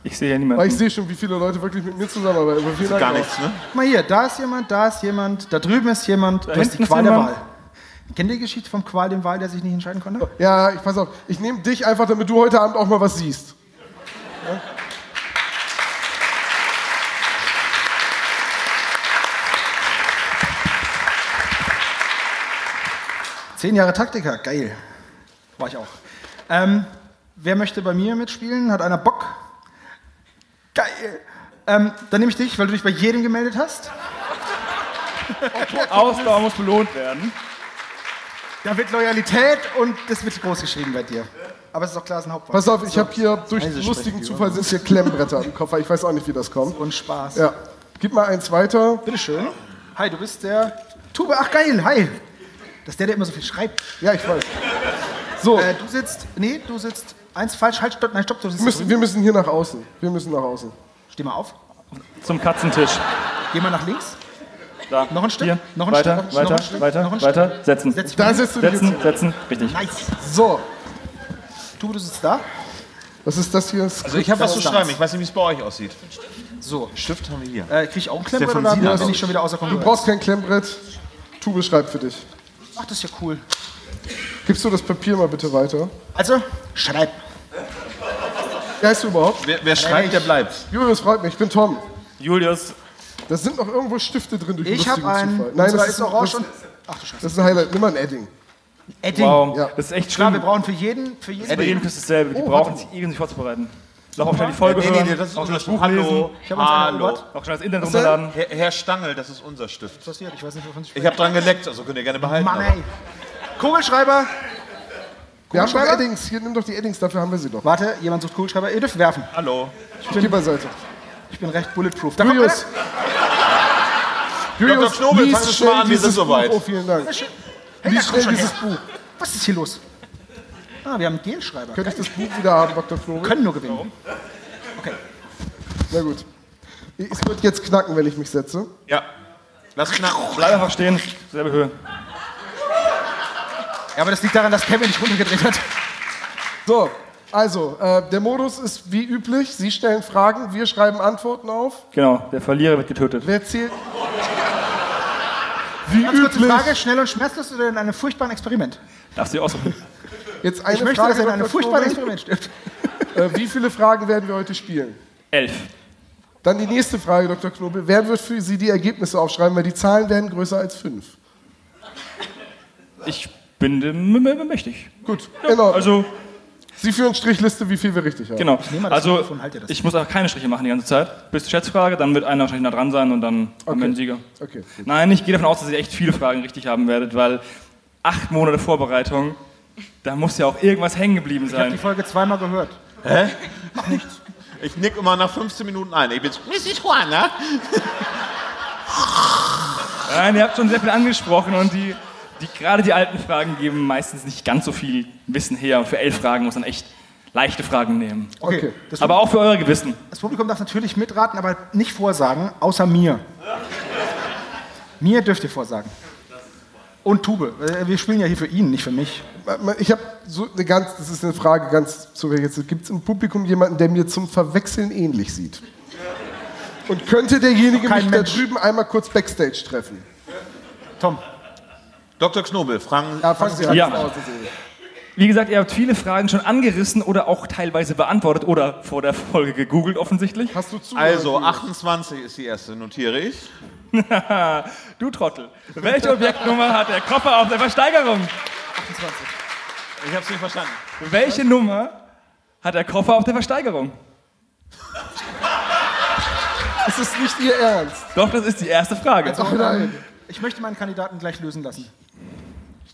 Speaker 1: Ich sehe ja
Speaker 3: Weil ich
Speaker 1: niemanden.
Speaker 3: sehe schon, wie viele Leute wirklich mit mir zusammenarbeiten. Aber vielen Dank
Speaker 2: Gar
Speaker 3: auch.
Speaker 2: nichts, ne?
Speaker 4: Guck mal hier, da ist jemand, da ist jemand, da drüben ist jemand, da du hast
Speaker 1: hinten
Speaker 4: die
Speaker 1: ist
Speaker 4: Qual der
Speaker 1: jemand.
Speaker 4: Wahl. Kennt ihr die Geschichte vom Qual dem Wahl, der sich nicht entscheiden konnte?
Speaker 3: Ja, ich pass auf. Ich nehme dich einfach, damit du heute Abend auch mal was siehst.
Speaker 4: Zehn Jahre Taktiker, geil. War ich auch. Ähm, wer möchte bei mir mitspielen? Hat einer Bock? Geil. Ähm, dann nehme ich dich, weil du dich bei jedem gemeldet hast.
Speaker 1: Ausdauer muss belohnt werden.
Speaker 4: Da wird Loyalität und das wird groß geschrieben bei dir. Aber es ist auch klar, es ist ein Hauptwort.
Speaker 3: Pass auf, ich habe hier durch lustigen Zufall sind hier Klemmbretter im Koffer. Ich weiß auch nicht, wie das kommt.
Speaker 4: Und Spaß.
Speaker 3: Ja, gib mal eins weiter.
Speaker 4: Bitteschön. Hi, du bist der Tube. Ach, geil, hi. Das ist der, der immer so viel schreibt.
Speaker 3: Ja, ich weiß. So,
Speaker 4: Äh, du sitzt, nee, du sitzt, eins falsch, halt, stopp, nein, stopp, du sitzt.
Speaker 3: wir müssen,
Speaker 4: drüben.
Speaker 3: wir müssen hier nach außen. Wir müssen nach außen.
Speaker 4: Steh mal auf.
Speaker 1: Zum Katzentisch.
Speaker 4: Geh mal nach links.
Speaker 1: Da.
Speaker 4: Noch ein Stück,
Speaker 1: Hier.
Speaker 4: noch ein
Speaker 1: weiter,
Speaker 4: Stück, noch ein
Speaker 1: weiter,
Speaker 4: Stück,
Speaker 1: weiter,
Speaker 4: noch ein Stück.
Speaker 1: weiter. Setzen.
Speaker 4: Setz dich mal
Speaker 3: Da
Speaker 4: hin.
Speaker 3: sitzt du dich
Speaker 1: Setzen, setzen. Richtig.
Speaker 4: Nice.
Speaker 3: So,
Speaker 4: Tube, du sitzt da.
Speaker 3: was ist das hier?
Speaker 2: Also ich habe was zu
Speaker 4: Substanz.
Speaker 2: schreiben. Ich weiß nicht, wie es bei euch aussieht.
Speaker 4: So.
Speaker 2: Stift haben wir hier.
Speaker 4: Äh, krieg ich auch ein Klemmbrett
Speaker 2: von
Speaker 4: oder
Speaker 2: Sina,
Speaker 4: bin
Speaker 2: glaub
Speaker 4: ich schon wieder außer
Speaker 3: Du
Speaker 4: Kontrolle?
Speaker 3: brauchst kein Klemmbrett. Tube schreibt für dich.
Speaker 4: Ach, das ist ja cool.
Speaker 3: Gibst du das Papier mal bitte weiter?
Speaker 4: Also, schreib.
Speaker 3: Wer heißt du überhaupt?
Speaker 2: Wer, wer schreibt, der bleibt.
Speaker 3: Julius freut mich, ich bin Tom.
Speaker 1: Julius,
Speaker 3: Da sind noch irgendwo Stifte drin durch
Speaker 4: Ich
Speaker 3: lustigen
Speaker 4: habe einen.
Speaker 3: Zufall.
Speaker 4: und
Speaker 3: Nein,
Speaker 4: zwar
Speaker 3: das
Speaker 4: ist orange
Speaker 3: das,
Speaker 4: und. Ach du Scheiße.
Speaker 3: das ist ein Highlight. Nimm mal ein Edding.
Speaker 4: Edding.
Speaker 1: wow.
Speaker 3: Ja.
Speaker 1: Das ist echt
Speaker 4: Klar, wir
Speaker 1: schlimm.
Speaker 4: brauchen für jeden, für jeden.
Speaker 1: Bei jedem ist dasselbe. Die
Speaker 4: Oh,
Speaker 1: brauchen sich irgendwie vorzubereiten. Noch auf schnell die Folge hören, auch schnell das Buch
Speaker 2: Hallo.
Speaker 1: lesen,
Speaker 4: Ich habe uns einen
Speaker 2: Hallo.
Speaker 4: erobert.
Speaker 1: auch schnell das Internet runterladen.
Speaker 2: Herr, Herr Stangl, das ist unser Stift.
Speaker 4: Was passiert? Ich weiß nicht, wovon ich
Speaker 2: Ich habe dran geleckt, also könnt ihr gerne behalten.
Speaker 4: Mann,
Speaker 2: aber-
Speaker 4: ey. Kugelschreiber.
Speaker 3: Wir haben doch
Speaker 4: Kugelschreiber?
Speaker 3: Eddings. Hier, nimm doch die Eddings, dafür haben wir sie doch.
Speaker 4: Warte, jemand sucht Kugelschreiber. Ihr dürft werfen.
Speaker 2: Hallo.
Speaker 3: Geh beiseite.
Speaker 4: Ich bin recht bulletproof. Da kommt
Speaker 3: Julius. Julius,
Speaker 2: Knobel,
Speaker 3: lies
Speaker 2: fang es schon
Speaker 3: schnell
Speaker 2: mal an, wir
Speaker 3: dieses
Speaker 2: sind soweit.
Speaker 3: Buch. Oh, vielen Dank.
Speaker 4: einer. Hey, da
Speaker 3: Lies
Speaker 4: komm
Speaker 3: schnell
Speaker 4: schon her.
Speaker 3: dieses Buch.
Speaker 4: Was ist hier los? Ah, wir haben einen Gelschreiber.
Speaker 3: Könnte ich das Buch wieder haben, Dr. Knobel?
Speaker 4: Können nur gewinnen. Okay.
Speaker 3: Na gut. Es wird jetzt knacken, wenn ich mich setze.
Speaker 2: Ja. Lass knacken.
Speaker 1: Bleib einfach stehen. Selbe Höhe.
Speaker 4: Ja, aber das liegt daran, dass Kevin nicht runtergedreht hat.
Speaker 3: So, also, äh, der Modus ist wie üblich. Sie stellen Fragen, wir schreiben Antworten auf.
Speaker 1: Genau. Der Verlierer wird getötet.
Speaker 3: Wer zählt? Wie
Speaker 4: Ganz kurze
Speaker 3: üblich.
Speaker 4: Frage, schnell und schmerzlos oder in einem furchtbaren Experiment?
Speaker 1: Darfst du dir aussuchen.
Speaker 3: Jetzt eine
Speaker 4: Ich möchte,
Speaker 3: Frage,
Speaker 4: dass er in einem
Speaker 3: Dr.
Speaker 4: furchtbaren
Speaker 3: Knobel.
Speaker 4: Experiment stirbt.
Speaker 3: äh, Wie viele Fragen werden wir heute spielen?
Speaker 1: Elf.
Speaker 3: Dann die nächste Frage, Dr. Knobel. Wer wird für Sie die Ergebnisse aufschreiben? Weil die Zahlen werden größer als fünf.
Speaker 1: Ich bin dem m- m- mächtig.
Speaker 3: Gut, genau.
Speaker 1: Also,
Speaker 3: Sie führen Strichliste, wie viel wir richtig haben.
Speaker 1: genau.
Speaker 4: nehme mal das
Speaker 1: Also,
Speaker 4: Mikrofon, halt ihr das.
Speaker 1: ich muss auch keine Striche machen die ganze Zeit. Bis zur Schätzfrage, dann wird einer wahrscheinlich nah dran sein und dann haben wir einen Sieger.
Speaker 3: Okay.
Speaker 1: Nein, ich gehe davon aus, dass ihr echt viele Fragen richtig haben werdet, weil acht Monate Vorbereitung, da muss ja auch irgendwas hängen geblieben
Speaker 4: Ich habe die
Speaker 1: sein.
Speaker 4: Folge zweimal gehört.
Speaker 2: Ich nick immer nach 15 Minuten ein. Ich bin Mrs. Juana.
Speaker 1: Nein, ihr habt schon sehr viel angesprochen und die, die, gerade die alten Fragen geben meistens nicht ganz so viel Wissen her. Und für elf Fragen muss man echt leichte Fragen nehmen.
Speaker 4: Okay.
Speaker 3: Okay.
Speaker 4: Das,
Speaker 1: Aber auch für euer Gewissen.
Speaker 4: das Publikum darf natürlich mitraten, aber nicht vorsagen, außer mir. mir dürft ihr vorsagen. Und Tube. Äh, Wir spielen ja hier für ihn, nicht für mich.
Speaker 3: Ich habe so eine ganz, das ist eine Frage ganz zu jetzt. Gibt es im Publikum jemanden, der mir zum Verwechseln ähnlich sieht? Und könnte derjenige
Speaker 4: Kein
Speaker 3: mich
Speaker 4: Mensch.
Speaker 3: da drüben einmal kurz Backstage treffen?
Speaker 4: Tom,
Speaker 2: Dr. Knobel, Fragen.
Speaker 3: Ja, fangen Sie an.
Speaker 1: Ja.
Speaker 3: Frau Seseli.
Speaker 1: Wie gesagt, ihr habt viele Fragen schon angerissen oder auch teilweise beantwortet oder vor der Folge gegoogelt offensichtlich.
Speaker 3: Hast du zu?
Speaker 2: Also, 28 ist die erste, notiere ich.
Speaker 1: du Trottel, welche Objektnummer hat der Koffer auf der Versteigerung?
Speaker 2: Ich hab's nicht verstanden.
Speaker 1: Welche Nummer hat der Koffer auf der Versteigerung?
Speaker 3: Es ist nicht Ihr Ernst.
Speaker 1: Doch, das ist die erste Frage.
Speaker 3: Ach nein.
Speaker 4: ich möchte meinen Kandidaten gleich lösen lassen.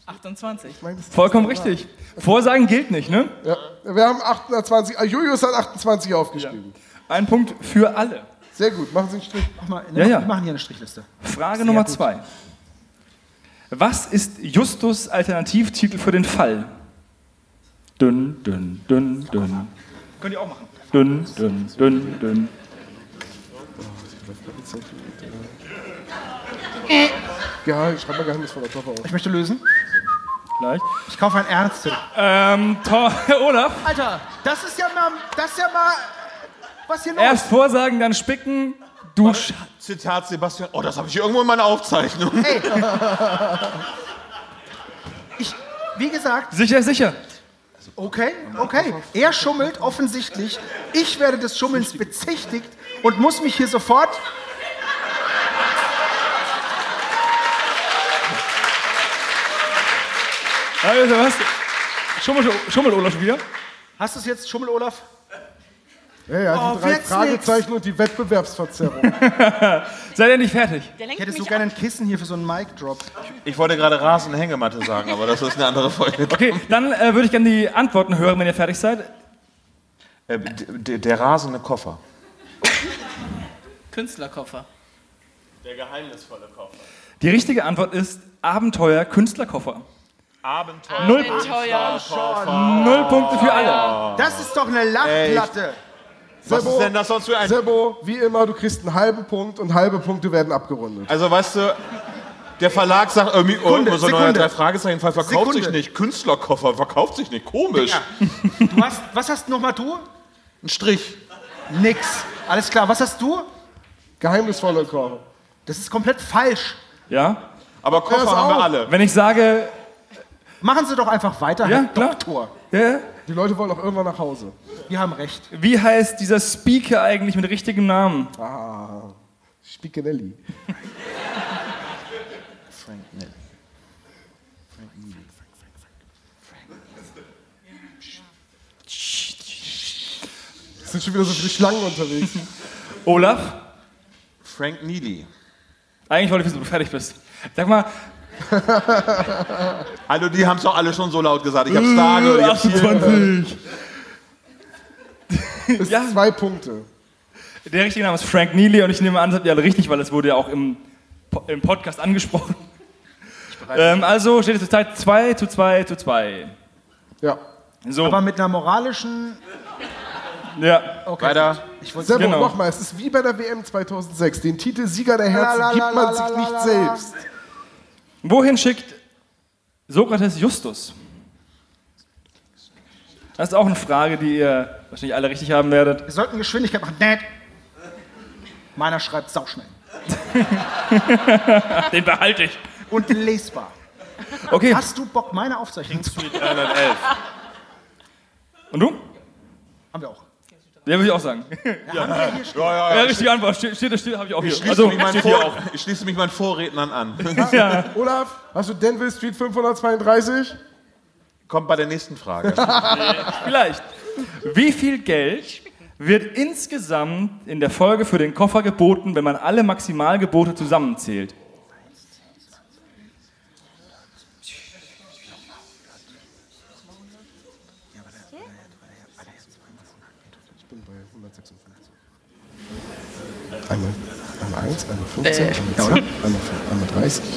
Speaker 9: 28.
Speaker 1: Vollkommen richtig. Vorsagen gilt nicht, ne?
Speaker 3: Ja. Wir haben 28. Ah, Julius hat 28 aufgeschrieben.
Speaker 1: Ein Punkt für alle.
Speaker 3: Sehr gut, machen Sie einen Strich.
Speaker 4: Mach mal,
Speaker 1: Ja, ja.
Speaker 4: Wir machen hier eine Strichliste.
Speaker 1: Frage Nummer zwei. Was ist Justus Alternativtitel für den Fall? Dünn, dünn, dünn, dünn. Könnt ihr auch machen. Dünn, dünn, dünn, dünn.
Speaker 3: Ja, ich schreibe mal geheimnisvoller Koffer auf.
Speaker 4: Ich möchte lösen.
Speaker 1: Gleich.
Speaker 4: Ich kaufe ein Ärzte.
Speaker 1: Ähm, Tor Olaf,
Speaker 4: Alter, das ist ja mal. Das ist ja mal. Was hier los?
Speaker 1: erst vorsagen, dann spicken. Du Sch
Speaker 2: Zitat Sebastian. Oh, das habe ich irgendwo in meiner Aufzeichnung.
Speaker 4: Ich, wie gesagt,
Speaker 1: Sicher, sicher.
Speaker 4: okay, okay. Er schummelt offensichtlich. Ich werde des Schummelns bezichtigt und muss mich hier sofort.
Speaker 1: Also was? Schummel, schummel Olaf schon wieder?
Speaker 4: Hast du es jetzt, Schummel Olaf?
Speaker 3: Ja, ja, die
Speaker 4: Oh,
Speaker 3: drei
Speaker 4: wird's
Speaker 3: Fragezeichen und die Wettbewerbsverzerrung.
Speaker 1: Seid ihr nicht fertig?
Speaker 9: Der
Speaker 4: Ich
Speaker 9: lenkt
Speaker 4: hätte so
Speaker 9: mich
Speaker 4: gerne ein Kissen hier für so einen Mic-Drop.
Speaker 2: Ich wollte gerade Rasenhängematte sagen, aber das ist eine andere Folge.
Speaker 1: Okay, dann äh, würde ich gerne die Antworten hören, wenn ihr fertig seid.
Speaker 2: Äh, d- d- der rasende Koffer.
Speaker 9: ab. Künstlerkoffer.
Speaker 1: Die richtige Antwort ist Abenteuer Künstlerkoffer.
Speaker 2: Abenteuer.
Speaker 1: Null,
Speaker 9: Teuer.
Speaker 1: null Punkte für alle.
Speaker 4: Das ist doch eine Lachplatte.
Speaker 2: Was ist denn das sonst für ein.
Speaker 3: Sebo, wie immer, du kriegst einen halben Punkt und halbe Punkte werden abgerundet.
Speaker 2: Also, weißt du, der Verlag sagt irgendwie, oh,
Speaker 4: Sekunde,
Speaker 2: unser neuer
Speaker 4: Sekunde.
Speaker 2: drei Fragezeichen Fall verkauft sich
Speaker 4: Sekunde.
Speaker 2: nicht. Künstlerkoffer verkauft sich nicht. Komisch.
Speaker 4: Du hast, was hast nochmal du?
Speaker 2: Ein Strich.
Speaker 4: Nix. Alles klar, was hast du?
Speaker 3: Geheimnisvoller Koffer.
Speaker 4: Das ist komplett falsch.
Speaker 1: Ja?
Speaker 2: Aber Koffer
Speaker 3: Pass
Speaker 2: haben wir
Speaker 3: auf.
Speaker 2: alle.
Speaker 1: Wenn ich sage,
Speaker 4: Machen Sie doch einfach weiter,
Speaker 1: Ja,
Speaker 4: Herr
Speaker 1: klar.
Speaker 4: Doktor.
Speaker 1: ja,
Speaker 3: Die Leute wollen auch irgendwann nach Hause.
Speaker 4: Wir haben recht.
Speaker 1: wie heißt dieser Speaker eigentlich mit richtigem Namen?
Speaker 3: Ah, Spickenelli. Es sind schon wieder so viele Schlangen unterwegs.
Speaker 1: Olaf?
Speaker 2: Frank Neely.
Speaker 1: Eigentlich wollte ich wissen, ob du fertig bist. Sag mal,
Speaker 2: Hallo, die haben es doch alle schon so laut gesagt. Ich hab's da gehört. Ich
Speaker 1: Äh,
Speaker 2: hab's hier gehört.
Speaker 1: 28.
Speaker 3: Es
Speaker 1: Ja.
Speaker 3: sind zwei Punkte.
Speaker 1: Der richtige Name ist Frank Neely und ich nehme an, das habt ihr alle richtig, weil das wurde ja auch im, Po- im Podcast angesprochen. Ähm, also steht es zurzeit 2 zu 2 zu 2.
Speaker 3: Ja.
Speaker 1: So,
Speaker 4: Aber mit einer moralischen.
Speaker 1: ja.
Speaker 4: Okay.
Speaker 2: Weiter.
Speaker 4: Ich wollte
Speaker 3: Sebo,
Speaker 1: Genau.
Speaker 3: nochmal, es ist wie bei der WM 2006. Den Titel Sieger der Herzen
Speaker 4: La, la,
Speaker 3: gibt
Speaker 4: la,
Speaker 3: man
Speaker 4: la,
Speaker 3: sich
Speaker 4: la, la,
Speaker 3: nicht
Speaker 4: la.
Speaker 3: selbst.
Speaker 1: Wohin schickt Sokrates Justus? Das ist auch eine Frage, die ihr wahrscheinlich alle richtig haben werdet.
Speaker 4: Wir sollten Geschwindigkeit machen. Nett. Meiner schreibt sauschnell.
Speaker 1: Den behalte ich.
Speaker 4: Und lesbar.
Speaker 1: Okay,
Speaker 4: Hast du Bock, meine Aufzeichnung zu
Speaker 2: 311.
Speaker 1: und du?
Speaker 4: Haben wir auch.
Speaker 1: Ja, würde ich auch sagen.
Speaker 2: Ja, ja,
Speaker 1: Ja,
Speaker 2: ja.
Speaker 1: richtige Antwort. Steht, steht, steht habe ich auch hier.
Speaker 2: Ich schließe,
Speaker 1: Also,
Speaker 2: mich meinen
Speaker 1: steht hier auch.
Speaker 2: Vor ich schließe mich meinen Vorrednern an.
Speaker 3: Olaf, hast du Denville Street 532?
Speaker 2: Kommt bei der nächsten Frage.
Speaker 1: Vielleicht. Wie viel Geld wird insgesamt in der Folge für den Koffer geboten, wenn man alle Maximalgebote zusammenzählt?
Speaker 3: Einmal, einmal 1, einmal
Speaker 4: Äh,
Speaker 3: 15, einmal 10, einmal, 5, einmal 30.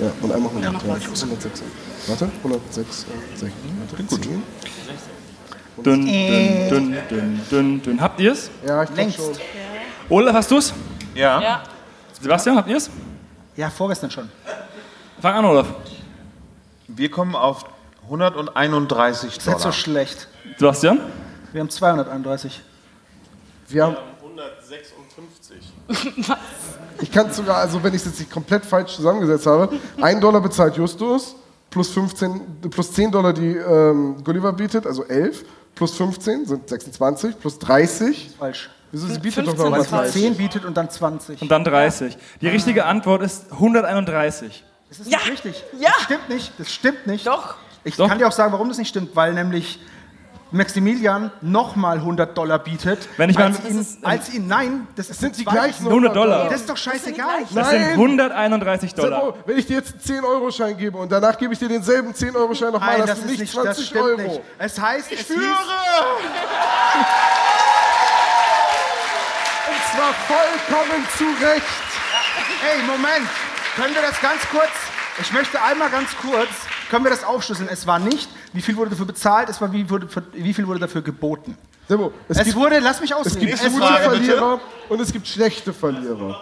Speaker 3: Ja, und einmal 100. Ja, 106. Warte, 106, äh, 6,
Speaker 4: Mhm.
Speaker 3: warte, gut.
Speaker 1: Dünn, dünn, dünn, dünn, dünn, dünn. Habt ihr es?
Speaker 3: Ja, ich denke
Speaker 4: Längst.
Speaker 3: schon.
Speaker 1: Olaf, hast du es?
Speaker 2: Ja.
Speaker 1: Sebastian, habt ihr es?
Speaker 4: Ja, vorgestern schon.
Speaker 1: Fang an, Olaf.
Speaker 2: Wir kommen auf 131
Speaker 4: Ist nicht so
Speaker 2: Dollar.
Speaker 4: schlecht.
Speaker 1: Sebastian?
Speaker 4: Wir haben 231.
Speaker 3: Wir haben 156. Ich kann sogar, also wenn ich es jetzt nicht komplett falsch zusammengesetzt habe, 1 Dollar bezahlt Justus, plus, 15, plus 10 Dollar, die ähm, Gulliver bietet, also 11, plus 15 sind 26, plus 30.
Speaker 4: Falsch.
Speaker 3: Wieso sie bietet doch
Speaker 5: 15
Speaker 3: noch was
Speaker 5: ist falsch.
Speaker 3: falsch?
Speaker 4: 10 bietet und dann 20.
Speaker 1: Und dann 30. Die richtige Antwort ist 131.
Speaker 4: Das ist
Speaker 5: Ja.
Speaker 4: nicht richtig.
Speaker 5: Ja.
Speaker 4: Das stimmt nicht. Das stimmt nicht.
Speaker 5: Doch.
Speaker 4: Ich
Speaker 1: Doch.
Speaker 4: kann dir auch sagen, warum das nicht stimmt, weil nämlich Maximilian nochmal 100 Dollar bietet.
Speaker 1: Wenn ich mal-
Speaker 4: als,
Speaker 1: Das
Speaker 4: ihn,
Speaker 1: ist-
Speaker 4: als ihn, nein, das ist
Speaker 3: Sind die
Speaker 4: zwei-
Speaker 3: gleichen
Speaker 1: 100 Dollar.
Speaker 4: Das ist doch scheißegal.
Speaker 1: Das sind 131 Dollar.
Speaker 3: Wenn ich dir jetzt einen 10-Euro-Schein gebe und danach gebe ich dir denselben 10-Euro-Schein nochmal,
Speaker 4: Nein,
Speaker 3: hast
Speaker 4: das
Speaker 3: du
Speaker 4: ist
Speaker 3: nicht
Speaker 4: nicht, das
Speaker 3: 20
Speaker 4: stimmt
Speaker 3: Euro.
Speaker 4: nicht. Es heißt, es hieß,
Speaker 3: Und zwar vollkommen zu Recht.
Speaker 4: Hey, Moment! Können wir das ganz kurz? Ich möchte einmal ganz kurz, können wir das aufschlüsseln? Es war nicht, wie viel wurde dafür bezahlt, es war, wie, wurde, für- wie viel wurde dafür geboten.
Speaker 3: Demo, es,
Speaker 4: Es
Speaker 3: gibt,
Speaker 4: wurde, lass mich
Speaker 3: es
Speaker 4: ausreden.
Speaker 3: gibt gute
Speaker 2: Frage, bitte.
Speaker 3: Verlierer und es gibt schlechte Verlierer.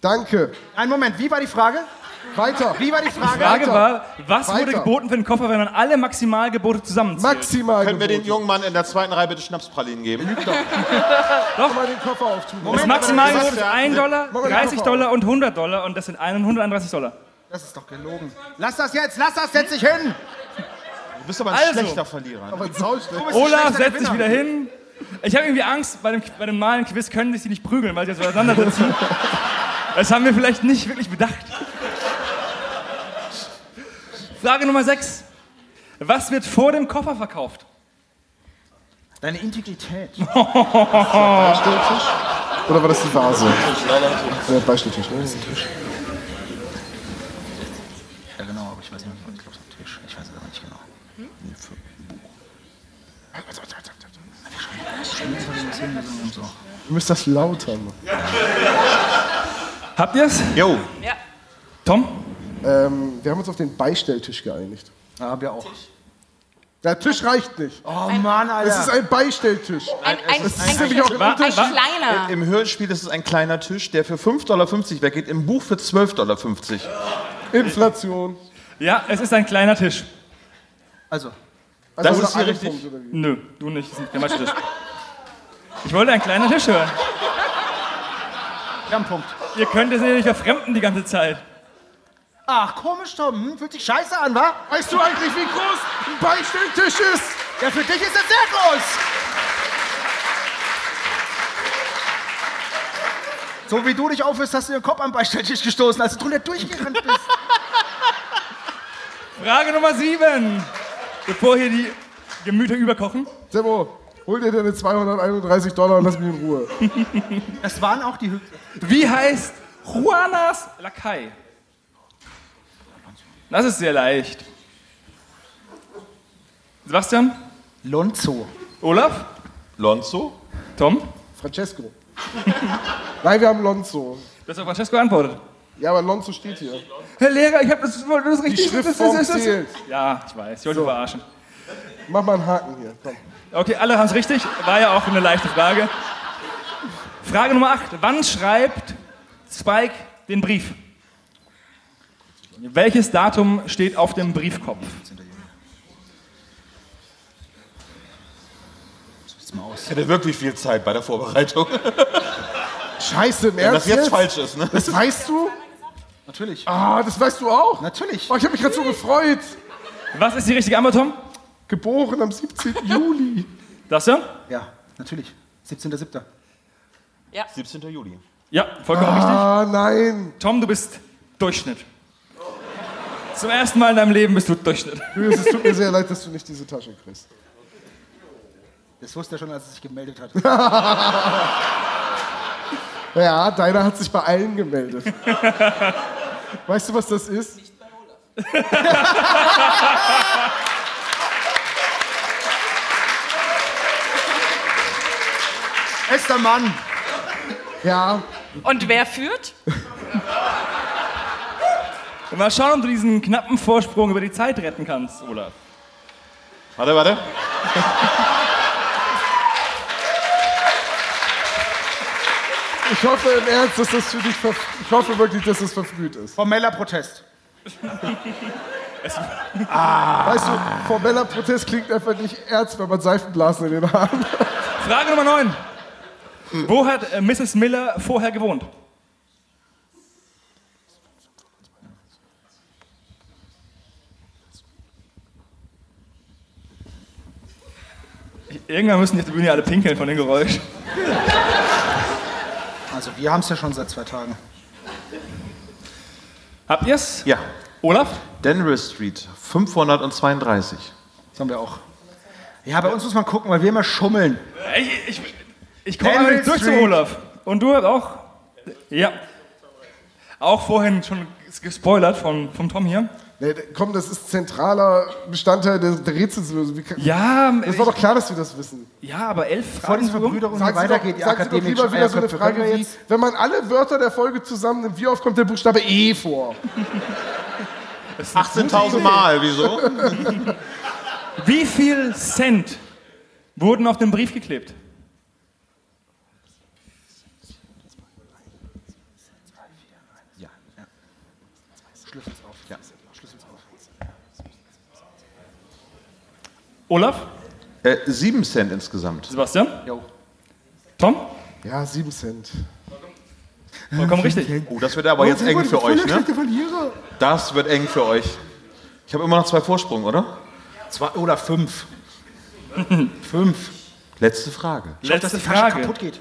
Speaker 3: Danke.
Speaker 4: Ein Moment, wie war die Frage?
Speaker 3: Weiter.
Speaker 4: Wie war die Frage?
Speaker 1: Frage war, was
Speaker 3: Weiter.
Speaker 1: wurde geboten für den Koffer, wenn man alle Maximalgebote zusammenzählt?
Speaker 3: Maximal
Speaker 2: Können wir den
Speaker 3: geboten.
Speaker 2: jungen Mann in der zweiten Reihe bitte Schnapspralinen geben?
Speaker 3: Mach mal den Koffer auftun.
Speaker 1: Das Maximalgebot ist 1 Dollar,
Speaker 3: Moment,
Speaker 1: 30
Speaker 3: Koffer
Speaker 1: Dollar und 100 Dollar und das sind 131 Dollar.
Speaker 4: Das ist doch gelogen. Lass das jetzt, lass das jetzt nicht hin!
Speaker 2: Du bist aber ein
Speaker 1: Also.
Speaker 2: schlechter Verlierer.
Speaker 3: Aber ein Sauschlecht.
Speaker 4: Du bist ein
Speaker 1: Olaf
Speaker 4: schlechter
Speaker 1: setzt sich
Speaker 4: Gewinner.
Speaker 1: wieder hin. Ich habe irgendwie Angst, bei dem, bei dem normalen Quiz können sich die nicht prügeln, weil sie jetzt auseinandersitzen. Das haben wir vielleicht nicht wirklich bedacht. Frage Nummer 6. Was wird vor dem Koffer verkauft?
Speaker 4: Deine Integrität.
Speaker 3: Beistelltisch? Oder war das die Vase? Ja, Beistelltisch. Ne?
Speaker 4: Ja, genau, aber ich weiß nicht, ich glaube, es am Tisch. Ich weiß es aber nicht genau.
Speaker 3: Ihr müsst das lauter machen.
Speaker 1: Habt ihr's?
Speaker 2: Jo,
Speaker 1: Tom?
Speaker 3: Ähm, wir haben uns auf den Beistelltisch geeinigt.
Speaker 4: Ja, wir auch.
Speaker 3: Der Tisch reicht nicht.
Speaker 4: Oh Mann, Alter.
Speaker 3: Es ist ein Beistelltisch.
Speaker 10: Ein, ein,
Speaker 3: Es ist
Speaker 10: ein,
Speaker 3: nämlich auch ein
Speaker 1: Wa-
Speaker 10: ein
Speaker 3: Unterschied.
Speaker 1: wa-
Speaker 10: kleiner.
Speaker 2: im Hörspiel ist es ein kleiner Tisch, der für 5,50 Dollar weggeht, im Buch für 12,50 Dollar.
Speaker 3: Inflation.
Speaker 1: Ja, es ist ein kleiner Tisch.
Speaker 4: also,
Speaker 3: Also
Speaker 2: Das
Speaker 3: oder
Speaker 2: ist hier
Speaker 3: Angelpunkt
Speaker 2: richtig.
Speaker 3: oder wie?
Speaker 1: Nö, du nicht. Es ist ein kleiner Tisch. Ich wollte ein kleiner Tisch hören.
Speaker 4: wir haben einen Punkt.
Speaker 1: Ihr könnt es nicht verfremden die ganze Zeit.
Speaker 4: Ach, komisch, Tom. Hm, fühlt sich scheiße an, wa?
Speaker 3: Weißt du eigentlich, wie groß ein Beistelltisch ist?
Speaker 4: Ja, für dich ist er sehr groß. So wie du dich aufhörst, hast du den Kopf am Beistelltisch gestoßen, als du drunter durchgerannt bist.
Speaker 1: Frage Nummer 7. Bevor hier die Gemüter überkochen.
Speaker 3: Sebo, hol dir deine 231 Dollar und lass mich in Ruhe.
Speaker 4: Das waren auch die Hü-
Speaker 1: Wie heißt Juanas Lakai? Das ist sehr leicht. Sebastian?
Speaker 4: Lonzo.
Speaker 1: Olaf?
Speaker 2: Lonzo?
Speaker 1: Tom?
Speaker 3: Francesco. Nein, wir haben Lonzo.
Speaker 1: Du hast auf Francesco geantwortet.
Speaker 3: Ja, aber Lonzo steht hier.
Speaker 1: Herr Lehrer, ich habe das, das
Speaker 3: Die Schriftform zählt.
Speaker 1: Ja, ich weiß. Ich wollte überraschen.
Speaker 3: Mach mal einen Haken hier. Komm.
Speaker 1: Okay, alle haben es richtig. War ja auch eine leichte Frage. Frage Nummer 8. Wann schreibt Spike den Brief? Welches Datum steht auf dem Briefkopf?
Speaker 2: Ich hatte wirklich viel Zeit bei der Vorbereitung.
Speaker 3: Scheiße, im
Speaker 2: Wenn
Speaker 3: Ernst
Speaker 2: das jetzt falsch ist, ne?
Speaker 3: Das weißt du?
Speaker 4: Natürlich.
Speaker 3: Ah, das weißt du auch?
Speaker 4: Natürlich.
Speaker 3: Oh, ich habe mich gerade so gefreut.
Speaker 1: Was ist die richtige Antwort, Tom?
Speaker 3: Geboren am 17. Juli.
Speaker 1: Das ja?
Speaker 4: Ja, natürlich. 17.07.
Speaker 2: 17. Juli.
Speaker 1: Ja, vollkommen
Speaker 3: Ah, nein.
Speaker 1: richtig. Tom, du bist Durchschnitt. Zum ersten Mal in deinem Leben bist du Durchschnitt.
Speaker 3: Julius, es tut mir sehr leid, dass du nicht diese Tasche kriegst.
Speaker 4: Das wusste er schon, als er sich gemeldet hat.
Speaker 3: Ja, deiner hat sich bei allen gemeldet. weißt du, was das ist?
Speaker 4: Bester Mann!
Speaker 3: Ja,
Speaker 10: Und wer führt?
Speaker 1: Mal schauen, ob du diesen knappen Vorsprung über die Zeit retten kannst, Olaf.
Speaker 2: Warte, warte.
Speaker 3: ich hoffe im Ernst, dass das für dich verf Ich hoffe wirklich, dass es verfrüht ist.
Speaker 4: Formeller Protest.
Speaker 3: Weißt du, formeller Protest klingt einfach nicht ernst, wenn man Seifenblasen in den Haaren hat.
Speaker 1: Frage Nummer 9. Wo hat äh, Mrs. Miller vorher gewohnt? Irgendwann müssen die auf der Bühne alle pinkeln von dem Geräusch.
Speaker 4: Also, wir haben es ja schon seit zwei Tagen.
Speaker 1: Habt ihr's?
Speaker 2: Ja.
Speaker 1: Olaf?
Speaker 2: Denver Street, 532.
Speaker 4: Das haben wir auch. Ja, bei uns muss man gucken, weil wir immer schummeln.
Speaker 1: Äh, Ich, ich, ich komme aber nicht
Speaker 4: Elm
Speaker 1: durch zu
Speaker 4: Street.
Speaker 1: Olaf. Und du auch? Ja. Auch vorhin schon gespoilert von, vom Tom hier.
Speaker 3: Nee, komm, das ist zentraler Bestandteil der der Rätselslösung. Wie kann-
Speaker 1: Ja,
Speaker 3: Das war doch klar, dass wir das wissen.
Speaker 1: ich, ja aber elf
Speaker 4: Vor
Speaker 1: Fragen.
Speaker 4: diesen Verbrüderungen
Speaker 3: Sagen Sie um? doch,
Speaker 4: weitergeht, ihr
Speaker 3: sagen Sie doch
Speaker 4: akademischen
Speaker 3: lieber wieder so eine
Speaker 4: Eierköpfe.
Speaker 3: Frage
Speaker 4: Können wir
Speaker 3: wie,
Speaker 4: jetzt-
Speaker 3: wenn man alle Wörter der Folge zusammennimmt, wie oft kommt der Buchstabe E vor?
Speaker 2: 18.000 Mal, wieso?
Speaker 1: Wie viel Cent wurden auf den Brief geklebt?
Speaker 4: Schlüssel's auf. Ja. Schlüssel's auf.
Speaker 1: Olaf?
Speaker 2: äh, 7 Cent insgesamt.
Speaker 1: Sebastian?
Speaker 4: Jo.
Speaker 1: Tom?
Speaker 3: Ja, 7 Cent.
Speaker 1: Vollkommen richtig.
Speaker 2: Oh, das wird aber jetzt eng für euch, ne? Das wird eng für euch. Ich habe immer noch zwei Vorsprung, oder?
Speaker 4: Zwei oder fünf. fünf.
Speaker 2: Letzte Frage.
Speaker 1: Letzte
Speaker 4: Tasche
Speaker 1: Frage.
Speaker 4: kaputt geht.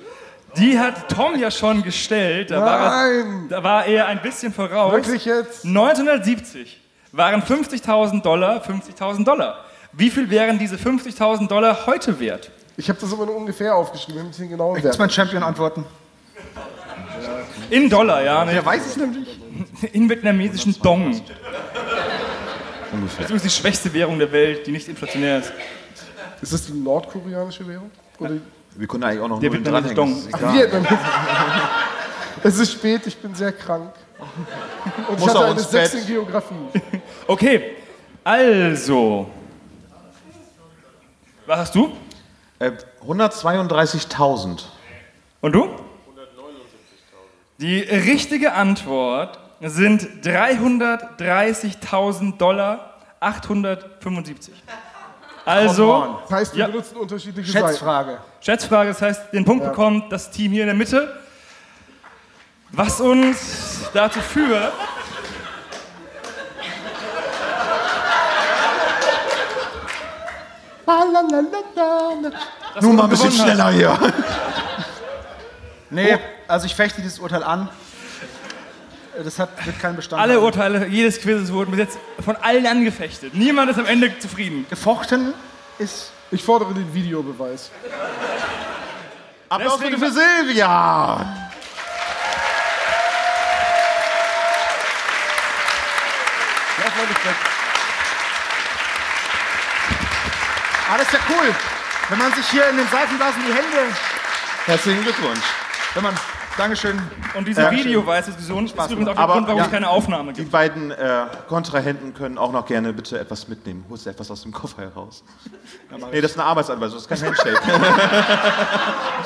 Speaker 1: Die hat Tom ja schon gestellt. Da war, er,
Speaker 3: Nein.
Speaker 1: da war er ein bisschen voraus.
Speaker 3: Wirklich jetzt?
Speaker 1: 1970 waren 50.000 Dollar 50.000 Dollar. Wie viel wären diese 50.000 Dollar heute wert?
Speaker 3: Ich habe das immer nur ungefähr aufgeschrieben, damit ich genau den genauen
Speaker 4: Muss
Speaker 3: Wert.
Speaker 4: mein Champion antworten.
Speaker 1: In Dollar, ja. Ne?
Speaker 4: Der weiß es nämlich.
Speaker 1: In vietnamesischen Dong.
Speaker 2: Ungefähr.
Speaker 1: Das ist die schwächste Währung der Welt, die nicht inflationär ist.
Speaker 3: Ist das die nordkoreanische Währung? Oder die-
Speaker 2: Wir können eigentlich auch noch
Speaker 1: Der
Speaker 2: Nullen
Speaker 1: wird nämlich
Speaker 2: dranhängen.
Speaker 1: Dong.
Speaker 2: das ist egal.
Speaker 3: Vietnam. es ist spät, ich bin sehr krank. Und ich
Speaker 2: Muss
Speaker 3: hatte
Speaker 2: auch
Speaker 3: eine
Speaker 2: ins
Speaker 3: 6
Speaker 2: Bett.
Speaker 3: in Geografie.
Speaker 1: Okay, also. Was hast du?
Speaker 2: Äh, 132.000.
Speaker 1: Und du? 179.000. Die richtige Antwort sind 330.000 Dollar 875. Also,
Speaker 3: Das heißt, wir
Speaker 1: Ja.
Speaker 3: benutzen unterschiedliche Seiten.
Speaker 4: Schätzfrage.
Speaker 1: Schätzfrage, das heißt, den Punkt bekommt das Team hier in der Mitte. Was uns dazu führt.
Speaker 2: Nur mal ein bisschen
Speaker 1: gewonnen hat.
Speaker 2: schneller hier.
Speaker 4: Nee,
Speaker 3: Oh.
Speaker 4: also ich fechte dieses Urteil an. Das hat, wird keinen Bestand.
Speaker 1: Alle
Speaker 4: haben.
Speaker 1: Urteile jedes Quizzes wurden bis jetzt von allen angefechtet. Niemand ist am Ende zufrieden.
Speaker 4: Gefochten ist.
Speaker 3: Ich fordere den Videobeweis.
Speaker 2: Applaus bitte
Speaker 1: Deswegen-
Speaker 2: für Silvia.
Speaker 4: Ah, das ist ja cool. Wenn man sich hier in den Seifenblasen die Hände.
Speaker 2: Herzlichen Glückwunsch.
Speaker 4: Wenn man. Dankeschön.
Speaker 1: Und diese Videoweis-Diskussion ist übrigens auch der
Speaker 2: Aber-
Speaker 1: Grund, warum
Speaker 2: ja.
Speaker 1: es keine Aufnahme
Speaker 2: Die
Speaker 1: gibt.
Speaker 2: beiden äh, Kontrahenten können auch noch gerne bitte etwas mitnehmen. Holst du etwas aus dem Koffer heraus? nee, das ist eine Arbeitsanweisung, das ist kein Handshake.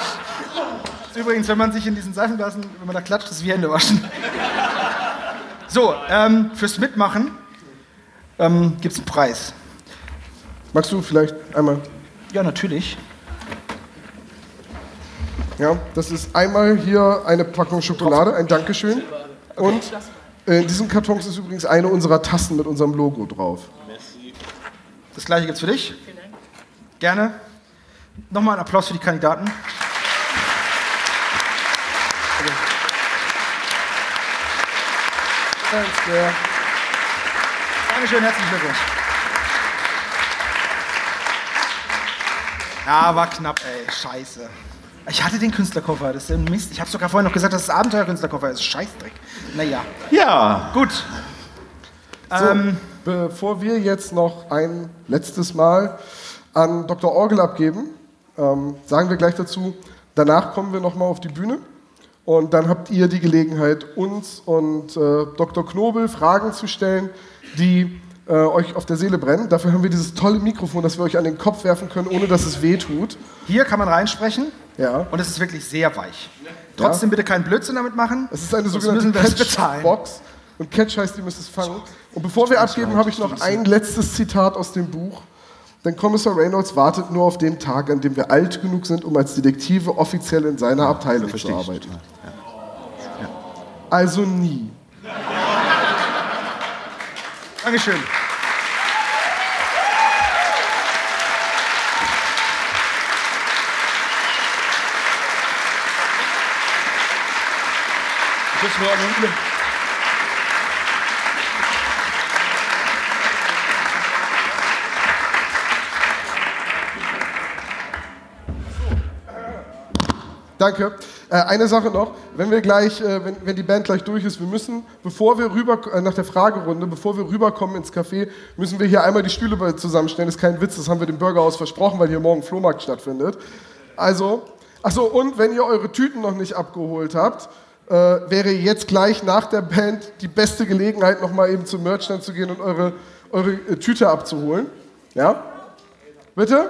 Speaker 4: Übrigens, wenn man sich in diesen Seifenblasen, wenn man da klatscht, ist es wie Hände waschen. So, ähm, fürs Mitmachen ähm, gibt es einen Preis.
Speaker 3: Magst du vielleicht einmal?
Speaker 4: Ja, natürlich.
Speaker 3: Ja, das ist einmal hier eine Packung Schokolade, ein Dankeschön. Und äh, in diesen Kartons ist übrigens eine unserer Tassen mit unserem Logo drauf.
Speaker 4: Das gleiche gibt's für dich. Vielen Gerne. Nochmal einen Applaus für die Kandidaten.
Speaker 3: Thanks, girl.
Speaker 4: Dankeschön, herzlichen Glückwunsch. Ja, war knapp, ey. Scheiße. Ich hatte den Künstlerkoffer, das ist ein Mist. Ich habe sogar vorhin noch gesagt, dass es Abenteuerkünstlerkoffer ist. Scheißdreck. Naja,
Speaker 2: Ja,
Speaker 4: gut. Ähm,
Speaker 3: So,
Speaker 2: Ähm,
Speaker 3: bevor wir jetzt noch ein letztes Mal an Dr. Orgel abgeben, ähm, sagen wir gleich dazu, danach kommen wir nochmal auf die Bühne und dann habt ihr die Gelegenheit, uns und äh, Dr. Knobel Fragen zu stellen, die äh, euch auf der Seele brennen. Dafür haben wir dieses tolle Mikrofon, das wir euch an den Kopf werfen können, ohne dass es weh tut.
Speaker 4: Hier kann man reinsprechen
Speaker 3: Ja.
Speaker 4: und es ist wirklich sehr weich. Trotzdem bitte keinen Blödsinn damit machen.
Speaker 3: Es ist eine
Speaker 4: sonst
Speaker 3: sogenannte
Speaker 4: müssen wir es bezahlen.
Speaker 3: Catch-Box. Und Catch heißt, ihr müsst es fangen. Und bevor wir abgeben, habe ich noch ein letztes Zitat aus dem Buch. Denn Kommissar Reynolds wartet nur auf den Tag, an dem wir alt genug sind, um als Detektive offiziell in seiner Abteilung zu arbeiten. Also nie.
Speaker 4: Dankeschön.
Speaker 3: Danke. Äh, eine Sache noch, wenn wir gleich, äh, wenn, wenn die Band gleich durch ist, wir müssen, bevor wir rüber, äh, nach der Fragerunde, bevor wir rüberkommen ins Café, müssen wir hier einmal die Stühle be- zusammenstellen. Das ist kein Witz, das haben wir dem Bürgerhaus versprochen, weil hier morgen Flohmarkt stattfindet. Also, achso, und wenn ihr eure Tüten noch nicht abgeholt habt, äh, wäre jetzt gleich nach der Band die beste Gelegenheit, nochmal eben zum Merchstand zu gehen und eure, eure äh, Tüte abzuholen. Ja? Bitte?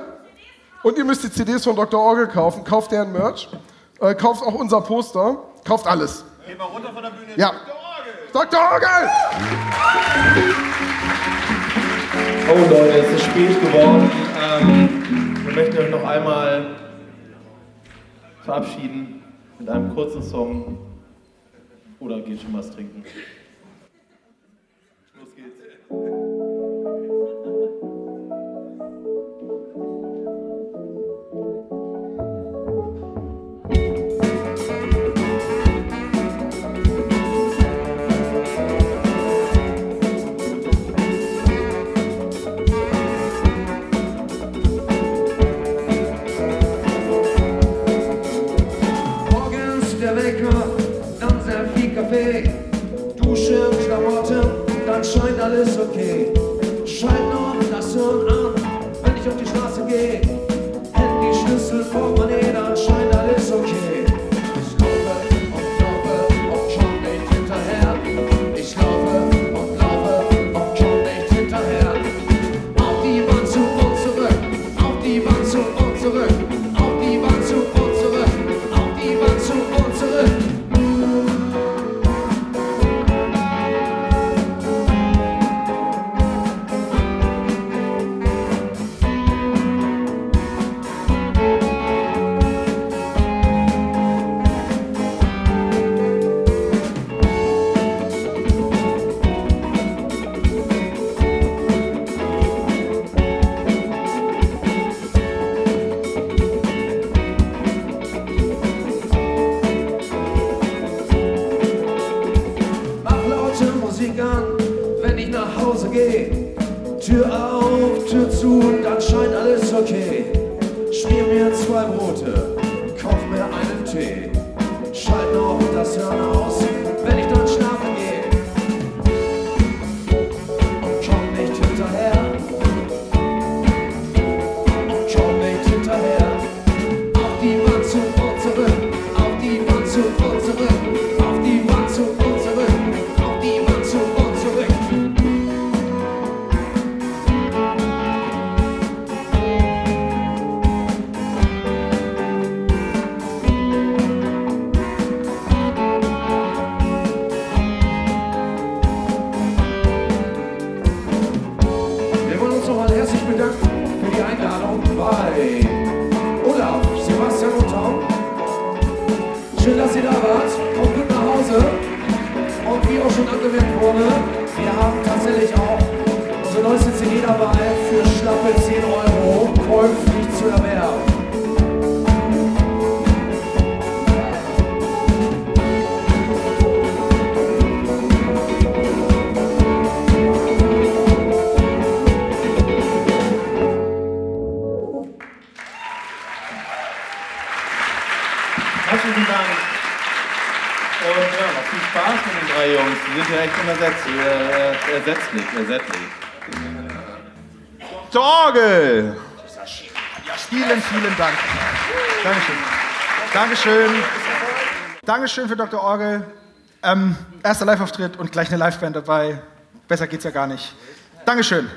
Speaker 3: Und ihr müsst die CDs von Dr. Orgel kaufen. Kauft deren Merch. Äh, kauft auch unser Poster. Kauft alles. Gehen wir runter von der Bühne. Ja. Dr. Orgel! Dr. Orgel!
Speaker 1: Oh Leute, es ist spät geworden. Ähm, wir möchten euch noch einmal verabschieden mit einem kurzen Song. Oder geht schon was trinken? Los geht's.
Speaker 6: Morgens der Wecker, dann sehr viel Kaffee. Dusche, Klamotten, dann scheint alles okay. Schalt noch das Hirn an, wenn ich auf die Straße gehe. Handy, Schlüssel, Portemonnaie, dann scheint alles okay. Ich laufe und laufe und komm nicht hinterher. Ich laufe und laufe und komm nicht hinterher. Auf die Wand zu und zurück, auf die Wand zu und zurück, auf die Wand zu und zurück, auf die Wand zu und zurück. Mach laute Musik an, wenn ich nach Hause gehe. Tür auf, Tür zu, dann scheint alles okay. Schmier mir zwei Brote, kauf mir einen Tee. Schalt noch das Hirn aus, wenn ich dann schlafen gehe. Und komm nicht hinterher. Und komm nicht hinterher. Auf die Wand zu und zurück, auf die Wand zu und zurück, auf die Wand zu und zurück, auf die Wand zu und zurück. Wir wollen uns nochmal herzlich bedanken für die Einladung bei Olaf, Sebastian und Tom. Schön, dass ihr da wart. Kommt gut nach Hause. Und wie auch schon angemerkt wurde, wir haben tatsächlich auch
Speaker 11: Unsere neueste CD dabei für schlappe 10 Euro, käuflich zu erwerben.
Speaker 10: Herzlichen Dank. Und ja, noch viel Spaß mit den drei Jungs. Die sind ja echt untersetzt. Ihr äh, ersetzt nicht, ersetzt nicht.
Speaker 2: Torgel!
Speaker 4: Vielen, vielen Dank. Dankeschön. Dankeschön. Dankeschön für Dr. Orgel. Ähm, erster Live-Auftritt und gleich eine Liveband dabei. Besser geht's ja gar nicht. Dankeschön.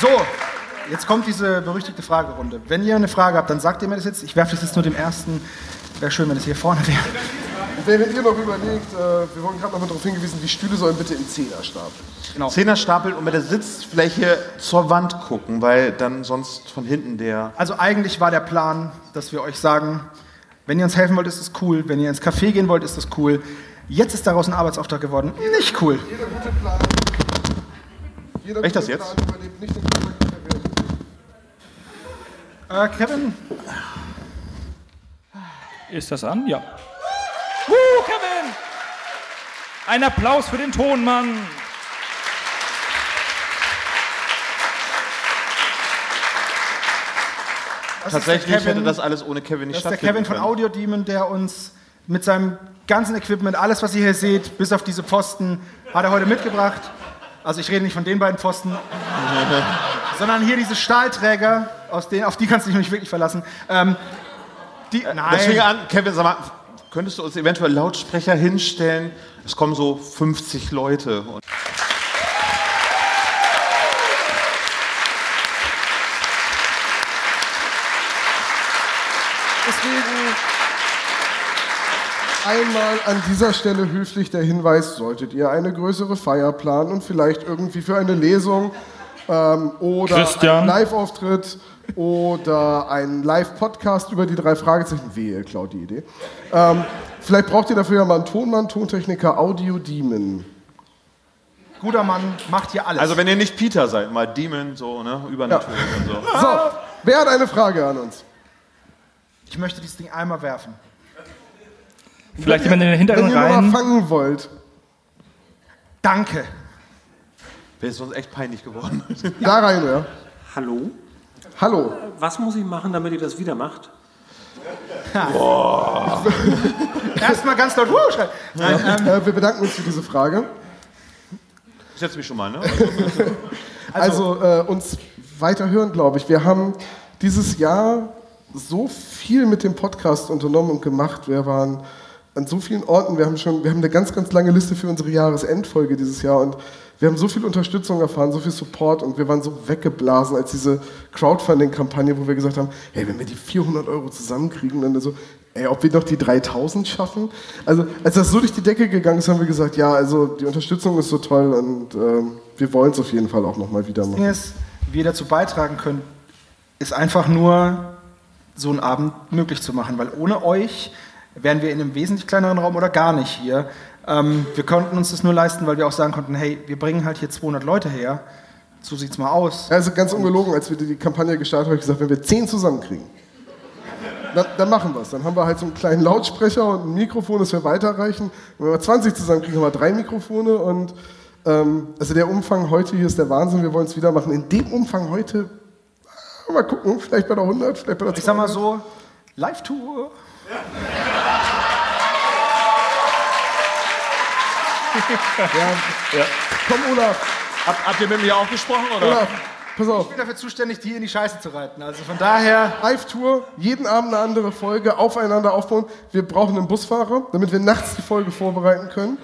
Speaker 4: So, jetzt kommt diese berüchtigte Fragerunde. Wenn ihr eine Frage habt, dann sagt ihr mir das jetzt. Ich werfe das jetzt nur dem ersten. Wäre schön, wenn es hier vorne wäre.
Speaker 3: Während ihr noch überlegt, äh, wir wurden gerade noch mal darauf hingewiesen, die Stühle sollen bitte im Zehner stapeln.
Speaker 4: Genau.
Speaker 2: Zehnerstapel und mit der Sitzfläche zur Wand gucken, weil dann sonst von hinten der.
Speaker 4: Also eigentlich war der Plan, dass wir euch sagen, wenn ihr uns helfen wollt, ist es cool. Wenn ihr ins Café gehen wollt, ist es cool. Jetzt ist daraus ein Arbeitsauftrag geworden. Nicht cool.
Speaker 3: Jeder
Speaker 4: Echt das
Speaker 3: gute
Speaker 4: jetzt?
Speaker 3: Plan überlebt nicht den Geschmack der Welt.
Speaker 4: Äh, Kevin?
Speaker 1: Ist das an? Ja. Woo, Kevin! Ein Applaus für den Tonmann.
Speaker 4: Das ist der
Speaker 2: Tatsächlich
Speaker 4: Kevin-
Speaker 2: hätte das alles ohne Kevin nicht
Speaker 4: Das ist der
Speaker 2: stattfinden
Speaker 4: Kevin von
Speaker 2: können.
Speaker 4: Audio Demon, der uns mit seinem ganzen Equipment, alles, was ihr hier seht, bis auf diese Pfosten, hat er heute mitgebracht. Also ich rede nicht von den beiden Pfosten, sondern hier diese Stahlträger, aus denen, auf die kannst du dich nicht wirklich verlassen. Ähm, die, nein.
Speaker 2: Das fing an, Kevin, sag mal, könntest du uns eventuell Lautsprecher hinstellen? Es kommen so 50 Leute. Und
Speaker 3: Deswegen einmal an dieser Stelle höflich der Hinweis, solltet ihr eine größere Feier planen und vielleicht irgendwie für eine Lesung ähm, oder
Speaker 1: Christian?
Speaker 3: einen Live-Auftritt oder einen Live-Podcast über die drei Fragezeichen. Wehe, klaut die Idee. Ähm, vielleicht braucht ihr dafür ja mal einen Tonmann, Tontechniker, Audio-Demon.
Speaker 4: Guter Mann, macht hier alles.
Speaker 2: also wenn ihr nicht Peter seid, mal Demon, so, ne? Übernatürlich und so.
Speaker 3: So, wer hat eine Frage an uns?
Speaker 4: Ich möchte dieses Ding einmal werfen.
Speaker 1: Vielleicht jemand in den
Speaker 3: Wenn
Speaker 1: Äh, hinteren
Speaker 3: ihr nur mal
Speaker 1: Reihen.
Speaker 3: fangen wollt.
Speaker 4: Danke.
Speaker 2: Wäre sonst echt peinlich geworden.
Speaker 3: Da rein, ja.
Speaker 12: Hallo?
Speaker 3: Hallo.
Speaker 12: Was muss ich machen, damit ihr das wieder macht?
Speaker 4: Erstmal ganz laut Wuh schreien. Nein,
Speaker 3: Ja. Äh, wir bedanken uns für diese Frage.
Speaker 2: Ich setze mich schon mal, ne?
Speaker 3: Also, äh, uns weiterhören, glaube ich. Wir haben dieses Jahr so viel mit dem Podcast unternommen und gemacht. Wir waren an so vielen Orten. Wir haben schon, wir haben eine ganz, ganz lange Liste für unsere Jahresendfolge dieses Jahr und wir haben so viel Unterstützung erfahren, so viel Support und wir waren so weggeblasen als diese Crowdfunding-Kampagne, wo wir gesagt haben, hey, wenn wir die 400 Euro zusammenkriegen, dann so, ey, ob wir noch die 3000 schaffen? Also, als das so durch die Decke gegangen ist, haben wir gesagt, ja, also die Unterstützung ist so toll und ähm, wir wollen es auf jeden Fall auch nochmal wieder machen.
Speaker 4: Ding ist, wie ihr dazu beitragen könnt, ist einfach nur so einen Abend möglich zu machen, weil ohne euch wären wir in einem wesentlich kleineren Raum oder gar nicht hier. Ähm, wir konnten uns das nur leisten, weil wir auch sagen konnten, hey, wir bringen halt hier 200 Leute her. So sieht's mal aus.
Speaker 3: Also ganz ungelogen, als wir die Kampagne gestartet haben, habe ich gesagt, wenn wir zehn zusammenkriegen, dann, dann machen wir es. Dann haben wir halt so einen kleinen Lautsprecher und ein Mikrofon, das wir weiterreichen. Und wenn wir 20 zusammenkriegen, haben wir drei Mikrofone und ähm, also der Umfang heute hier ist der Wahnsinn. Wir wollen es wieder machen. In dem Umfang heute, ah, mal gucken, vielleicht bei der 100, vielleicht bei der 200.
Speaker 4: Ich sag mal so, Live-Tour.
Speaker 3: Ja. Komm, Olaf.
Speaker 2: Hab, habt ihr mit mir auch gesprochen, oder?
Speaker 3: Olaf, pass auf.
Speaker 4: Ich bin dafür zuständig, die in die Scheiße zu reiten. Also von daher,
Speaker 3: Live-Tour, jeden Abend eine andere Folge, aufeinander aufbauen. Wir brauchen einen Busfahrer, damit wir nachts die Folge vorbereiten können.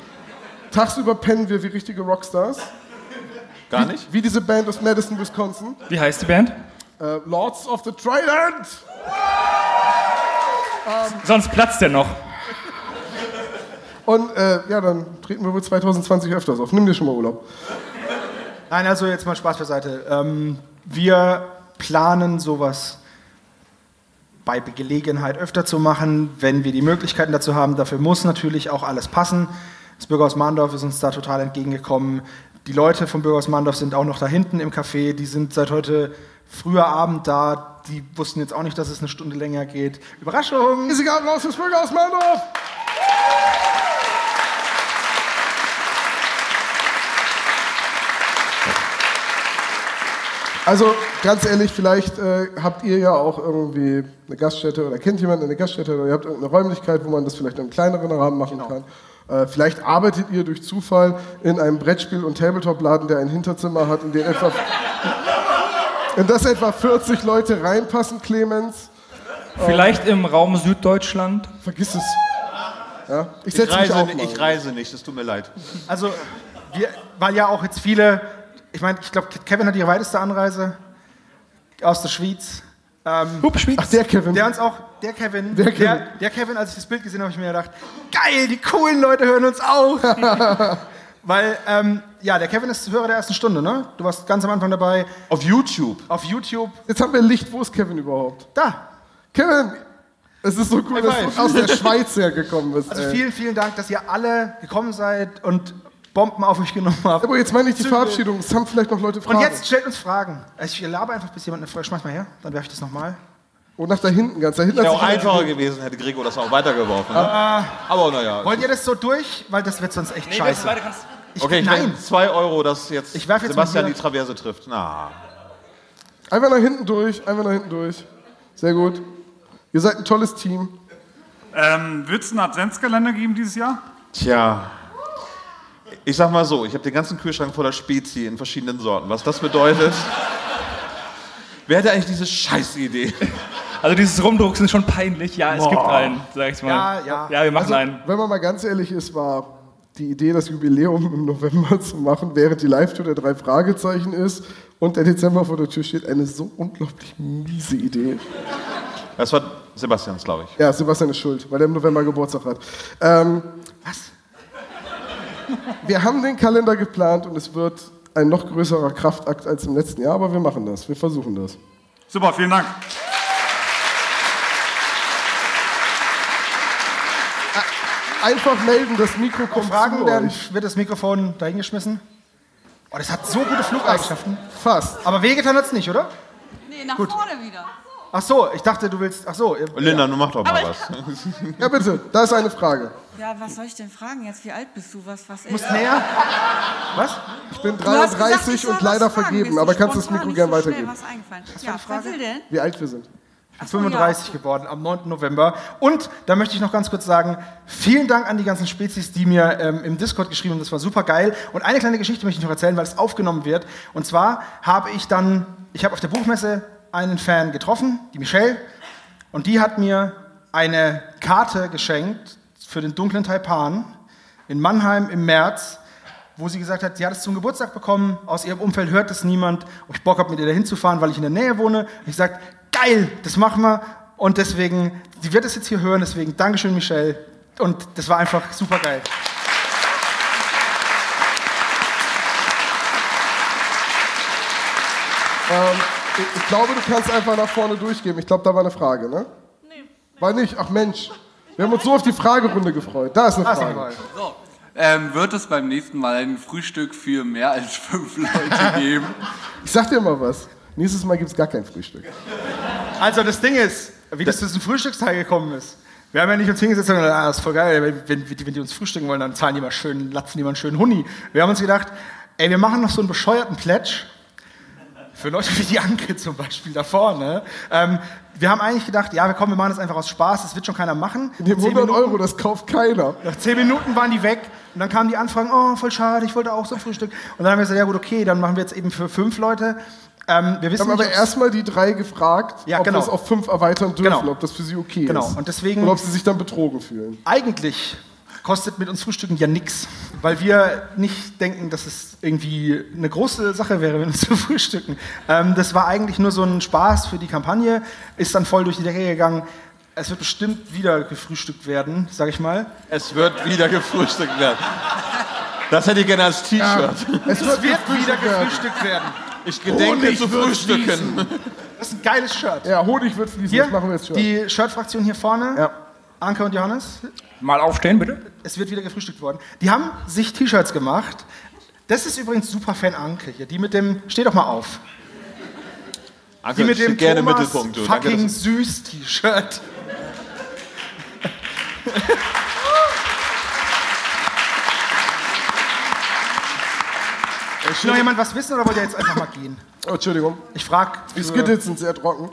Speaker 3: Tagsüber pennen wir wie richtige Rockstars.
Speaker 2: Gar nicht?
Speaker 3: Wie diese Band aus Madison, Wisconsin.
Speaker 1: Wie heißt die Band?
Speaker 3: Äh, Lords of the Trident!
Speaker 1: Sonst platzt der noch.
Speaker 3: Oh. Und äh, ja, dann treten wir wohl 2020 öfters auf. Nimm dir schon mal Urlaub.
Speaker 4: Nein, also jetzt mal Spaß beiseite. Ähm, wir planen sowas bei Gelegenheit öfter zu machen, wenn wir die Möglichkeiten dazu haben. Dafür muss natürlich auch alles passen. Das Bürgerhaus Mahndorf ist uns da total entgegengekommen. Die Leute vom Bürgerhaus Mahndorf sind auch noch da hinten im Café. Die sind seit heute früher Abend da. Die wussten jetzt auch nicht, dass es eine Stunde länger geht. Überraschung!
Speaker 3: Riesiger Applaus fürs Bürgerhaus Mahndorf! Also ganz ehrlich, vielleicht äh, habt ihr ja auch irgendwie eine Gaststätte oder kennt jemanden eine Gaststätte oder ihr habt irgendeine Räumlichkeit, wo man das vielleicht in einem kleineren Rahmen machen kann. Äh, vielleicht arbeitet ihr durch Zufall in einem Brettspiel- und Tabletop-Laden, der ein Hinterzimmer hat, in den etwa, in das etwa 40 Leute reinpassen, Clemens.
Speaker 1: Vielleicht im Raum Süddeutschland.
Speaker 3: Vergiss es. Ja,
Speaker 4: Ich setz mich
Speaker 2: reise,
Speaker 4: auch
Speaker 2: ni-
Speaker 4: mal.
Speaker 2: ich reise nicht, es tut mir leid.
Speaker 4: Also, wir, weil ja auch jetzt viele, ich meine, ich glaube, Kevin hat die weiteste Anreise aus der Schweiz. Ähm,
Speaker 3: Schweiz. Ach, der Kevin.
Speaker 4: Der uns auch, der Kevin,
Speaker 3: Der
Speaker 4: der
Speaker 3: Kevin.
Speaker 4: Kevin, der, Kevin als ich das Bild gesehen habe, habe ich mir gedacht, geil, die coolen Leute hören uns auch. Weil, ähm, ja, der Kevin ist Hörer der ersten Stunde, ne? Du warst ganz am Anfang dabei.
Speaker 2: Auf YouTube.
Speaker 4: Auf YouTube.
Speaker 3: Jetzt haben wir Licht, wo ist Kevin überhaupt?
Speaker 4: Da.
Speaker 3: Kevin, es ist so cool,
Speaker 4: Ich
Speaker 3: dass
Speaker 4: weiß.
Speaker 3: du aus der Schweiz hergekommen bist.
Speaker 4: Also
Speaker 3: ey.
Speaker 4: vielen, vielen Dank, dass ihr alle gekommen seid und Bomben auf euch genommen habt.
Speaker 3: Aber jetzt meine ich die Verabschiedung, es haben vielleicht noch Leute Fragen.
Speaker 4: Und jetzt stellt uns Fragen. Also ich laber einfach, bis jemand eine Frage. Schmeiß mal her, dann werfe ich das nochmal.
Speaker 3: Und Oh, nach da hinten, ganz da hinten.
Speaker 2: Wäre
Speaker 3: hat
Speaker 2: auch
Speaker 3: sich-
Speaker 2: einfacher gewesen, hätte Gregor das auch weitergeworfen. Ne?
Speaker 4: Ah,
Speaker 2: Aber naja.
Speaker 4: wollt ihr das so durch? Weil das wird sonst echt
Speaker 1: Nee,
Speaker 4: scheiße.
Speaker 1: das weiter kannst-
Speaker 2: okay, ich
Speaker 4: nein.
Speaker 2: nein. 2 Euro, dass jetzt,
Speaker 4: Ich werf jetzt mal
Speaker 2: Sebastian
Speaker 4: hier-
Speaker 2: die Traverse trifft. Na.
Speaker 3: Einfach nach hinten durch, einfach nach hinten durch. Sehr gut. Ihr seid ein tolles Team.
Speaker 13: Ähm, Wird es einen Adventskalender geben dieses Jahr?
Speaker 2: Tja. Ich sag mal so, ich habe den ganzen Kühlschrank voller Spezi in verschiedenen Sorten. Was das bedeutet. Wer hatte eigentlich diese Scheißidee?
Speaker 1: Also dieses Rumdrucksen ist schon peinlich. Ja, es
Speaker 2: Boah.
Speaker 1: gibt einen, sag ich mal. Ja, wir machen
Speaker 3: also,
Speaker 1: einen.
Speaker 3: Wenn man mal ganz ehrlich ist, war die Idee, das Jubiläum im November zu machen, während die Live-Tour der drei Fragezeichen ist und der Dezember vor der Tür steht, eine so unglaublich miese Idee.
Speaker 2: Das war Sebastians, glaube ich.
Speaker 3: Ja, Sebastian ist schuld, weil er im November Geburtstag hat. Ähm, Was? Wir haben den Kalender geplant und es wird ein noch größerer Kraftakt als im letzten Jahr, aber wir machen das, wir versuchen das.
Speaker 13: Super, vielen Dank.
Speaker 3: Einfach melden, das Mikro kommt
Speaker 4: Fragen
Speaker 3: zu
Speaker 4: werden,
Speaker 3: euch.
Speaker 4: wird das Mikrofon dahingeschmissen. Oh, das hat so gute Flugeigenschaften.
Speaker 3: Fast.
Speaker 4: Aber wehgetan hat es nicht, oder?
Speaker 14: Nee, nach
Speaker 4: Gut.
Speaker 14: vorne wieder.
Speaker 4: Ach so, ich dachte, du willst. Ach so. ihr-
Speaker 2: Linda, nun mach doch mal
Speaker 14: Aber
Speaker 2: was.
Speaker 3: Ja, bitte, da ist eine Frage.
Speaker 14: Ja, was soll ich denn fragen jetzt? Wie alt bist du? Was, was ist?
Speaker 4: Musst näher. Was?
Speaker 3: Ich bin
Speaker 14: Du hast
Speaker 3: 33
Speaker 14: gesagt, ich soll
Speaker 3: und leider
Speaker 14: was fragen.
Speaker 3: vergeben,
Speaker 14: Mir ist
Speaker 3: aber
Speaker 14: so
Speaker 3: kannst du das
Speaker 14: spontan
Speaker 3: Mikro
Speaker 14: nicht so
Speaker 3: gern
Speaker 14: schnell
Speaker 3: weitergeben.
Speaker 14: Was eingefallen. Ja, was will denn?
Speaker 3: Wie alt wir sind.
Speaker 4: Ich bin 35 geworden am 9. November. Und da möchte ich noch ganz kurz sagen, vielen Dank an die ganzen Spezies, die mir ähm, im Discord geschrieben haben. Das war super geil. Und eine kleine Geschichte möchte ich noch erzählen, weil es aufgenommen wird. Und zwar habe ich dann, ich habe auf der Buchmesse einen Fan getroffen, die Michelle. Und die hat mir eine Karte geschenkt für den dunklen Taipan in Mannheim im März, wo sie gesagt hat, sie hat es zum Geburtstag bekommen, aus ihrem Umfeld hört es niemand, ob ich Bock habe, mit ihr dahin zu fahren, weil ich in der Nähe wohne. Und ich sage, geil, das machen wir. Und deswegen, sie wird es jetzt hier hören, deswegen Dankeschön, Michelle. Und das war einfach super geil.
Speaker 3: Ähm, ich, ich glaube, du kannst einfach nach vorne durchgeben. Ich glaube, da war eine Frage, ne? Nee. War nicht? Ach Mensch. Wir haben uns so auf die Fragerunde gefreut. Da ist eine
Speaker 15: Da ist eine
Speaker 3: Frage.
Speaker 15: So. Ähm, wird es beim nächsten Mal ein Frühstück für mehr als fünf Leute geben?
Speaker 3: Ich sag dir mal was. Nächstes Mal gibt es gar kein Frühstück.
Speaker 4: Also das Ding ist, wie das zu diesem Frühstücksteil gekommen ist. Wir haben ja nicht uns hingesetzt und gesagt, ah, das ist voll geil, wenn, wenn, die- wenn die uns frühstücken wollen, dann zahlen die mal schön, latzen die mal einen schönen Huni. Wir haben uns gedacht, ey, wir machen noch so einen bescheuerten Pledge. Für Leute wie die Anke zum Beispiel da vorne. Ähm, wir haben eigentlich gedacht, ja, wir kommen, wir machen das einfach aus Spaß, das wird schon keiner machen.
Speaker 3: Die 100 Euro, das kauft keiner.
Speaker 4: Nach zehn Minuten waren die weg und dann kamen die Anfragen, oh, voll schade, ich wollte auch so ein Frühstück. Und dann haben wir gesagt, ja gut, okay, dann machen wir jetzt eben für fünf Leute. Ähm, wir
Speaker 3: Wir
Speaker 4: wissen
Speaker 3: haben aber
Speaker 4: nicht, ob's-
Speaker 3: erstmal die drei gefragt,
Speaker 4: Ja,
Speaker 3: ob
Speaker 4: genau.
Speaker 3: wir es auf fünf erweitern dürfen,
Speaker 4: Genau.
Speaker 3: ob das für sie okay
Speaker 4: Genau.
Speaker 3: ist.
Speaker 4: Und deswegen-
Speaker 3: Und ob sie sich dann betrogen fühlen.
Speaker 4: eigentlich kostet mit uns Frühstücken ja nichts, weil wir nicht denken, dass es irgendwie eine große Sache wäre, wenn wir zu frühstücken. Ähm, das war eigentlich nur so ein Spaß für die Kampagne, ist dann voll durch die Decke gegangen. Es wird bestimmt wieder gefrühstückt werden, sag ich mal.
Speaker 2: Es wird wieder gefrühstückt werden. Das hätte ich gerne als T-Shirt.
Speaker 4: Es wird, wieder gefrühstückt werden.
Speaker 2: Ich gedenke
Speaker 4: Honig
Speaker 2: zu
Speaker 4: wird
Speaker 2: frühstücken.
Speaker 4: fließen. Das ist ein geiles Shirt.
Speaker 3: Ja, Honig wird fließen.
Speaker 4: Hier,
Speaker 3: Das machen wir jetzt schon.
Speaker 4: die Shirt-Fraktion hier vorne. Ja. Anke und Johannes.
Speaker 1: Mal aufstehen, bitte.
Speaker 4: Es wird wieder gefrühstückt worden. Die haben sich T-Shirts gemacht. Das ist übrigens Superfan Anke hier. Die mit dem, steh doch mal auf.
Speaker 2: Anke,
Speaker 4: die mit
Speaker 2: steht
Speaker 4: dem
Speaker 2: gerne im
Speaker 4: Thomas
Speaker 2: Mittelpunkt, du. Danke,
Speaker 4: fucking
Speaker 2: dass
Speaker 4: süß T-Shirt. Will noch jemand was wissen oder wollt ihr jetzt einfach mal gehen?
Speaker 3: Oh, Entschuldigung.
Speaker 4: Ich frag.
Speaker 3: Die Skittles sind sehr trocken.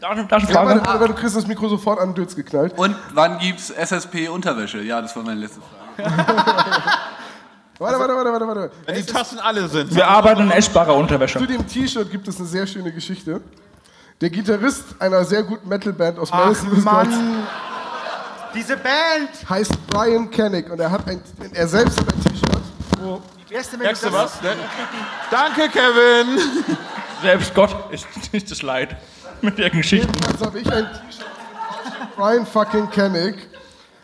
Speaker 1: Darf ich,
Speaker 3: Ja, aber, aber du kriegst das Mikro sofort an den Dötz geknallt.
Speaker 15: Und wann gibt's SSP-Unterwäsche? Ja, das war meine letzte Frage.
Speaker 4: Also-
Speaker 3: Warte, warte, warte, warte, warte.
Speaker 2: Wenn die Tassen alle sind.
Speaker 1: Wir arbeiten in essbarer Unterwäsche.
Speaker 3: Zu dem T-Shirt gibt es eine sehr schöne Geschichte. Der Gitarrist einer sehr guten Metalband aus Madison, Wisconsin,
Speaker 4: Mann. Diese Band.
Speaker 3: heißt Brian Kennick und er hat ein, er selbst hat ein T-Shirt, wo
Speaker 4: Erste
Speaker 3: Merkst du was, ne?
Speaker 2: Danke, Kevin.
Speaker 1: Selbst Gott ist nicht das Leid mit der Geschichte.
Speaker 3: Jedenfalls habe ich ein T-Shirt von Brian fucking Kennick.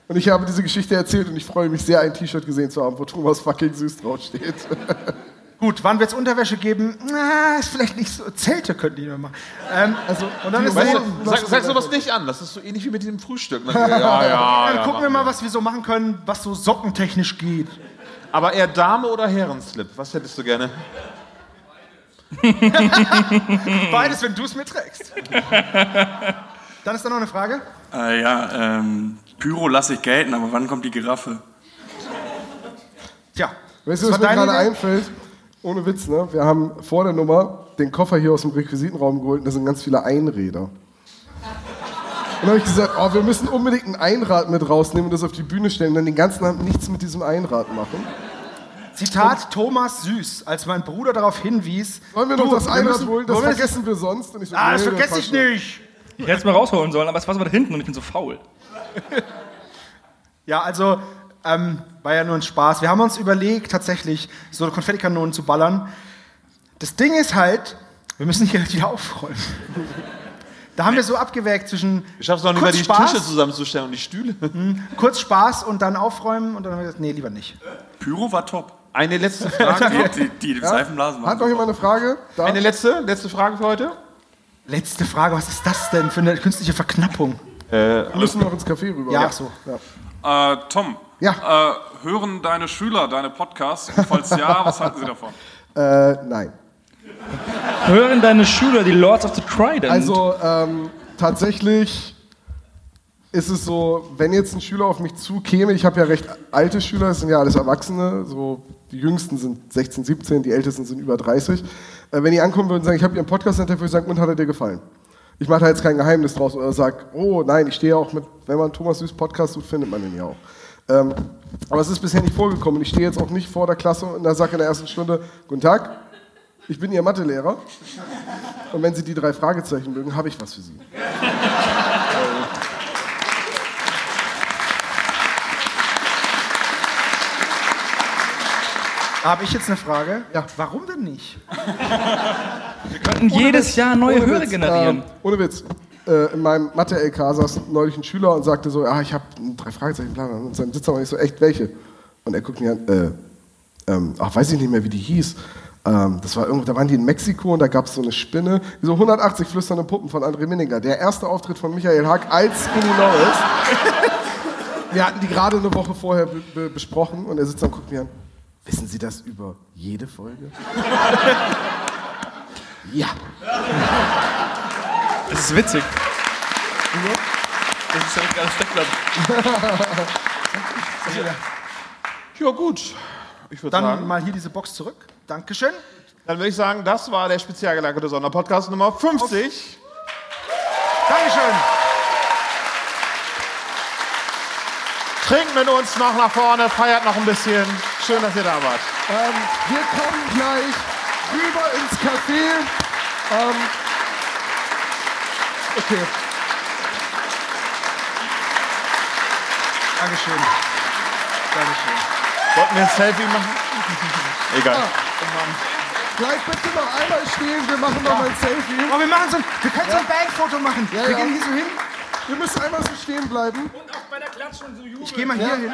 Speaker 3: Und ich habe diese Geschichte erzählt und ich freue mich sehr, ein T-Shirt gesehen zu haben, wo Thomas fucking süß draufsteht.
Speaker 4: Gut, wann wird's Unterwäsche geben? Na, ist vielleicht nicht so. Zelte könnten die nur machen. Ähm, also, und dann ist
Speaker 2: Weißt
Speaker 4: da hinten-
Speaker 2: du, sag, sag sowas nicht an. Das ist so ähnlich wie mit diesem Frühstück. Man- Ja, ja,
Speaker 4: Dann
Speaker 2: Ah, ja.
Speaker 4: gucken wir mal, was wir so machen können, was so sockentechnisch geht.
Speaker 2: Aber eher Dame oder Herrenslip? Was hättest du gerne? Hm.
Speaker 4: Beides, wenn du es mir trägst. Dann ist da noch eine Frage.
Speaker 16: Äh, ja, ähm, Pyro lasse ich gelten, aber wann kommt die Giraffe?
Speaker 4: Tja.
Speaker 3: Weißt du, was
Speaker 4: Das
Speaker 3: mir
Speaker 4: war deine
Speaker 3: gerade
Speaker 4: Idee?
Speaker 3: einfällt? Ohne Witz, ne? Wir haben vor der Nummer den Koffer hier aus dem Requisitenraum geholt und da sind ganz viele Einräder. Und dann habe ich gesagt, oh, wir müssen unbedingt ein Einrad mit rausnehmen und das auf die Bühne stellen und dann den ganzen Abend nichts mit diesem Einrad machen.
Speaker 4: Zitat Thomas Süß, als mein Bruder darauf hinwies.
Speaker 3: Wollen wir noch
Speaker 4: "Du,
Speaker 3: das
Speaker 4: wir
Speaker 3: Einrad
Speaker 4: müssen-
Speaker 3: holen? Das
Speaker 4: wollen wir
Speaker 3: vergessen wir sonst. Und ich so,
Speaker 4: Ah, das
Speaker 3: nee,
Speaker 4: vergesse
Speaker 3: passt
Speaker 4: ich
Speaker 3: schon.
Speaker 4: nicht.
Speaker 1: Ich hätte es mal rausholen sollen, aber es war so weit hinten und ich bin so faul.
Speaker 4: Ja, also ähm, war ja nur ein Spaß. Wir haben uns überlegt, tatsächlich so Konfettikanonen zu ballern. Das Ding ist halt, wir müssen hier wieder aufräumen. Da haben wir so abgewägt zwischen
Speaker 2: Ich schaff's noch nicht mal,
Speaker 4: Kurz
Speaker 2: die
Speaker 4: Spaß.
Speaker 2: Tische zusammenzustellen und die Stühle.
Speaker 4: kurz Spaß und dann aufräumen und dann haben wir gesagt, nee, lieber nicht.
Speaker 16: Pyro war top.
Speaker 2: Eine letzte Frage.
Speaker 16: Die, die, die Seifenblasen waren
Speaker 3: Hat noch jemand eine Frage? Da?
Speaker 2: Eine letzte, letzte Frage für heute.
Speaker 4: Letzte Frage, was ist das denn für eine künstliche Verknappung?
Speaker 3: Wir müssen noch ins Café rüber.
Speaker 4: Ja, ach so.
Speaker 3: Ja.
Speaker 17: Äh, Tom, äh, hören deine Schüler deine Podcasts? Und falls ja, was halten sie davon?
Speaker 3: Äh, nein.
Speaker 1: Hören deine Schüler die Lords of the Trident?
Speaker 3: Also ähm, tatsächlich ist es so, wenn jetzt ein Schüler auf mich zukäme, ich habe ja recht alte Schüler, das sind ja alles Erwachsene, so die Jüngsten sind 16, 17, die Ältesten sind über 30. Äh, wenn die ankommen würden und sagen, ich habe ihren Podcast interviewt, würde ich sagen, und hat er dir gefallen? Ich mache da jetzt kein Geheimnis draus oder sage, oh nein, ich stehe auch mit, wenn man Thomas Süß Podcast sucht, findet man den ja auch. Ähm, aber es ist bisher nicht vorgekommen. Ich stehe jetzt auch nicht vor der Klasse und da sage in der ersten Stunde, guten Tag, ich bin Ihr Mathelehrer. Und wenn Sie die drei Fragezeichen mögen, habe ich was für Sie.
Speaker 4: Habe ich jetzt eine Frage?
Speaker 3: Ja.
Speaker 4: Warum denn nicht?
Speaker 1: Wir könnten jedes Jahr neue Hörer generieren.
Speaker 3: Ähm, ohne Witz. Äh, in meinem Mathe-LK saß neulich ein Schüler und sagte so, ah, ich habe drei Fragezeichen, bla, bla. Und dann sitzt er und ich so, echt, welche? Und er guckt mich an, äh, ähm, ach, weiß ich nicht mehr, wie die hieß. Ähm, das war irgendwo, da waren die in Mexiko und da gab es so eine Spinne. So 180 flüsternde Puppen von André Minninger. Der erste Auftritt von Michael Haag als Skinny Norris. Wir hatten die gerade eine Woche vorher be be besprochen und er sitzt da und guckt mich an. Wissen Sie das über jede Folge? ja.
Speaker 1: Das ist witzig. Das ist ja ein geiles Steckblatt.
Speaker 2: Ja, gut. Ich würde
Speaker 4: Dann
Speaker 2: sagen.
Speaker 4: mal hier diese Box zurück. Dankeschön.
Speaker 2: Dann würde ich sagen, das war der spezialgelagerte Sonderpodcast Nummer 50.
Speaker 4: Dankeschön.
Speaker 2: Trinkt mit uns noch nach vorne, feiert noch ein bisschen. Schön, dass ihr da wart.
Speaker 3: Ähm, wir kommen gleich rüber ins Café. Ähm, okay.
Speaker 4: Dankeschön. Dankeschön.
Speaker 2: Wollten wir ein Selfie machen? Egal.
Speaker 3: Gleich bitte noch einmal stehen, wir machen noch mal ein Selfie.
Speaker 4: Oh, wir machen so ein, wir können so ein Bandfoto machen.
Speaker 3: Ja,
Speaker 4: wir
Speaker 3: ja.
Speaker 4: gehen hier so hin.
Speaker 3: Wir müssen einmal so stehen bleiben.
Speaker 4: Ich gehe mal hier
Speaker 3: Ja.
Speaker 4: hin.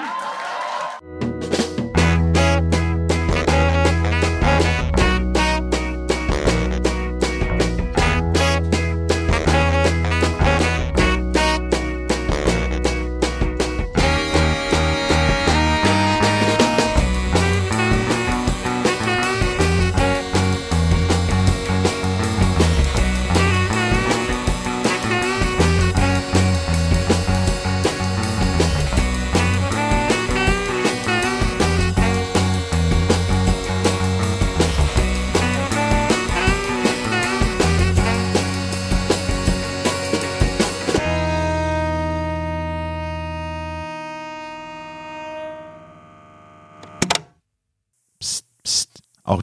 Speaker 2: Auch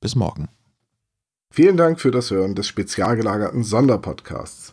Speaker 2: bis morgen.
Speaker 3: Vielen Dank für das Hören des spezial gelagerten Sonderpodcasts.